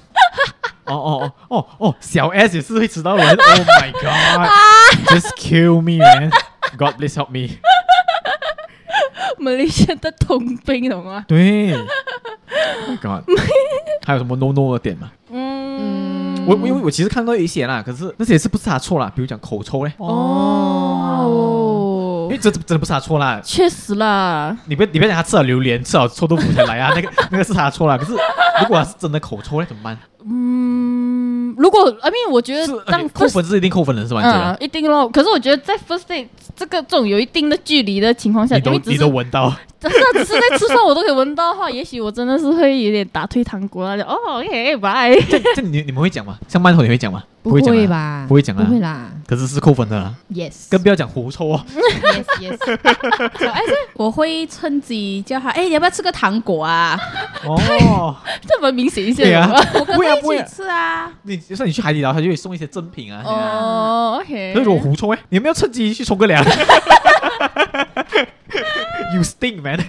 Speaker 1: 哦哦哦哦哦，小 S 也是会迟到 的人。Oh my
Speaker 2: 啊
Speaker 1: god！Just kill me, man. God please help me.
Speaker 2: 马来西亚的通病，懂吗？
Speaker 1: Oh 对 Oh，My God，还有什么 no no 的点吗？
Speaker 2: 嗯，
Speaker 6: 嗯，
Speaker 1: 我我因为我其实看到有一些啦，可是那些是不是他错啦？比如讲口臭嘞，因
Speaker 2: 哦，
Speaker 1: 为这真的不是他错啦。
Speaker 2: 确实啦，
Speaker 1: 你别你别讲他吃了榴莲，吃了臭豆腐才来啊，那个 那个是他错啦。可是如果他是真的口臭嘞，怎么办？
Speaker 2: 嗯，如果 I mean，我觉
Speaker 1: 是
Speaker 2: 得当
Speaker 1: OK，扣
Speaker 2: first
Speaker 1: 分是一啊定扣分的，是吧？你觉
Speaker 2: 嗯
Speaker 1: 得，
Speaker 2: 一定咯。可是我觉得在 first date 这个这种有一定的距离的情况下，
Speaker 1: 你
Speaker 2: 因
Speaker 1: 都
Speaker 2: 为只
Speaker 1: 你
Speaker 2: 是
Speaker 1: 都闻 到，
Speaker 2: 真的只是在吃饭我都可以闻到的话，也许我真的是会有点打退堂鼓了。就哦，OK，拜。
Speaker 1: 这你你们会讲吗？像馒头你会讲吗？
Speaker 3: 不
Speaker 1: 会讲
Speaker 3: 会
Speaker 1: 啊？
Speaker 3: 吧？
Speaker 1: 不会讲啊
Speaker 3: 不会啦。
Speaker 1: 可是是扣分的啦，
Speaker 3: Yes，
Speaker 1: 更不要讲狐臭 哦。
Speaker 3: yes yes，
Speaker 5: 哎我会趁机叫他，哎，你要不要吃个糖果啊？
Speaker 1: 哦，
Speaker 2: 这么明显一些
Speaker 1: 对啊
Speaker 2: 有吗，
Speaker 5: 我跟
Speaker 1: 不会啊
Speaker 5: 他一
Speaker 1: 不会啊
Speaker 5: 起吃啊。
Speaker 1: 你就算你去海底捞，他就会送一些赠品啊。哦，
Speaker 2: 哦，OK。
Speaker 1: 可是如果狐臭哎，你有没有趁机去冲个凉 ？You stink, man！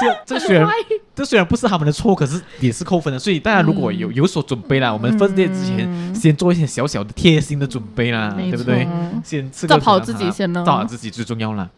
Speaker 1: 这这虽然这虽然不是他们的错，可是也是扣分的。所以大家如果有
Speaker 2: 嗯
Speaker 1: 有所准备啦，我们 first day 之前先做一些小小的贴心的准备啦，
Speaker 7: 没
Speaker 1: 对
Speaker 7: 错
Speaker 1: 不对？先吃
Speaker 2: 嗯照
Speaker 1: 个
Speaker 2: 跑
Speaker 1: 糖啊
Speaker 2: 自己先咯嗯
Speaker 1: 照好自己最重要啦。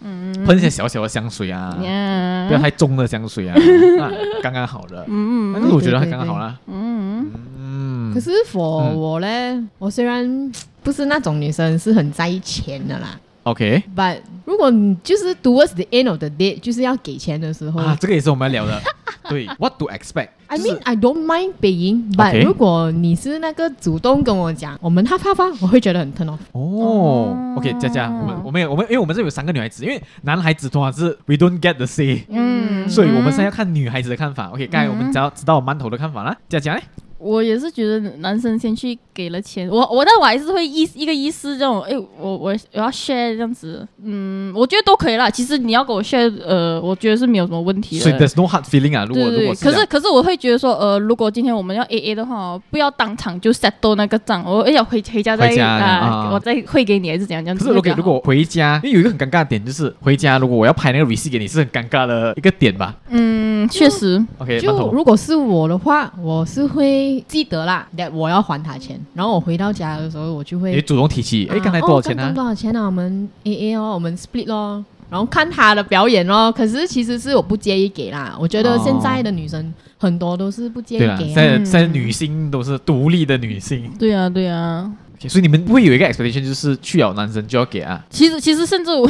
Speaker 1: 喷一些小小的香水啊，
Speaker 2: Yeah
Speaker 1: 不要太重的香 水啊，啊刚刚好的。
Speaker 2: 嗯
Speaker 1: 但是我觉得还刚刚好啦。
Speaker 2: 嗯，
Speaker 1: 嗯，
Speaker 3: 可是 for 我嘞，我虽然不是那种女生，是很在意钱的啦。
Speaker 1: OK
Speaker 3: But 如果你就是 towards the end of the day，就是要给钱的
Speaker 2: 哦
Speaker 3: 时候
Speaker 1: 啊，这个也是我们要聊 的。对，What to expect？
Speaker 3: ，I
Speaker 1: 就是
Speaker 3: mean I don't mind paying。But
Speaker 1: OK
Speaker 3: 如果你是那个主动跟我讲，我们哈哈哈，我会觉得很 turn off。
Speaker 1: 哦，OK，佳佳，我们我们有我们因为我们这有三个女孩子，因为男孩子通常是 we don't get the say，
Speaker 2: 嗯
Speaker 1: 所以我们现在要看女孩子的看法。OK，刚才我们只要知道馒头的看法啦，佳佳嘞，
Speaker 2: 我也是觉得男生先去给了钱，我我但我还是会意一个意思这种，哎，我我我要 share 这样子，嗯，我觉得都可以啦。其实你要给我 share，呃，我觉得是没有什么问题的。
Speaker 1: 所以 there's no hard feeling 啊。如果
Speaker 2: 对
Speaker 1: 如
Speaker 2: 对
Speaker 1: 果
Speaker 2: 对，可
Speaker 1: 这
Speaker 2: 是
Speaker 1: 样
Speaker 2: 可是我会觉得说，呃，如果今天我们要 A A 的话哦，不要当场就 settle 那个账，我要回回家再
Speaker 1: 回家啊
Speaker 2: 啊，我再汇给你还是怎样这样
Speaker 1: 可
Speaker 2: 子
Speaker 1: 是
Speaker 2: 会
Speaker 1: OK，
Speaker 2: 比较好。
Speaker 1: 如果回家，因为有一个很尴尬的点就是回家，如果我要拍那个 receipt 给你，是很尴尬的一个点吧
Speaker 2: 嗯，确实，
Speaker 1: ？OK，馒
Speaker 3: 就
Speaker 1: 头
Speaker 3: 如果是我的话，我是会记得啦，that 我要还他钱。然后我回到家的时候，我就会
Speaker 1: 你主动提起，哎，
Speaker 3: 啊
Speaker 1: 刚才多少钱
Speaker 3: 哦刚刚
Speaker 1: 啊？
Speaker 3: 多少钱呢、啊？我们 A A 哦，我们 split 咯，然后看他的表演咯。可是其实是我不介意给啦，我觉得
Speaker 1: 哦
Speaker 3: 现在的女生很多都是不介意
Speaker 1: 对啦，现
Speaker 3: 给啊、
Speaker 1: 在现在女性都是独立的女性，
Speaker 2: 对啊，对啊。
Speaker 1: OK，所以你们不会有一个 expectation，就是去了男生就要给啊。
Speaker 2: 其实，其实甚至我，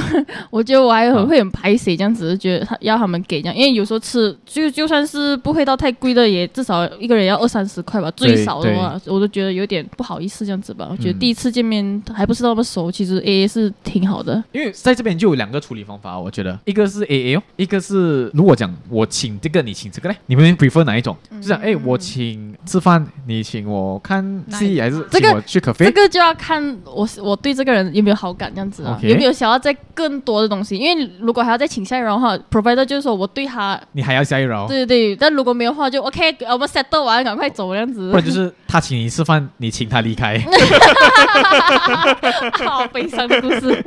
Speaker 2: 我觉得我还
Speaker 1: 啊
Speaker 2: 很会很排斥这样子，觉得他要他们给这样，因为有时候吃就就算是不会到太贵的，也至少一个人要二三十块吧，
Speaker 1: 对
Speaker 2: 最少的话，我都觉得有点不好意思这样子吧。我觉得
Speaker 1: 嗯
Speaker 2: 第一次见面还不是那么熟，其实 A A 是挺好的。
Speaker 1: 因为在这边就有两个处理方法，我觉得一个是 A A 哦，一个是如果讲我请这个，你请这个嘞，你们 prefer 哪一种？就讲哎，我请吃饭，你请我看戏，还是
Speaker 2: 这个
Speaker 1: 请我去 cafe？
Speaker 2: 这个就要看我是我对这个人有没有好感这样子啊
Speaker 1: OK
Speaker 2: 有没有想要再更多的东西？因为如果还要再请下一人的话，provider 就是说我对他，
Speaker 1: 你还要下一绕，
Speaker 2: 对对对，但如果没有的话就 OK，我们 settle 完赶快走这样子
Speaker 1: 不。然就是他请你吃饭，你请他离开。
Speaker 2: 好悲伤的故 事。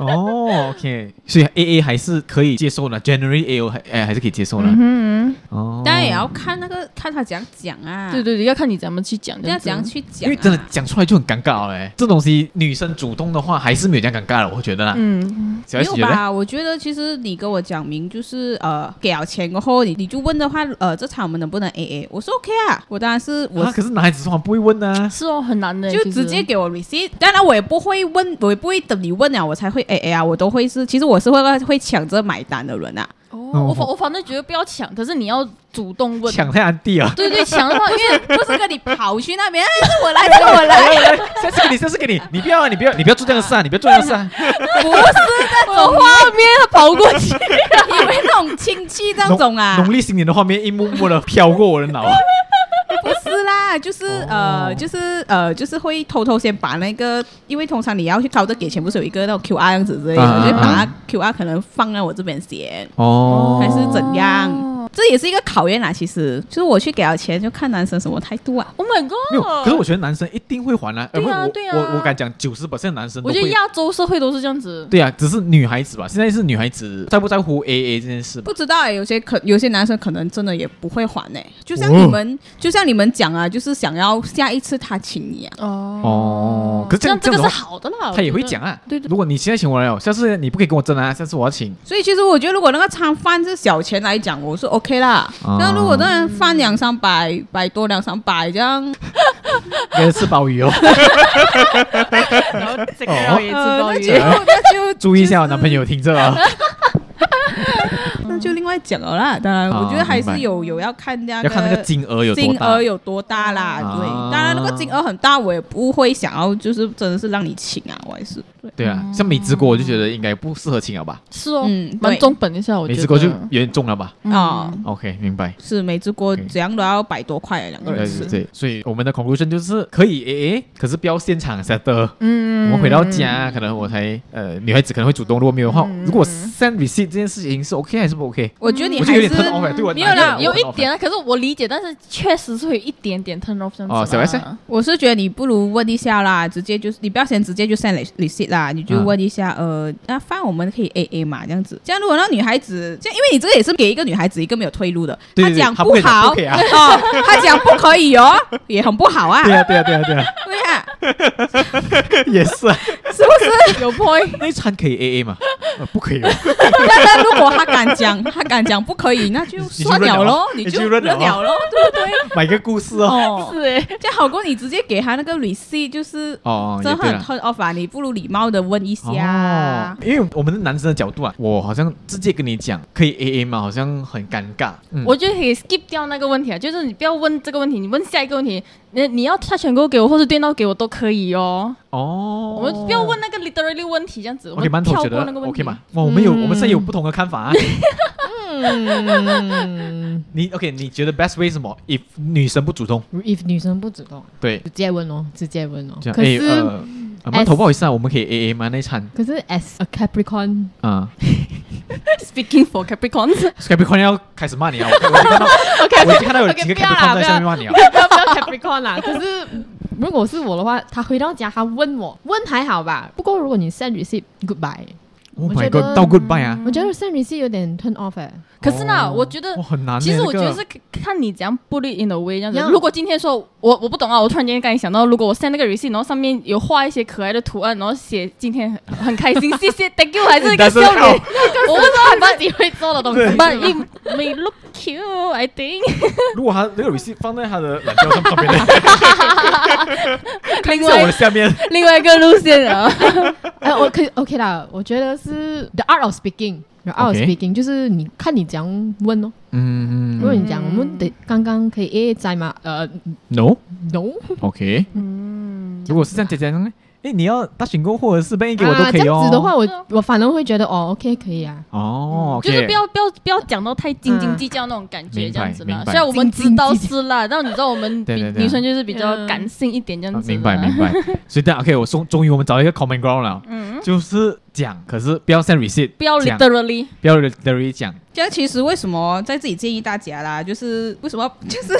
Speaker 1: 哦，OK，所以 A A 还是可以接受的，generally A O 还哎还是可以接受的。
Speaker 2: 嗯
Speaker 1: 哦，
Speaker 5: 当然也要啊看那个看他怎样讲啊，
Speaker 2: 对，对对，要看你怎么去讲，
Speaker 5: 要
Speaker 2: 这
Speaker 5: 怎
Speaker 2: 样
Speaker 5: 样
Speaker 2: 子。
Speaker 5: 去讲、啊。
Speaker 1: 因为真的讲出来就很尴尬嘞，这东西女生主动的话还是没有这样尴尬了，我觉得啦。
Speaker 2: 嗯，
Speaker 1: 小
Speaker 5: 没
Speaker 1: S
Speaker 5: 有
Speaker 1: 觉得嘞
Speaker 5: 吧？我觉得其实你跟我讲明就是呃，给了钱过后，你你就问的话，呃，这场我们能不能 A A？我说 OK 啊，我当然是我、
Speaker 1: 啊，可是男孩子通常不会问啊。
Speaker 2: 是哦，很难的，
Speaker 5: 就
Speaker 2: 其实
Speaker 5: 直接。给我 receipt。当然我也不会问，我也不会等你问了我才会 A A 啊，我都会是，其实我是会会抢着买单的 人啊。
Speaker 2: 哦，我反我反正觉得不要抢，可是你要主动问。
Speaker 1: 抢太安迪啊！
Speaker 2: 对对，抢的话，因为
Speaker 5: 不是跟你跑去那边，哎是我来，是我来，
Speaker 1: 下次给你，下次给你，你不要啊，你不要，你不要做这样的事啊，你不要做这样的事啊！
Speaker 5: 不是那
Speaker 2: 有
Speaker 5: 种，
Speaker 2: 画面要跑过去。
Speaker 5: 以为那种亲戚那
Speaker 1: 农
Speaker 5: 种啊，
Speaker 1: 农历新年的画面一幕幕的飘过我的脑，啊
Speaker 5: 不是啦，就是、
Speaker 1: 哦
Speaker 5: 呃，就是呃，就是会偷偷先把那个，因为通常你要去掏着给钱，不是有一个那种 QR 样子之类的，
Speaker 1: 啊
Speaker 5: 就
Speaker 1: 啊
Speaker 5: 把
Speaker 1: 啊
Speaker 5: 它 QR 可能放在我这边先，
Speaker 1: 哦
Speaker 5: 还是 怎样？
Speaker 2: 哦
Speaker 5: 这也是一个考验啦。其实就是我去给了钱，就看男生什么态度啊。
Speaker 2: Oh my
Speaker 1: 没有，
Speaker 2: god！
Speaker 1: 可是我觉得男生一定会还啊，呃
Speaker 2: 对啊
Speaker 1: 我
Speaker 2: 对啊
Speaker 1: 我我敢讲，九十男生都
Speaker 2: 我觉得
Speaker 1: 会。
Speaker 2: 亚洲社会都是这样子。
Speaker 1: 对啊，只是女孩子吧，现在是女孩子在不在乎 A A 这件事吧？
Speaker 5: 不知道、欸，有些可有些男生可能真的也不会还呢、就像你们，就像你们讲啊，就是想要下一次他请你啊。
Speaker 1: 哦可是这样
Speaker 2: 这
Speaker 1: 这样
Speaker 2: 个
Speaker 1: 的
Speaker 2: 是
Speaker 1: 话
Speaker 2: 好的啦。
Speaker 1: 他也
Speaker 2: 我
Speaker 1: 会
Speaker 2: 觉得
Speaker 1: 讲啊。
Speaker 2: 哦对对
Speaker 1: 如果你现在请我来哦，下次你不可以跟我争啊，下次我要请。
Speaker 5: 所以其实我觉得，如果那个餐饭是小钱来讲，我是 OK 啦。
Speaker 1: 哦
Speaker 5: 那如果当然翻两三百，百多两三百这样，
Speaker 1: 也是吃鲍 鱼哦，
Speaker 8: 然后这个
Speaker 1: 哦
Speaker 8: 人也吃
Speaker 5: 呃
Speaker 8: 鲍
Speaker 3: 哦
Speaker 5: 那
Speaker 8: 鱼
Speaker 5: 就， 那 就
Speaker 1: 注意一下我男朋友听着 啊。
Speaker 5: 那就另外讲了啦。当然，
Speaker 1: 哦
Speaker 5: 我觉得还
Speaker 1: 明白
Speaker 5: 是有有要看那
Speaker 1: 要看那个金额有多
Speaker 5: 金
Speaker 1: 大
Speaker 5: 额。有多大啦。对
Speaker 1: 啊，
Speaker 5: 当然如果金额很大，我也不会想要就是真的是让你请啊，我还是对，
Speaker 1: 对啊，像美之锅，我就觉得应该不适合请了吧？
Speaker 2: 是哦，
Speaker 5: 嗯
Speaker 2: 蛮
Speaker 5: 对
Speaker 2: 中本一下，我觉
Speaker 1: 美
Speaker 2: 得。嗯
Speaker 1: 之锅就有点重了吧
Speaker 2: 哦
Speaker 5: 啊。
Speaker 1: ？OK，明白。
Speaker 5: 是每只锅
Speaker 1: OK
Speaker 5: 怎样都要百多块，啊两个人
Speaker 1: 对
Speaker 5: 吃。
Speaker 1: 嗯对，所以我们的 conclusion 就是可以 AA，可是不要现场 set 的。
Speaker 2: 嗯，
Speaker 1: 我们回到家，可能我才呃，女孩子可能会主动，如果没有的话，如果 send receipt 这件事情是 OK 还是不 OK？
Speaker 5: 我觉得你
Speaker 1: 我就
Speaker 5: 还
Speaker 1: 有
Speaker 5: 是
Speaker 1: 点 turn off 欸对我
Speaker 5: 没有啦
Speaker 1: 男，
Speaker 2: 有
Speaker 1: 人
Speaker 2: 一点啊，可是我理解，但是确实是会有一点点 turn off 这样子啦。啊
Speaker 1: 哦小 S
Speaker 5: 我是觉得你不如问一下啦，直接就是你不要先直接就 send re- receipt 啦，你
Speaker 1: 嗯
Speaker 5: 就问一下，呃，那饭我们可以 A A 嘛，这样子。这样如果让女孩子，这样因为你这个也是给一个女孩子一个没有退路的，
Speaker 1: 对
Speaker 5: 她
Speaker 1: 对对
Speaker 5: 讲
Speaker 1: 她不可以讲
Speaker 5: 好
Speaker 1: 不可以啊
Speaker 5: 哦，她讲不可以哦，也很不好啊，
Speaker 1: 对啊，对啊，对啊，对啊，
Speaker 5: 对啊，
Speaker 1: 也是啊。
Speaker 5: 是不是？
Speaker 2: 有 point，
Speaker 1: 那一餐可以 AA 嘛？呃不可以哦，
Speaker 5: 那那如果她敢讲，她敢讲不可以，那就
Speaker 1: 你就
Speaker 5: 算
Speaker 1: 认
Speaker 5: 了
Speaker 1: 了
Speaker 5: 咯，
Speaker 1: 你
Speaker 5: 你
Speaker 1: 就
Speaker 5: 就
Speaker 1: 认
Speaker 5: 认
Speaker 1: 了哦
Speaker 5: 了咯，对不对？
Speaker 1: 买个故事哦。
Speaker 5: 哦，
Speaker 2: 是欸
Speaker 5: 这样好过你直接给她那个 receipt，就是
Speaker 1: 哦，也
Speaker 5: 真的
Speaker 1: 对
Speaker 5: 很啊
Speaker 1: 了。
Speaker 5: turn off 啊，你不如礼貌的问一下
Speaker 1: 哦。，因为我们的男生的角度啊，我好像直接跟你讲可以 A A 吗？好像很尴尬。嗯，
Speaker 2: 我觉得可以 skip 掉那个问题啊，就是你不要问这个问题，你问下一个问题，你你要他选购给我，或是电到给我都可以哦。
Speaker 1: 哦，
Speaker 2: 我们不要问。那个 literally 问题，这样子，我
Speaker 1: OK，
Speaker 2: 们
Speaker 1: 馒
Speaker 2: 跳
Speaker 1: 头
Speaker 2: 过
Speaker 1: 觉得
Speaker 2: 那个问
Speaker 1: OK
Speaker 2: 题
Speaker 1: 吗？？哇，我们有，
Speaker 3: 嗯
Speaker 1: 我们现在有不同的看法啊。
Speaker 3: 嗯
Speaker 1: 你 OK？你觉得 best way 是什么？if 女生不主动，
Speaker 3: ，if 女生不主动，
Speaker 1: 对，
Speaker 3: 直接问哦，直接问哦
Speaker 1: 这。样
Speaker 3: 可
Speaker 1: 哎
Speaker 3: 是
Speaker 1: 呃，啊馒头不好意思啊，我们可以 A A 吗？那一餐
Speaker 3: 可是 as a Capricorn，
Speaker 1: 啊
Speaker 2: Speaking for Capricorn，
Speaker 1: ，Capricorn 要开始骂 你啊！我我已经看到，我已经看到有几个
Speaker 3: 不要
Speaker 1: Capricorn 在
Speaker 3: 啦不要
Speaker 1: 下面骂你啊。
Speaker 3: 不要不要 Capricorn 啦。可是如果是我的话，他回到家他问我，问还好吧。不过如果你 send receipt goodbye，
Speaker 1: Oh
Speaker 3: 我
Speaker 1: my
Speaker 3: 觉
Speaker 1: god，
Speaker 3: 得嗯
Speaker 1: 到 goodbye 啊！
Speaker 3: 我觉得 send receipt 有点 turn off 哎。
Speaker 2: 可是呢，
Speaker 1: 哦
Speaker 2: 我觉得
Speaker 1: 哇很难欸。
Speaker 2: 其实我觉
Speaker 1: 那
Speaker 2: 得
Speaker 1: 个
Speaker 2: 是看你怎样 put it in a way 这样子。
Speaker 3: Yeah
Speaker 2: 如果今天说我我不懂啊，我突然间刚才想到，如果我 send 那个 receipt，然后上面有画一些可爱的图案，然后写今天很很开心，谢谢 thank you，还是一个笑
Speaker 1: Doesn't
Speaker 2: 脸，
Speaker 1: help
Speaker 2: 我不知道他自己会做的东西。
Speaker 1: 对
Speaker 2: But it may look cute, I think
Speaker 1: 如果他那个 receipt 放在他的懒觉上旁 边的，
Speaker 2: 另
Speaker 1: 在我
Speaker 2: 外
Speaker 1: 的下面，
Speaker 2: 另外一个路线 啊，
Speaker 3: 哎，我可以 OK 啦，我觉得是 the art of speaking，the art of
Speaker 1: OK
Speaker 3: speaking 就是你看你怎样问哦。
Speaker 1: 嗯
Speaker 3: 如果你讲我们得刚刚可以 A A 在吗？呃
Speaker 1: ，no，OK，
Speaker 3: ，no，
Speaker 2: 啊
Speaker 1: 如果是这样姐姐呢？哎，你要大选购或者是备给我都
Speaker 3: 啊
Speaker 1: 可以
Speaker 3: 这样
Speaker 1: 哦
Speaker 3: 子。的话，
Speaker 2: 对啊
Speaker 3: 我我反而会觉得哦，OK 可以啊。
Speaker 1: 哦
Speaker 2: 嗯就是
Speaker 1: ，OK，
Speaker 2: 不要不要不要讲到太斤斤
Speaker 3: 嗯
Speaker 2: 计较那种感觉
Speaker 1: 明白
Speaker 2: 这样子
Speaker 1: 明
Speaker 2: 啦。
Speaker 1: 白
Speaker 2: 虽然我们
Speaker 3: 斤
Speaker 2: 知
Speaker 3: 斤
Speaker 2: 道
Speaker 3: 计较
Speaker 2: 是啦，但你知道我们比
Speaker 1: 对对对啊
Speaker 2: 女生就是比较
Speaker 3: 嗯
Speaker 2: 感性一点这样
Speaker 1: 啊
Speaker 2: 子。
Speaker 1: 明白明。白。所以这样 OK，我终终于我们找到一个 common ground 了，
Speaker 2: 嗯，
Speaker 1: 就是讲，可是不要 send receipt，
Speaker 2: 不要
Speaker 1: 讲
Speaker 2: literally。
Speaker 1: 不要 literally 讲，
Speaker 5: 这样其实为什么在这里建议大家啦，就是为什么就是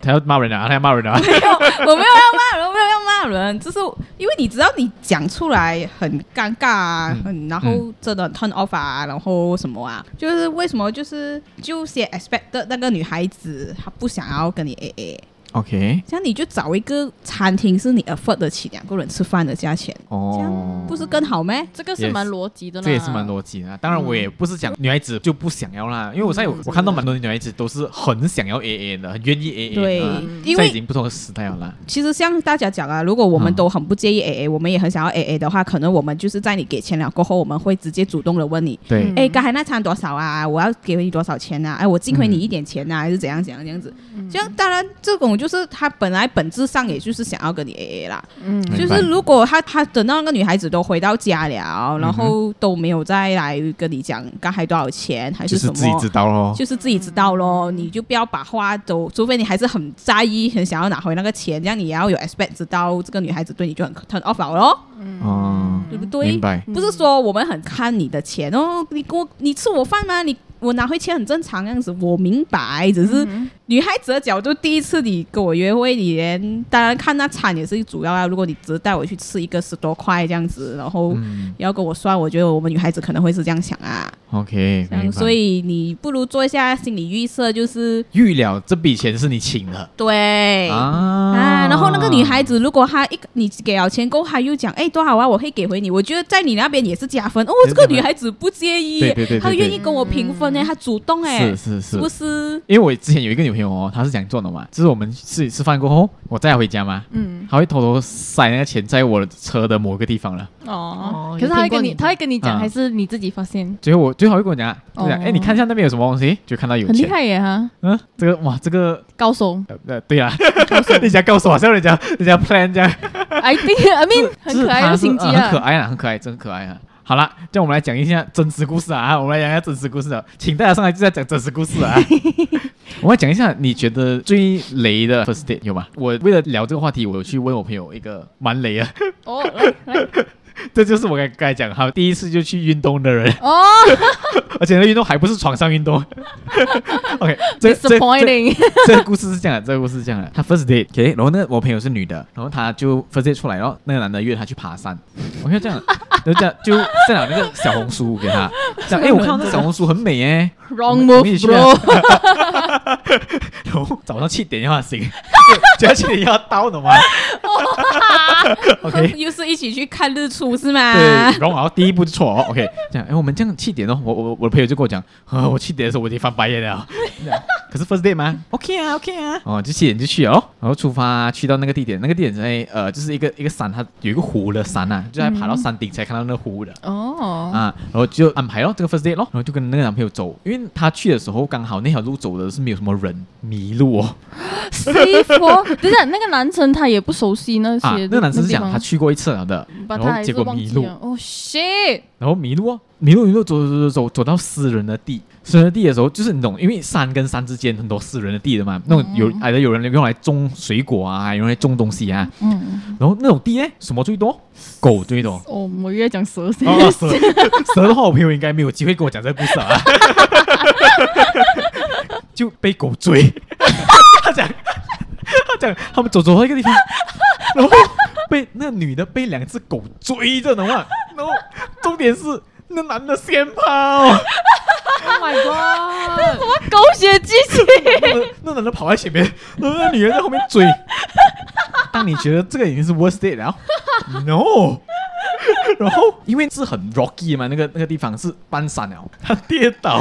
Speaker 1: 他要骂人啊，他要骂人啊。
Speaker 5: 没有，我没有要骂人，我没有要骂人，就是因为你知道你讲出来很尴尬啊，
Speaker 1: 嗯
Speaker 5: 很然后真的很 turn off 啊，然后什么啊，就是为什么就是就先 expect 的那个女孩子她不想要跟你 A A，
Speaker 1: OK，
Speaker 5: 这样你就找一个餐厅是你 afford 得起两个人吃饭的价钱，这
Speaker 1: 哦
Speaker 5: 样，不是更好咩？
Speaker 2: 这个是
Speaker 1: Yes
Speaker 2: 蛮逻辑的啦，
Speaker 1: 这也是蛮逻辑的啊。当然，我也不是讲女孩子就不想要啦，因为我在有我看到蛮多女孩子都是很想要 AA 的，很愿意 AA 的。
Speaker 5: 对
Speaker 1: 啊现
Speaker 5: 因为
Speaker 1: 在已经不同的时代了啦。
Speaker 5: 其实像大家讲啊，如果我
Speaker 1: 嗯
Speaker 5: 们都很不介意 A A，、我们也很想要 A A 的话，可能我们就是在你给钱了过后，我们会直接主动的问你，
Speaker 1: 对
Speaker 2: 嗯
Speaker 5: 哎、刚才那餐多少啊？我要给你多少钱啊？哎，我进回你一点钱啊，还是怎样怎样这样子？
Speaker 2: 嗯
Speaker 5: 这样当然，这种就是他本来本质上也就是想要跟你 A A 啦。
Speaker 2: 嗯
Speaker 1: 明白
Speaker 5: 就是如果他他等到那个女孩子都回到家
Speaker 1: 嗯
Speaker 5: 了，然后都没有再来跟你讲刚才多少钱还
Speaker 1: 就是
Speaker 5: 什
Speaker 1: 是
Speaker 5: 么，
Speaker 1: 自己知道咯。
Speaker 5: 就是自己知道咯，你就不要把话都，除非你还是很在意，很想要拿回那个钱，这样你也要有 expect 知道这个女孩子对你就很 turn off 了咯，
Speaker 1: 哦，
Speaker 5: 对不嗯对
Speaker 1: 明？白。
Speaker 5: 不是说我们很看你的钱哦，你给我你吃我饭吗？你我拿回钱很正常样子，我明白，只
Speaker 1: 嗯
Speaker 5: 是
Speaker 2: 嗯
Speaker 5: 女孩子的角度，第一次你跟我约会，你连当然看那餐也是主要啊。如果你只是带我去吃一个十多块这样子，然后
Speaker 1: 嗯
Speaker 5: 要跟我算，我觉得我们女孩子可能会是这样想啊，
Speaker 1: ，OK，
Speaker 5: 这
Speaker 1: 明白。
Speaker 5: 样所以你不如做一下心理预设，就是
Speaker 1: 预了这笔钱是你请的
Speaker 5: 对
Speaker 1: 啊
Speaker 5: 啊，然后那个女孩子，如果她一你给了钱够，她又讲，哎，多好啊，我会给回你。我觉得在你那边也是加分哦
Speaker 1: 对，
Speaker 5: 这个
Speaker 1: 对
Speaker 5: 女孩子不介意
Speaker 1: 对对对对，
Speaker 5: 她
Speaker 1: 对
Speaker 5: 愿意跟我平分
Speaker 3: 婚呢，他主动哎、
Speaker 1: 是是
Speaker 3: 是
Speaker 1: 是
Speaker 3: 不。是？
Speaker 1: 因为我之前有一个女朋友哦，她是讲做的嘛，就是我们自己吃饭过后，我载她回家嘛，
Speaker 2: 嗯
Speaker 1: 她会偷偷塞那个钱在我的车的某个地方了。
Speaker 2: 哦
Speaker 6: 哦，
Speaker 2: 可是他会跟你，
Speaker 6: 有听过你
Speaker 2: 他会跟你讲，
Speaker 1: 啊
Speaker 2: 还是你自己发现？
Speaker 1: 最后我最后会跟我讲，就讲
Speaker 2: 哦
Speaker 1: 哎、你看一下那边有什么东西，就看到有
Speaker 2: 很厉
Speaker 1: 钱。
Speaker 2: 害耶哈，
Speaker 1: 嗯，这个哇，这个
Speaker 2: 高手。
Speaker 1: 呃呃，对啊， 人家告诉我，像人家人家 plan 这样，
Speaker 2: I think I mean 很
Speaker 1: 就是
Speaker 2: 可爱
Speaker 1: 他
Speaker 2: 又
Speaker 1: 是
Speaker 2: 心机
Speaker 1: 呃很可
Speaker 2: 啊。
Speaker 1: 爱啊，很可爱，真可爱啊。好啦，这样我们来讲一下真实故事啊，我们来讲一下真实故事啊，请大家上来就在讲真实故 事啊。我们来讲一下，你觉得最雷的 first date 有吗？我为了聊这个话题，我有去问我朋友一个蛮雷啊，
Speaker 2: 哦来来
Speaker 1: 这就是我刚刚才讲，他第一次就去运动的人，
Speaker 2: 哦
Speaker 1: 而且那运动还不是床上运动。OK，这这这
Speaker 2: ，disappointing。
Speaker 1: 这个故事是这样的，这个故事是这样的。他 first date，OK，、然后呢，我朋友是女的，然后她就 first date 出来，然后那个男的约她去爬山，我就这样， 然后这样就 send 了那个小红书给她，讲哎、诶我看到那小红书很美哎、
Speaker 2: Wrong
Speaker 1: 我们一
Speaker 2: move,
Speaker 1: 起去啊
Speaker 2: bro。
Speaker 1: 然后早上七点要 醒，就要七点要到的 嘛。OK，
Speaker 3: 又是一起去看日出是吗？
Speaker 1: 哎对，
Speaker 2: 啊
Speaker 1: 然后然后第一步就错哦，OK，这样，哎，我们这样七点哦，我我我的朋友就跟我讲， 啊，我七点的时候我已经翻白眼了，这样可 是 first day 吗？OK 啊，OK 啊，哦，就七点就去了哦，然后出发去到那个地点，那个地点在呃，就是一个一个山，它有一个湖的山啊，就在爬到山顶才看到那个湖的。
Speaker 2: 哦，
Speaker 1: 啊，然后就安排咯，这个 first date 咯，然后就跟那个男朋友走，因为他去的时候刚好那条路走的是没有什么人，迷路哦。
Speaker 2: C four，等一下那个男生他也不熟悉那些
Speaker 1: 啊，
Speaker 2: 地。
Speaker 1: 那个男生是
Speaker 2: 地
Speaker 1: 讲
Speaker 2: 方
Speaker 1: 他去过一次了的，
Speaker 2: 把
Speaker 1: 然
Speaker 2: 他还
Speaker 1: 后
Speaker 2: 是
Speaker 1: 结果
Speaker 2: 忘
Speaker 1: 迷
Speaker 2: 记
Speaker 1: 路，
Speaker 2: 了哦、shit，
Speaker 1: 然后迷路哦，迷路迷路走走走走走到私人的地，私人的地的时候，就是你懂，因为山跟山之间很多私人的地的
Speaker 2: 嗯
Speaker 1: 嘛，那种有矮的有人用来种水果啊，用来种东西啊，
Speaker 2: 嗯，
Speaker 1: 然后那种地呢，什么最多？狗最多。
Speaker 2: 哦，我越讲蛇先，
Speaker 1: 哦，蛇蛇的话，我朋友应该没有机会跟我讲这个故事啊， 就被狗追。 他讲，他讲，他们走走到一个地方， 然后被那女的被两只狗追着的话，然后重点是那男的先跑。
Speaker 6: Oh my god！
Speaker 2: 狗血剧情，
Speaker 1: 那那男的跑在前面，然后那女人在后面追。当你觉得这个已经是 worst day 了，no，然后因为是很 rocky 嘛，那个那个地方是半山了，他跌倒，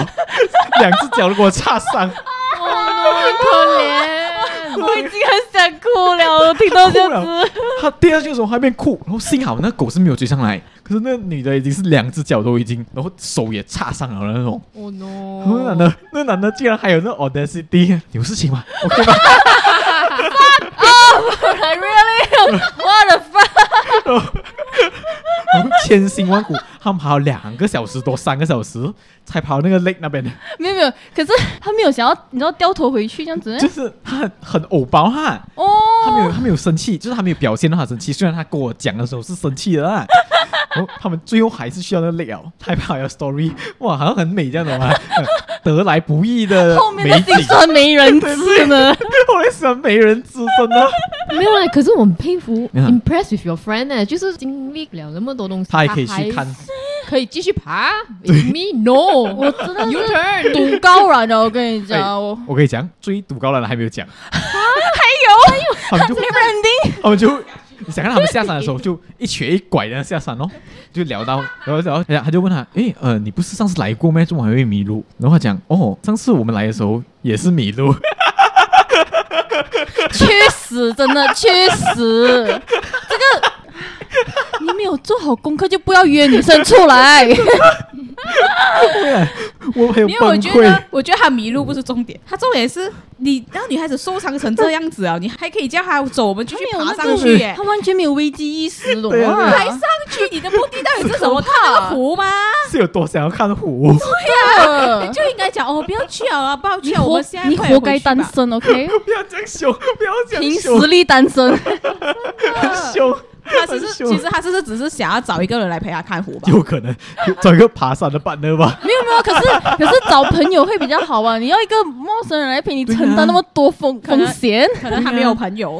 Speaker 1: 两只脚都给我擦伤，
Speaker 2: 哦
Speaker 6: 可怜，
Speaker 2: 我已经很想哭了，我听到这 样
Speaker 1: 哭了
Speaker 2: 子，
Speaker 1: 他跌下去的时候还在那边哭，然后幸好那狗是没有追上来，可是那女的已经是两只脚都已经，然后手也擦伤了那种。
Speaker 2: Oh
Speaker 6: 哦
Speaker 1: 那
Speaker 6: no！
Speaker 1: 男的，那男的竟然还有那 audacity，有事情吗？OK 吗？
Speaker 2: I really what the fuck，
Speaker 1: 我们 千辛万苦，他们爬了两个小时多，三个小时才爬到那个 lake 那边的，
Speaker 2: 没有没有，可是他没有想要，你知道掉头回去这样子呢
Speaker 1: 就，是他很很偶包哈，他没有
Speaker 2: 哦，
Speaker 1: 他没有生气，就是他没有表现到他生气，虽然他跟我讲的时候是生气的 啦。然后他们最后还是需要那个 lake 哦，害怕有 story，哇，好像很美这样的嘛，嗯得来不易的
Speaker 2: 后面
Speaker 1: 美
Speaker 2: 的
Speaker 1: 景
Speaker 2: 心。酸没人知呢，
Speaker 1: 我也喜欢没人啊知，真 的。
Speaker 6: 没有啦，可是我很佩 服
Speaker 1: 嗯
Speaker 6: ，impressed with your friend 呢，就是经历了那么多东西，
Speaker 1: 他还可以去看，
Speaker 6: 可以继续爬。Me no，我
Speaker 2: 真的
Speaker 6: U
Speaker 2: 是
Speaker 6: turn。
Speaker 2: 赌高燃的，我跟你
Speaker 1: 哎
Speaker 2: 讲，我
Speaker 1: 我跟你讲，追赌高了的还没有讲，
Speaker 2: 还哦啊
Speaker 1: 他
Speaker 2: 有
Speaker 1: 们就
Speaker 2: branding，
Speaker 1: 他们哦就你想看他们下山的时候，就一瘸一拐的下山哦，就聊到，然后然后他就问他，诶，呃，你不是上次来过吗？怎么还会迷路？然后他讲，哦，上次我们来的时候也是迷路，
Speaker 2: 去死，真的去死，这个。你没有做好功课，就不要约女生出来。
Speaker 1: 我很
Speaker 3: 因为我
Speaker 1: 崩
Speaker 3: 觉
Speaker 1: 溃
Speaker 3: 得。，我觉得他迷路不是重点，他重点是你让女孩子受伤成这样子啊，你还可以叫她走，我们继续爬上 去耶
Speaker 2: 他。完全没有危机意识的
Speaker 1: 对啊
Speaker 2: 哇
Speaker 1: 对
Speaker 3: 爬上去，你的目的到底是什 么？看那个湖吗？
Speaker 1: 是有多想要看湖？
Speaker 3: 你就应该讲哦，不要去了啊，不要去
Speaker 2: 你
Speaker 3: 了，我
Speaker 2: 活
Speaker 3: 们现在
Speaker 2: 你
Speaker 3: 快
Speaker 2: 活
Speaker 3: 点
Speaker 2: 该
Speaker 3: 回去吧
Speaker 2: 单身，OK？
Speaker 1: 不要这样凶，不要这
Speaker 2: 凭
Speaker 1: 样
Speaker 2: 实
Speaker 1: 凶，
Speaker 2: 力单身，
Speaker 1: 很凶，
Speaker 3: 他只是
Speaker 1: 很凶
Speaker 3: 其实他只是只是想要找一个人来陪他看湖吧。
Speaker 1: 有可能找一个爬山的 伴侣吧。
Speaker 2: 没有没有，可是可是找朋友会比较好啊。你要一个陌生人来陪你
Speaker 1: 对啊
Speaker 2: 承担那么多风
Speaker 3: 可能
Speaker 2: 风险，
Speaker 3: 可能他没有朋友，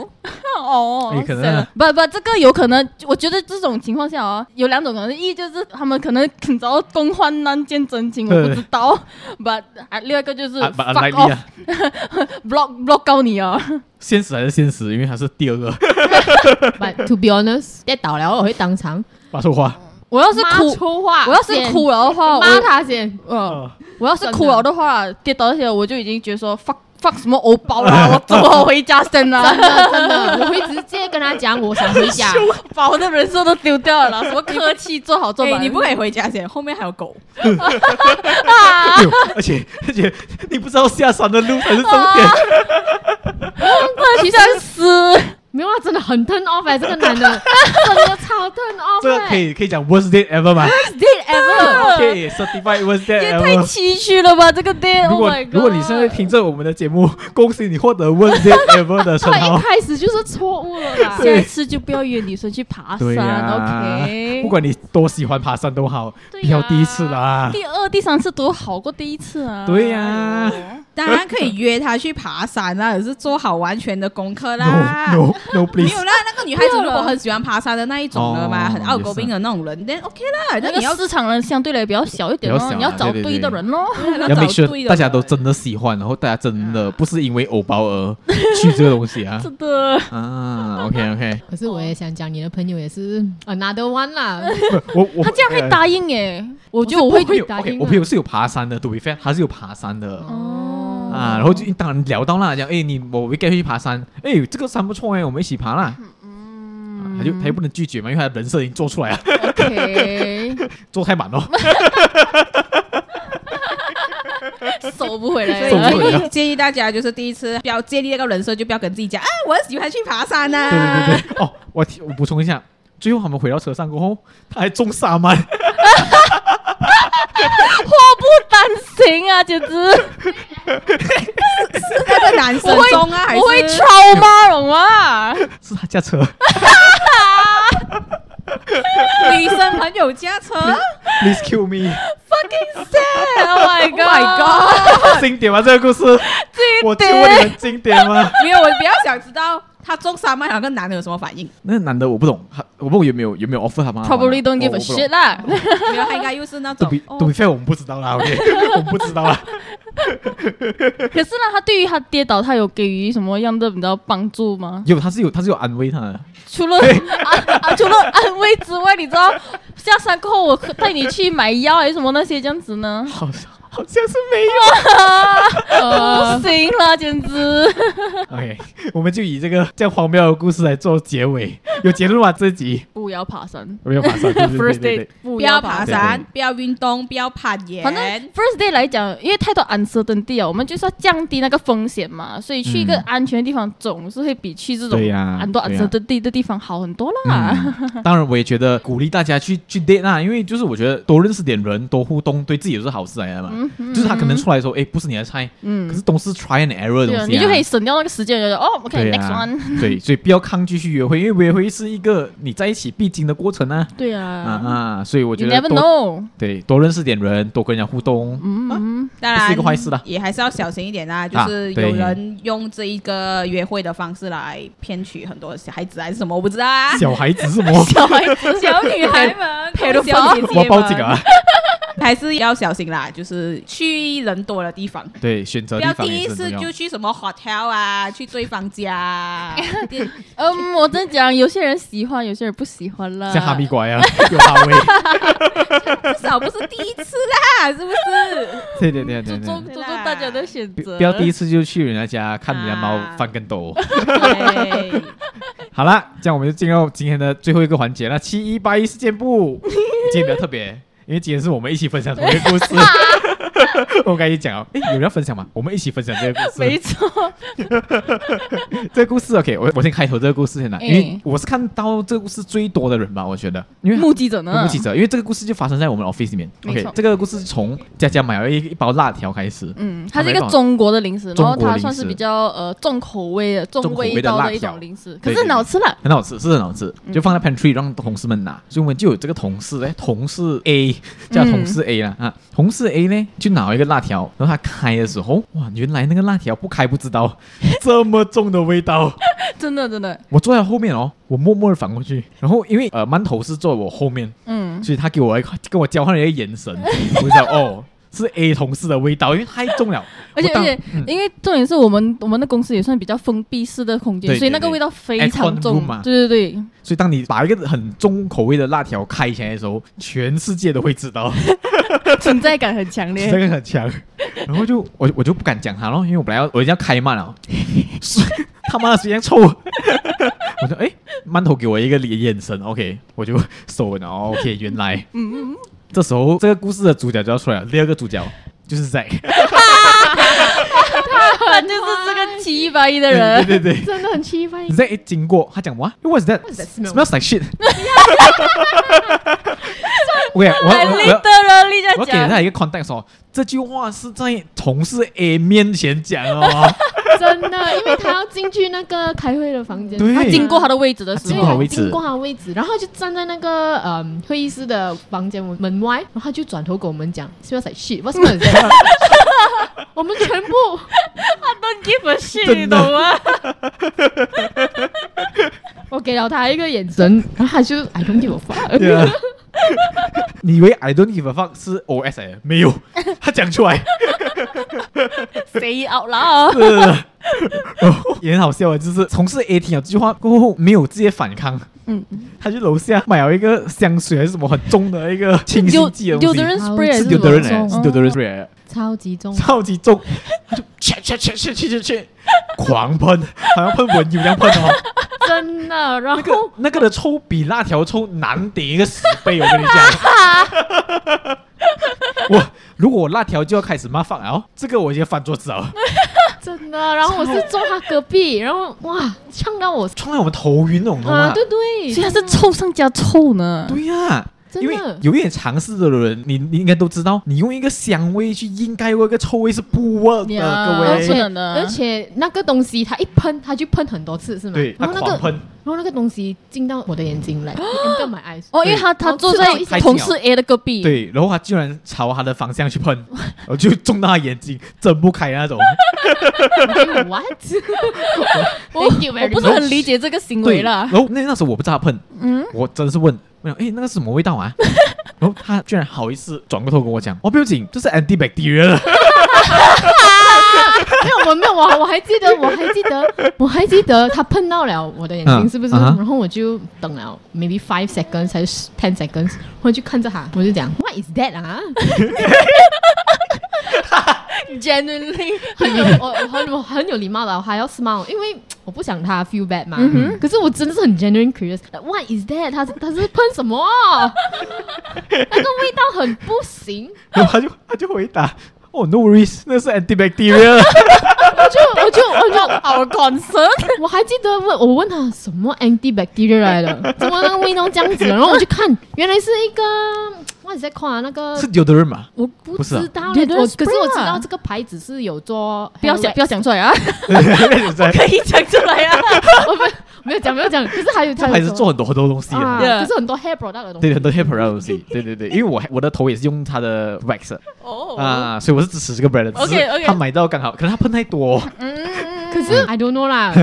Speaker 2: 哦
Speaker 1: 啊也可能啊
Speaker 2: 不不，这个有可能，我觉得这种情况下啊，有两种可能，一就是他们可能肯着共患难见真情，我不
Speaker 1: 对
Speaker 2: 知道；，but 啊另外一个就是
Speaker 1: 啊
Speaker 2: fuck
Speaker 1: ，but unlikely
Speaker 2: off
Speaker 1: 啊，
Speaker 2: block block 告你啊，
Speaker 1: 现实还是现实，因为他是第二个
Speaker 6: But to be honest，跌倒了我会当场
Speaker 1: 马说话。
Speaker 2: 我要是
Speaker 3: 骂
Speaker 2: 哭，
Speaker 3: 粗话，
Speaker 2: 我要是
Speaker 3: 先
Speaker 2: 哭了的话，我
Speaker 3: 骂他先，
Speaker 2: 嗯，
Speaker 3: 啊
Speaker 2: 我要是
Speaker 3: 真的
Speaker 2: 哭了的话，跌倒那些我就已经觉得说 fuck fuck 什么欧包 啦，我怎么回家先啊啦？
Speaker 3: 真的真的，我会直接跟他讲我想回 家。
Speaker 2: 把我的人设都丢掉了，什么客气做 好做
Speaker 5: 哎
Speaker 2: 满，
Speaker 5: 你不可以回家先，后面还有狗。
Speaker 1: 哎呦而且而且你不知道下山的路才是重点。
Speaker 2: 哎去三思。
Speaker 3: 没有啊，真的很 turn off 哎、这个男的真的超 turn off
Speaker 1: 这个可
Speaker 3: 哎、
Speaker 1: 以可以讲 worst date ever 吗
Speaker 2: 哦 Date ever，
Speaker 1: ？OK certified worst
Speaker 2: 也
Speaker 5: 哎
Speaker 1: date
Speaker 2: 太
Speaker 1: ever。
Speaker 2: 崎岖了吧，这个 date。
Speaker 1: 如
Speaker 2: Oh
Speaker 1: 果
Speaker 2: my god！
Speaker 1: 如果你现在听着我们的节目，恭喜你获得 worst date ever 的称
Speaker 3: 他一
Speaker 1: 号。
Speaker 3: 开始就是错误了啦。
Speaker 2: 下一次就不要约女生去爬
Speaker 1: 对
Speaker 2: 山
Speaker 1: 呀、
Speaker 2: ，OK？
Speaker 1: 不管你多喜欢爬山都好，
Speaker 2: 对
Speaker 1: 不
Speaker 2: 呀
Speaker 1: 要第一次啦。
Speaker 2: 第二、第三次都好过第一次啊。
Speaker 1: 对呀
Speaker 5: 当然可以约她去爬山啦，也是做好完全的功课啦。
Speaker 1: No no no
Speaker 5: 没
Speaker 1: please，
Speaker 5: 有啦，那个女孩子如果很喜欢爬山的那一种的嘛，
Speaker 1: 哦
Speaker 5: 很 outgoing 的那种人，那 OK 啦，
Speaker 2: 那
Speaker 5: 那
Speaker 2: 个
Speaker 5: 你要
Speaker 2: 市场人相对来比较小一点
Speaker 1: 比较
Speaker 2: 哦，
Speaker 1: 小啊
Speaker 2: 你要找
Speaker 1: 对对对
Speaker 2: 对的人咯。
Speaker 1: 要 make
Speaker 5: 找
Speaker 1: sure
Speaker 5: 对
Speaker 1: 大家都
Speaker 5: 人
Speaker 1: 真的喜欢，然后大家真的不是因为偶包而去这个东西啊
Speaker 2: 真的，
Speaker 1: 啊，OK OK，
Speaker 3: 可是我也想讲，你的朋友也是呃 another one 啦，
Speaker 1: 我我
Speaker 2: 他竟然会答应耶！我觉得我
Speaker 1: 我
Speaker 2: 会
Speaker 1: 朋友
Speaker 3: 答
Speaker 1: OK，
Speaker 3: 应
Speaker 1: 我
Speaker 3: 啊
Speaker 1: 朋友是有爬山的，to be fair，他是有爬山的。
Speaker 2: 哦
Speaker 1: 啊，然后就当然聊到啦，讲哎，你我 weekend 去爬山，哎，这个山不错哎，我们一起爬啦。啊他就他又不能拒绝嘛，因为他的人设已经做出来了，
Speaker 2: ，OK，
Speaker 1: 做太 满了。
Speaker 2: 收不回来
Speaker 5: 所
Speaker 2: 了，
Speaker 5: 以
Speaker 1: 送不回
Speaker 5: 建
Speaker 1: 来
Speaker 5: 议建议大家就是第一次不要建立那个人设，就不要跟自己讲，啊，我很喜欢去爬山呐、
Speaker 1: 对对对对，哦，我提我补充一下，最后他们回到车上过后， 他还中沙曼，
Speaker 2: 担心啊，简直。
Speaker 5: 是那个男生中啊，还是
Speaker 2: 我会啊超吗？懂吗？
Speaker 1: 是他驾 车，
Speaker 5: 女生朋友驾 车 Oh
Speaker 1: Please kill me！
Speaker 2: Oh my god！
Speaker 5: ？Oh
Speaker 1: 啊
Speaker 5: my god！
Speaker 1: 经典吗？这个故事，我就问你们经典吗？
Speaker 5: 没有，我比较想知道他中山脉那个男的有什么反应。
Speaker 1: 那个男的我不懂，他我不懂有没有有没有 offer 他吗
Speaker 2: Probably don't
Speaker 1: 哦
Speaker 2: give a shit 啦。
Speaker 5: 没有，他应该又是那
Speaker 1: 对
Speaker 5: 种哦
Speaker 1: 比对比费我们不知道啦，OK，我们 不知道啦。
Speaker 2: 可是呢，他对于他跌倒，他有给予什么样的你知道帮助吗？
Speaker 1: 有他是有他是有安慰他的，
Speaker 2: 除了啊啊，除了安慰之外，你知道下山过后我带你去买药还是什么那些这样子 呢？
Speaker 1: 好像好像是没有。
Speaker 2: 不行了，简直
Speaker 1: OK，我 们就以这个这样荒谬的故事来做结 尾，有结论吗？这集
Speaker 2: 不要爬山。
Speaker 1: 没有马上，对 对对
Speaker 2: First
Speaker 1: 对
Speaker 2: date
Speaker 1: 对，
Speaker 2: 不
Speaker 5: 不要爬
Speaker 1: 啊对
Speaker 5: 山，不要运动，不要攀岩。
Speaker 2: 反正 first day 来讲，因为太多 uncertainty 啊，我们就是要降低那个风险嘛，所以去一个
Speaker 1: 嗯
Speaker 2: 安全的地方总是会比去这种
Speaker 1: 对呀
Speaker 2: 很多
Speaker 1: 对呀
Speaker 2: uncertainty 的地方好很多啦。
Speaker 1: 嗯，当然我也觉得鼓励大家去去 date 啦，因为就是我觉得多认识点人，多互动，对自己也是好事来的嘛。就是他可能出来说，哎，不是你的菜，可
Speaker 2: 嗯
Speaker 1: 是，都是 try and error 的东
Speaker 2: 对
Speaker 1: 西、
Speaker 2: 啊，
Speaker 1: 啊，
Speaker 2: 你就可以省掉那个时间，就觉得哦
Speaker 1: 对
Speaker 2: ，OK，next
Speaker 1: 啊
Speaker 2: one，
Speaker 1: 对，所以不要抗拒去约会，因为约会是一个你在一起必经的过程啊。
Speaker 2: 对
Speaker 1: 啊
Speaker 2: 啊
Speaker 1: 啊，所以我觉
Speaker 2: ，You
Speaker 1: 得
Speaker 2: never
Speaker 1: 多
Speaker 2: know，
Speaker 1: 对多认识点人，多跟人家互动，
Speaker 2: 嗯，
Speaker 5: 当
Speaker 1: 不
Speaker 5: 然
Speaker 1: 是一个坏事啦。
Speaker 5: 也还是要小心一点啦，就
Speaker 1: 啊
Speaker 5: 是
Speaker 1: 对
Speaker 5: 有人用这一个约会的方式来骗取很多小孩子还是什么，我不知道啊。
Speaker 1: 小孩子是 么？
Speaker 2: 小孩子
Speaker 5: 小女孩 们，
Speaker 2: 陪
Speaker 5: 各
Speaker 2: 着
Speaker 5: 位小姐姐
Speaker 1: 我
Speaker 5: 们
Speaker 1: 报警！啊！
Speaker 5: 还是要小心啦，就是去人多的地方，
Speaker 1: 对，选择
Speaker 5: 不
Speaker 1: 地
Speaker 5: 要
Speaker 1: 方
Speaker 5: 第
Speaker 1: 也
Speaker 5: 一
Speaker 1: 是
Speaker 5: 次
Speaker 1: 很重
Speaker 5: 就
Speaker 1: 要。
Speaker 5: 去什么 hotel 啊，去对方家 啊。
Speaker 2: 嗯，我真讲，有些人喜欢，有些人不喜欢
Speaker 5: 呃
Speaker 2: 啦。
Speaker 1: 像哈密瓜 啊，有哈味。
Speaker 5: 至少不是第一次啦，是不是？
Speaker 1: 对对对对
Speaker 2: 注重
Speaker 1: 对。
Speaker 2: 注重大家的选
Speaker 1: 不
Speaker 2: 择，
Speaker 1: 不要第一次就去人家家看人家猫
Speaker 5: 啊
Speaker 1: 翻跟斗。
Speaker 5: 对
Speaker 1: 好啦，这样我们就进入今天的最后一个环节了，七一八一事件部。今天比较特别，因为今天是我们一起分享同一个故 事。我刚才也讲了，哎，有人要分享吗？我们一起分享这个故事。
Speaker 2: 没错，
Speaker 1: 这个故事 OK，我我先开头这个故事先来，
Speaker 2: 哎
Speaker 5: 嗯
Speaker 1: 因为我是看到这个故事最多的人吧，我觉得，因为
Speaker 2: 目击者呢？
Speaker 1: 目击者，因为这个故事就发生在我们 office 里面。
Speaker 2: 嗯没
Speaker 1: OK，
Speaker 2: 错
Speaker 1: 这个故事是从佳佳买了一一包辣条开始，
Speaker 2: 嗯，它是一
Speaker 1: 没
Speaker 2: 个
Speaker 1: 办法
Speaker 2: 中国的零食，然后
Speaker 1: 中国
Speaker 2: 它
Speaker 1: 零食
Speaker 2: 算是比较呃重口味的、重
Speaker 1: 重口味的
Speaker 2: 味道
Speaker 1: 辣
Speaker 2: 的一
Speaker 1: 条
Speaker 2: 种零食，可
Speaker 1: 对
Speaker 2: 是很好吃啦。
Speaker 1: 很好吃，是很好吃，
Speaker 2: 嗯
Speaker 1: 就放在 pantry 让同事们拿。所以我们就有这个同事哎，同
Speaker 2: 嗯
Speaker 1: 事 A 叫同事 A 啦、啊，同事 A 呢就拿了一个辣条，然后他开的时候，哇，原来那个辣条不开不知道，这么重的味 道。
Speaker 2: 真的真的，
Speaker 1: 我坐在后面哦，我默默的反过去，然后因为呃馒头是坐我后面，
Speaker 2: 嗯，
Speaker 1: 所以他给我一个跟我交换了一个眼神，我就想哦，是 A 同事的味道，因为太重了。
Speaker 2: 而且
Speaker 1: 我当
Speaker 2: 而且
Speaker 1: 嗯，
Speaker 2: 因为重点是我们我们的公司也算比较封闭式的空间
Speaker 1: 对，
Speaker 2: 所以那
Speaker 1: 对
Speaker 2: 个
Speaker 1: 对
Speaker 2: 味道非
Speaker 1: Aircon
Speaker 2: 常
Speaker 1: room 啊
Speaker 2: 重
Speaker 1: 嘛。
Speaker 2: 对对对，
Speaker 1: 所以当你把一个很重口味的辣条开起来的时候，全世界都会知道，
Speaker 2: 存在感很强
Speaker 1: 这
Speaker 2: 烈。
Speaker 1: 个很强。然后就我我就不敢讲他咯，因为我本来要我一定要开慢了， 是他妈的时间臭。我说哎，馒头给我一个眼神，OK，我就收了。哦 OK，原来，嗯，这时候这个故事的主角就要出来了，第二个主角就是 Zack，
Speaker 2: 他就是这个七一八一的人，
Speaker 1: 对对对
Speaker 3: 真的很气愤
Speaker 1: 你。在一经过，他讲哇，What's that?
Speaker 3: What's that smell?
Speaker 1: Smells like shit 。OK，我
Speaker 2: 很
Speaker 1: 要我
Speaker 2: l
Speaker 1: 要
Speaker 2: i 的力
Speaker 1: 我要
Speaker 2: 在
Speaker 1: 给
Speaker 2: 讲。
Speaker 1: 他一个 context 哦，这句话是在同事 A 面前讲哦，
Speaker 3: 真的，因为他要进去那个开会的房间，
Speaker 1: 对
Speaker 3: 他
Speaker 2: 经过他的位置的
Speaker 1: 经
Speaker 2: 时
Speaker 1: 过
Speaker 2: 候，
Speaker 1: 他的位置
Speaker 3: 经过他的位置，然后就站在那个嗯会议室的房间门外，然后他就转头跟我们讲，smells like shit，what smells like shit？我们全部
Speaker 2: don't give a shit，
Speaker 1: 真
Speaker 2: 你
Speaker 1: 的
Speaker 2: 懂吗？
Speaker 3: 我给了他一个眼神，然后他就 I don't give a fuck。
Speaker 1: 对啊。你以为 I don't give a fuck 是 OS 哎？没有，他讲出来，
Speaker 2: 谁 out 了？
Speaker 1: 呃然后也很好笑啊，就是同事 A 听了这句话过后没有直接反抗，
Speaker 2: 嗯，
Speaker 1: 他去楼下买了一个香水还是什么很重的一个清新剂的东
Speaker 2: 有
Speaker 1: 西
Speaker 2: 的，人
Speaker 3: 好
Speaker 2: spray 还
Speaker 1: 是
Speaker 2: 是
Speaker 3: 吃
Speaker 1: 有的人
Speaker 3: 什
Speaker 1: 哎，
Speaker 3: 么
Speaker 1: 是有的人 spray 哎。
Speaker 3: 超级重，
Speaker 1: 超级重，他就切切切切切切切，狂喷，好像喷蚊油一样喷哦。
Speaker 3: 真的。然
Speaker 1: 那
Speaker 3: 后
Speaker 1: 个那个的臭比辣条臭难顶一个十倍，我跟你讲。 我如果我辣条就要开始骂饭了，哦这个我已经翻桌子了，
Speaker 3: 真的，然后我是坐他隔壁，然后哇，呛到我
Speaker 1: 冲到我们头晕那种的
Speaker 3: 啊！
Speaker 1: 嘛。
Speaker 3: 对对，
Speaker 2: 所以他是臭上加臭呢。
Speaker 1: 对呀、
Speaker 3: 真
Speaker 1: 因
Speaker 3: 的
Speaker 1: 为有一点常识的人，你你应该都知道，你用一个香味去应该过一个臭味是不 work 的
Speaker 2: 呀
Speaker 1: 啊各
Speaker 3: 而
Speaker 1: 位。
Speaker 2: 不
Speaker 3: 且
Speaker 2: 能的
Speaker 3: 而且那个东西它一喷，它就喷很多次，是吗？
Speaker 1: 对，他啊
Speaker 3: 然后那个
Speaker 1: 狂喷，
Speaker 3: 然后那个东西进到我的眼睛 来，into my eyes。
Speaker 2: 哦，因为他他坐在
Speaker 1: 对太近了
Speaker 2: 同事 A 的隔壁，
Speaker 1: 啊对，然后他居然朝他的方向去 喷，我就中到他眼睛，睁不开那种。
Speaker 3: Okay, what？Thank you
Speaker 2: 我
Speaker 3: very
Speaker 2: 不
Speaker 3: much。
Speaker 2: 是很理解这个行为啦
Speaker 1: 然。后那那时候我不知道他喷，
Speaker 2: 嗯，
Speaker 1: 我真的是问，我想哎那个是什么味道啊？然后他居然好意思转过头跟我讲，哦不要紧，这是 antibacterial，
Speaker 3: 没有，我没有，我我还记得，我还记得，我还记得他碰到了我的眼睛，
Speaker 1: 嗯
Speaker 3: 是不是？
Speaker 1: 嗯哼
Speaker 3: 然后我就等了 maybe five seconds 还是 ten seconds，我就看着他，我就讲 What is that 啊？
Speaker 2: Genuinely，
Speaker 3: 很有我我很我很有礼貌的，我还要 smile，因为我不想他 feel bad 嘛。
Speaker 2: 嗯
Speaker 3: 可是我真的是很 genuine curious，like, what is that？他是他是喷 什么？那个味道很不行，
Speaker 1: 然后他就他就回答，哦 no worries，那是 antibacterial，
Speaker 3: 我就 我就我就
Speaker 2: our concern，
Speaker 3: 我还记得问我问他什么 antibacterial 来的，怎么那个味道这样子？然后我去看，原来是一个 what is that called？啊那个
Speaker 1: 是有的人嘛，
Speaker 3: 我不
Speaker 1: 不是啊
Speaker 3: 知道嘞，
Speaker 2: Deodorant
Speaker 3: 我可是我
Speaker 2: spray 啊
Speaker 3: 知道这个牌子是有做
Speaker 2: 不
Speaker 3: hair wax，
Speaker 2: 要讲不要讲 出来啊，
Speaker 1: 对，
Speaker 2: 可以讲出来啊。
Speaker 3: 我没有没有讲没有讲，可是还有
Speaker 1: 这还是做很多很多东西
Speaker 3: 啊，
Speaker 1: 的。
Speaker 2: Yeah
Speaker 3: 就是很多 hair product 的东西。
Speaker 1: 对很多 hip hop 的东西，对对对，因为我我的头也是用他的 wax 的
Speaker 2: 哦，
Speaker 1: 啊，所以我是支持这个 brand 的。只是
Speaker 2: OK，OK
Speaker 1: 他买到刚好，可能他喷太多，
Speaker 3: 可是嗯 I don't know 啦，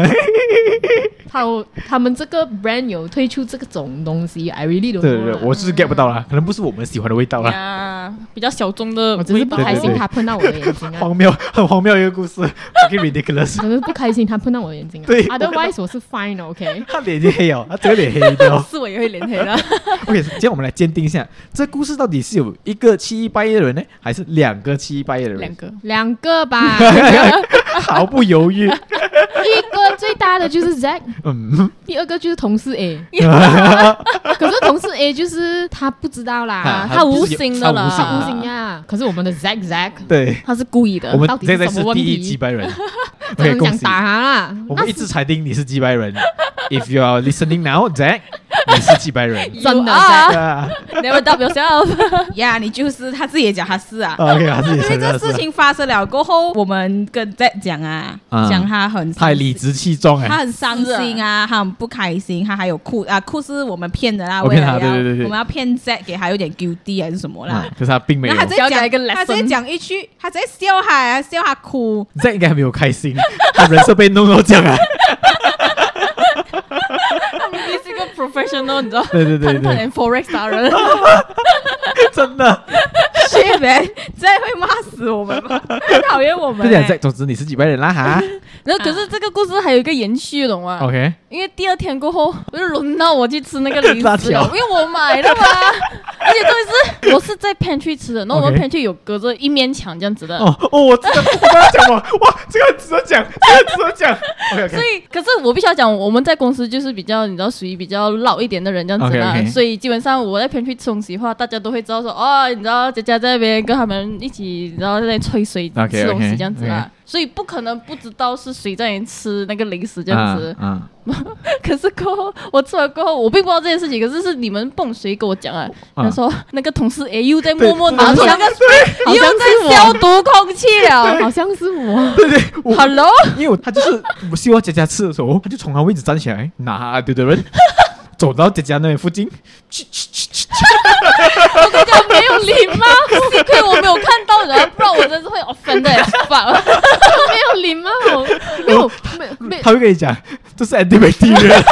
Speaker 3: 他有他们这个 brand 有推出这个种东西，I really don't
Speaker 1: 对
Speaker 3: know
Speaker 1: 对对，
Speaker 3: 啦
Speaker 1: 我是 get 不到啦，可能不是我们喜欢的味道啦。
Speaker 2: 呀，比较小众的
Speaker 3: 我只是不
Speaker 1: 对
Speaker 3: 开
Speaker 1: 对
Speaker 3: 心
Speaker 1: 对
Speaker 3: 他碰到我的眼睛 啊，
Speaker 1: 荒谬，很荒谬一个故事，fucking ridiculous。
Speaker 3: 我是不开心他碰到我的眼睛啊。
Speaker 1: 对
Speaker 3: ，otherwise 我是 fine 的 OK。
Speaker 1: 他脸已经黑哦，他 整个脸黑掉。
Speaker 2: 思维也会连黑啦。
Speaker 1: OK，今天我们来鉴定一下，这故事到底是有一个七一八一的人呢，还是两个七一八一的人？
Speaker 2: 两个，
Speaker 3: 两个吧，
Speaker 1: 毫不犹豫，
Speaker 3: 一个最大的就是 Zack，
Speaker 1: 嗯，
Speaker 3: 第二个就是同事 A。可是同事 A 就是他不知道啦，
Speaker 2: 他无心的啦
Speaker 1: 他
Speaker 3: 他
Speaker 1: 无
Speaker 3: 啊无
Speaker 1: 心
Speaker 3: 心啊。可是我们的 Zack Zack，
Speaker 1: 对，
Speaker 2: 呃他是故意的
Speaker 1: 我。们
Speaker 3: 到底
Speaker 1: 现
Speaker 3: 是
Speaker 1: 在
Speaker 3: 什
Speaker 1: 是
Speaker 3: 么问
Speaker 1: 第
Speaker 3: 题
Speaker 1: 一击败人
Speaker 3: 真
Speaker 1: ，OK，
Speaker 3: 的
Speaker 1: 恭
Speaker 3: 想
Speaker 1: 喜，
Speaker 3: 打他啦。
Speaker 1: 我们一直裁定你是击败人。If you are listening now, Jack，你是击败 人。
Speaker 3: 真的
Speaker 2: You are
Speaker 1: 对啊
Speaker 2: Never doubt yourself。
Speaker 5: 呀，你就是他自己也讲他是啊。
Speaker 1: ，OK，他自己
Speaker 5: 因为
Speaker 1: 承认
Speaker 5: 这
Speaker 1: 了
Speaker 5: 事
Speaker 1: 是吧，
Speaker 5: 情发生了过后，我们跟在讲啊，
Speaker 1: 啊
Speaker 5: 讲他很
Speaker 1: 太
Speaker 5: 伤
Speaker 1: 理
Speaker 5: 心，
Speaker 1: 直气壮
Speaker 5: 他
Speaker 1: 哎，
Speaker 5: 很伤心啊，他很不开心，他还有哭啊，哭是我们骗的啦，
Speaker 1: 我
Speaker 5: 为
Speaker 1: 骗他
Speaker 5: 了要
Speaker 1: 对对对对
Speaker 5: 我们要骗 Z 给他有点 guilty 还是什么啦
Speaker 1: 啊，可是他并没有
Speaker 5: 那他直接
Speaker 2: 教他
Speaker 5: 讲
Speaker 2: 一个
Speaker 5: 他直接
Speaker 2: lesson
Speaker 5: 讲一句，他直接笑他，笑他哭，
Speaker 1: ，Jack 应该还没有开心，他人设被弄到这样啊。
Speaker 2: 你是一个 professional，你知道？
Speaker 1: 对对对对
Speaker 2: 谈判 and forex 达人，
Speaker 1: 真的
Speaker 5: 去呗，这样会骂死我们吧？讨厌我们
Speaker 1: 这
Speaker 5: 欸、
Speaker 1: 讲 在，总之你是几百人啦 哈。
Speaker 2: 然后可是这个故事还有一个延续，懂吗？
Speaker 1: OK，
Speaker 2: 因为第二天过后，我就轮到我去吃那个零
Speaker 1: 辣
Speaker 2: 食了，
Speaker 1: 条
Speaker 2: 因为我买 了嘛。而且重点是，我是在 pantry 吃的，然后我们
Speaker 1: OK
Speaker 2: pantry 有隔着一面墙这样子的。
Speaker 1: 哦哦，我知道，我刚刚讲我 哇，这个值得讲，这个值得讲。OK
Speaker 2: 所
Speaker 1: OK，
Speaker 2: 以，可是我必须要讲，我们在公司就是比较，你知道，属于比较老一点的人这样子啦。
Speaker 1: OK，OK
Speaker 2: 所以基本上我在 pantry 吃东西的话，大家都会知道说，哦，你知道佳佳在那边跟他们一起，然后在那里吹水
Speaker 1: OK，OK，
Speaker 2: 吃东西这样子啦。
Speaker 1: OK
Speaker 2: 所以不可能不知道是谁在那里吃那个零食这样子。
Speaker 1: 啊，
Speaker 2: 可是过后我吃完过后，我并不知道这件事情，可是是你们蹦谁跟我讲啊？
Speaker 1: 啊
Speaker 2: 他说那个同事 A 又在默默拿出
Speaker 1: 对
Speaker 2: 那个，
Speaker 3: 好
Speaker 2: 又
Speaker 3: 像
Speaker 2: 在消毒空气 了。
Speaker 3: 好像是我，
Speaker 1: 对对，我
Speaker 2: Hello，
Speaker 1: 因为我他就是我希望姐姐吃的时候，他就从他位置站起来，拿对的人走到姐姐那里附近，去去去去去，
Speaker 2: 我讲没有礼貌， 幸亏我没有看到人，不然我真是会 offend 的 fuck。
Speaker 3: 没有礼貌，没有没没
Speaker 1: 他会跟你讲这是 antibacterial，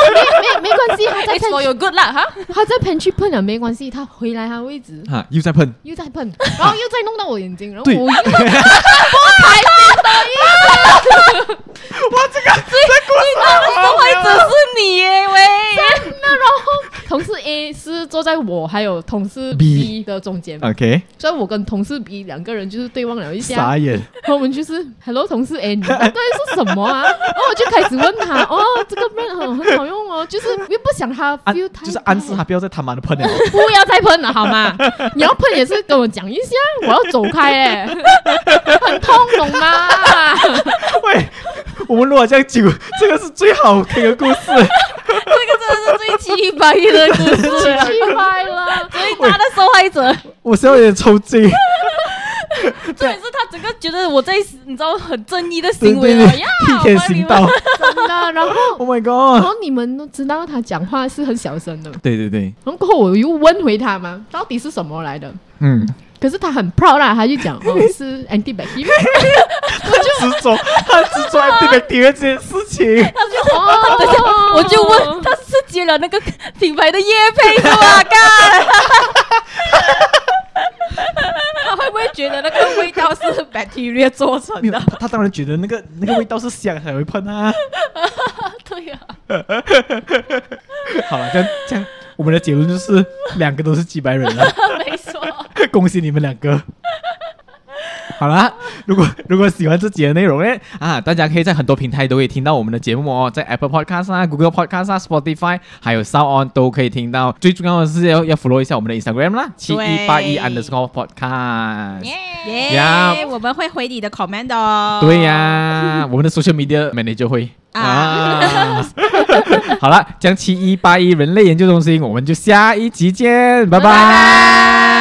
Speaker 3: 没没关系，他 在
Speaker 2: It's for
Speaker 3: pen
Speaker 2: your good 啦哈。
Speaker 3: 他在 pantry 喷了没关系，他回来他位置
Speaker 1: 啊，又在喷，
Speaker 3: 又在 喷，然后又再弄到我眼睛，然后
Speaker 1: 对
Speaker 3: 我又
Speaker 2: 不会只是你 耶喂，
Speaker 3: 那然后同事 A 是坐在我还有同事
Speaker 1: B 啊
Speaker 3: B 的中间，
Speaker 1: OK，
Speaker 3: 所以我跟同事 B 两个人就是对望了一下，
Speaker 1: 傻眼，
Speaker 3: 然后我们就是 Hello 同事 A，你到底是什么啊？ 然后我就开始问他，哦，这个 brand 很很好用哦，就是又不想他
Speaker 1: 暗
Speaker 3: feel 太
Speaker 1: 就是暗示
Speaker 3: 到
Speaker 1: 他不要再他妈的喷了。
Speaker 3: 不要再喷了好吗？ 你要喷也是跟我讲一下，我要走开嘞，欸 很痛懂吗？
Speaker 1: 喂，我们录了这样久，这个是最好听的故事。
Speaker 2: 这个真的是最奇葩的故事啊，
Speaker 3: 气坏了，
Speaker 2: 最大的受害者。
Speaker 1: 我是有点抽筋，
Speaker 2: 重点是他整个觉得我在你知道很正义的行为
Speaker 1: 对
Speaker 2: 了
Speaker 1: 对对
Speaker 2: 啊呀，
Speaker 1: 替天行道。
Speaker 3: 真的。然后，
Speaker 1: Oh my
Speaker 3: 然
Speaker 1: god！
Speaker 3: 后你们都知道他讲话是很小声的，
Speaker 1: 对对对，
Speaker 3: 然后过后我又问回他嘛，到底是什么来的？
Speaker 1: 嗯，
Speaker 3: 可是他很 proud 啦，他就讲哦是 antibacterial，
Speaker 1: 执着，他执着 antibacterial 这件事情。
Speaker 3: 哦，等下
Speaker 2: 我就问他是接了那个 品牌的叶配是 吧？干，
Speaker 5: 他会不会觉得那个味道是 bacteria 做成
Speaker 1: 没有，
Speaker 5: 的？
Speaker 1: 他他当然觉得那个那个味道是香才会喷啊。
Speaker 2: 对啊呀，
Speaker 1: 好了，这样这样，我们的结论就是两个都是几百人啊了，
Speaker 2: 没错。
Speaker 1: 恭喜你们两个。好啦，如果如果喜欢这集的内容呢，啊，大家可以在很多平台都可以听到我们的节目哦，在 Apple Podcast 啊、Google Podcast 啊、Spotify 还有 Sound On 都可以听到。最重要的是要要 follow 一下我们的 Instagram 啦，七一八一 underscore podcast。
Speaker 5: 耶、
Speaker 1: Yeah
Speaker 5: 我们会回你的 comment 的哦。
Speaker 1: 对呀、我们的 social media manager 会
Speaker 5: 啊
Speaker 1: 啊。好了，将七一八一人类研究中心，我们就下一集见，拜拜。